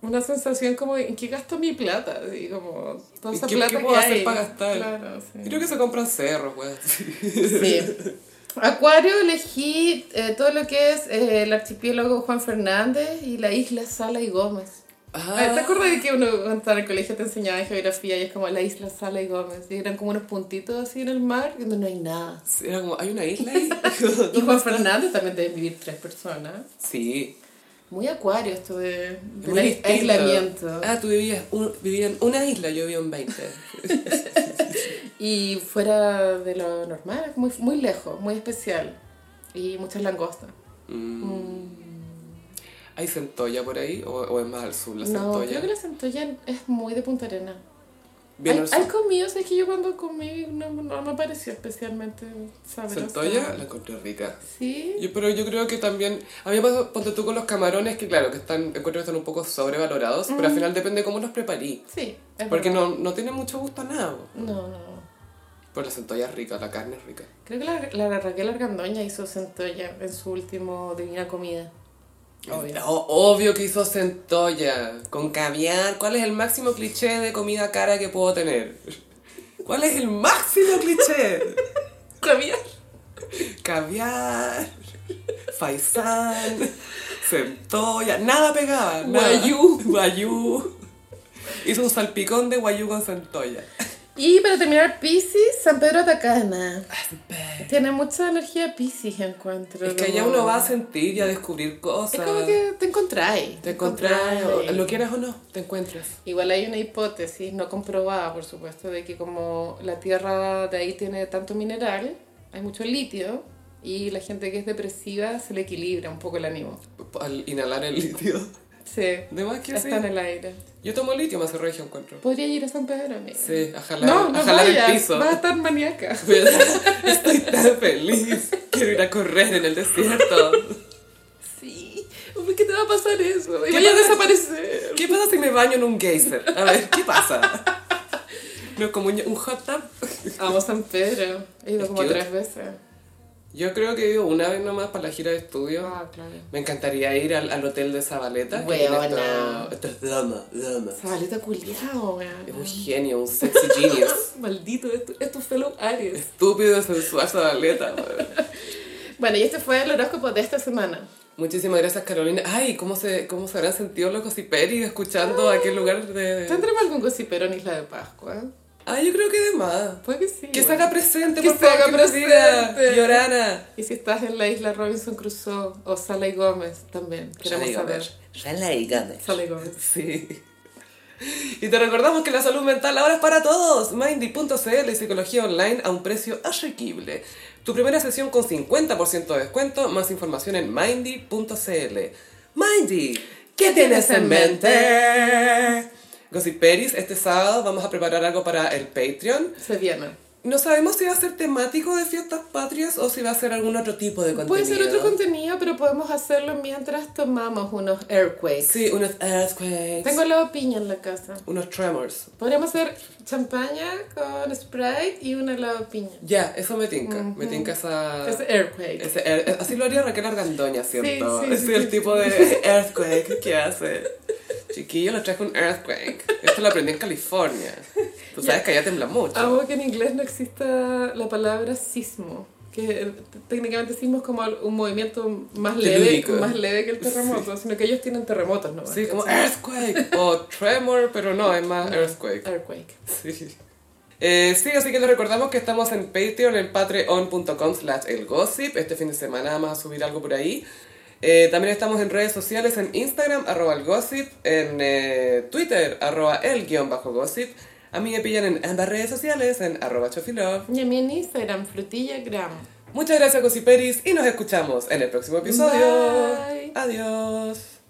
Speaker 2: una sensación como ¿en qué gasto mi plata? Así como toda
Speaker 1: ¿Y
Speaker 2: esa
Speaker 1: qué-
Speaker 2: plata
Speaker 1: qué
Speaker 2: que
Speaker 1: puedo hacer
Speaker 2: hay.
Speaker 1: para gastar?
Speaker 2: Claro, sí.
Speaker 1: Creo que se compran cerros, weón.
Speaker 2: Sí. Acuario elegí eh, todo lo que es eh, el archipiélago Juan Fernández y la isla Sala y Gómez.
Speaker 1: Ah,
Speaker 2: ¿Te acuerdas de que uno cuando estaba en el colegio te enseñaba geografía y es como la isla Sala y Gómez? Y eran como unos puntitos así en el mar y no hay nada.
Speaker 1: sí, era como, hay una isla ahí.
Speaker 2: Y Juan Fernández también deben vivir tres personas.
Speaker 1: sí.
Speaker 2: Muy acuario esto de,
Speaker 1: es
Speaker 2: del
Speaker 1: muy
Speaker 2: ais-
Speaker 1: distinto.
Speaker 2: aislamiento.
Speaker 1: Ah, tú vivías, un- vivías en una isla, yo vivía en 20.
Speaker 2: Y fuera de lo normal, muy, muy lejos, muy especial. Y muchas langostas.
Speaker 1: Mm. ¿Hay centolla por ahí? ¿O, o es más al sur la
Speaker 2: No,
Speaker 1: centolla?
Speaker 2: creo que la centolla es muy de Punta Arena.
Speaker 1: Bien
Speaker 2: hay,
Speaker 1: al
Speaker 2: hay
Speaker 1: sur.
Speaker 2: comido, es que yo cuando comí no, no me pareció especialmente sabroso.
Speaker 1: Centolla la encontré rica.
Speaker 2: Sí.
Speaker 1: Yo- pero yo creo que también. A mí me pasa, ponte tú con los camarones, que claro, que están, encuentro que están un poco sobrevalorados, pero al final depende cómo los preparí.
Speaker 2: Sí. es
Speaker 1: Porque
Speaker 2: verdad.
Speaker 1: no, no tiene mucho gusto a nada. po.
Speaker 2: No, no, no.
Speaker 1: Pero la centolla es rica, la carne es rica.
Speaker 2: Creo que la, la Raquel Argandoña hizo centolla en su último Divina Comida. Obvio.
Speaker 1: No, Oh, obvio que hizo centolla, con caviar. ¿Cuál es el máximo cliché de comida cara que puedo tener? ¿Cuál es el máximo cliché?
Speaker 2: ¿Comía?
Speaker 1: caviar, faisán, centolla, nada pegaba. nada.
Speaker 2: Guayú.
Speaker 1: Guayú. Hizo un salpicón de guayú con centolla.
Speaker 2: Y para terminar, Pisces, San Pedro Atacana. Tiene mucha energía Pisces, encuentro.
Speaker 1: Ah, Es que allá
Speaker 2: como-
Speaker 1: uno va a sentir y a descubrir
Speaker 2: Es
Speaker 1: cosas.
Speaker 2: como que te encontráis.
Speaker 1: Te encontrás, o-
Speaker 2: encontráis.
Speaker 1: lo quieras o no, te encuentras.
Speaker 2: Igual hay una hipótesis no comprobada, por supuesto, de que como la tierra de ahí tiene tanto mineral, hay mucho litio y la gente que es depresiva se le equilibra un poco el ánimo.
Speaker 1: Al inhalar el litio.
Speaker 2: Sí,
Speaker 1: De más que
Speaker 2: está
Speaker 1: sí.
Speaker 2: en el aire.
Speaker 1: Yo tomo litio, me hace regio encuentro.
Speaker 2: Podría ir a San Pedro, amiga.
Speaker 1: Sí, a jalar,
Speaker 2: No, no
Speaker 1: a jalar
Speaker 2: vayas,
Speaker 1: el piso.
Speaker 2: vas a estar maníaca.
Speaker 1: Estoy tan feliz. Quiero ir a correr en el desierto.
Speaker 2: Sí, ¿por qué te va a pasar eso? Y
Speaker 1: ¿Qué
Speaker 2: voy a
Speaker 1: pasa?
Speaker 2: desaparecer.
Speaker 1: ¿Qué pasa si me baño en un geyser? A ver, ¿qué pasa? No es como un, un hot tub.
Speaker 2: Amo San Pedro. He ido
Speaker 1: Es
Speaker 2: como
Speaker 1: cute.
Speaker 2: tres veces.
Speaker 1: Yo creo que he ido una vez nomás para la gira de estudio.
Speaker 2: Ah, claro.
Speaker 1: Me encantaría ir al, al hotel de Zabaleta. que tiene
Speaker 2: Huevona.
Speaker 1: Esto esto es dama, dama.
Speaker 2: Sabaleta culiao, weón.
Speaker 1: Es un genio, un sexy genius.
Speaker 2: Maldito, esto es tu fellow Aries.
Speaker 1: Estúpido, sensual Zabaleta. weón.
Speaker 2: Bueno, y este fue el horóscopo de esta semana.
Speaker 1: Muchísimas gracias, Carolina. Ay, ¿cómo se, cómo se habrán sentido los cosiperis escuchando a aquel lugar de...?
Speaker 2: ¿Tendremos algún gocipero en Isla de Pascua?
Speaker 1: Ay, yo creo que de más.
Speaker 2: Puede que sí.
Speaker 1: Que se
Speaker 2: bueno.
Speaker 1: haga presente,
Speaker 2: Que
Speaker 1: por
Speaker 2: se haga
Speaker 1: favor, que nos diga.
Speaker 2: presente.
Speaker 1: Llorana.
Speaker 2: Y si estás en la isla Robinson Crusoe o Salay Gómez también, queremos saber. Salay Gómez.
Speaker 1: Sí. Y te recordamos que la salud mental ahora es para todos. Mindy.cl y psicología online a un precio asequible. Tu primera sesión con 50% de descuento, más información en mindy.cl. Mindy, ¿qué tienes en mente? Gossip Peris, este sábado vamos a preparar algo para el Patreon.
Speaker 2: Se viene.
Speaker 1: No sabemos si va a ser temático de fiestas patrias o si va a ser algún otro tipo de contenido.
Speaker 2: Puede ser otro contenido, pero podemos hacerlo mientras tomamos unos earthquakes.
Speaker 1: Sí, unos earthquakes,
Speaker 2: Tengo la piña en la casa.
Speaker 1: unos tremors.
Speaker 2: Podríamos hacer champaña con Sprite y una helado piña.
Speaker 1: Ya, eso me tinca. Me tinca esa.
Speaker 2: Es earthquake.
Speaker 1: ese air- así lo haría Raquel Argandoña, ¿cierto?
Speaker 2: Sí, sí,
Speaker 1: es
Speaker 2: sí,
Speaker 1: el
Speaker 2: sí.
Speaker 1: tipo de earthquake que hace. Chiquillo, le traje un earthquake. Esto lo aprendí en California. Tú sabes que allá tembla mucho.
Speaker 2: Amo que en inglés no exista la palabra sismo, que eh, t- técnicamente sismo es como al- un movimiento más leve,
Speaker 1: Telúrico.
Speaker 2: más leve que el terremoto, sino que ellos tienen terremotos nomás.
Speaker 1: sí, como earthquake o tremor, pero no, es más earthquake.
Speaker 2: Earthquake.
Speaker 1: Sí. Eh, sí, así que les recordamos que estamos en Patreon, en patreon.com slash elgossip. Este fin de semana vamos a subir algo por ahí. Eh, también estamos en redes sociales, en Instagram, arroba elgossip, en eh, Twitter, arroba el guión bajo gossip. A mí me pillan en ambas redes sociales, en arroba chofilove.
Speaker 2: Y a mí en Instagram, frutillagram.
Speaker 1: Muchas gracias, gossiperis, y nos escuchamos en el próximo episodio.
Speaker 2: Bye.
Speaker 1: Adiós.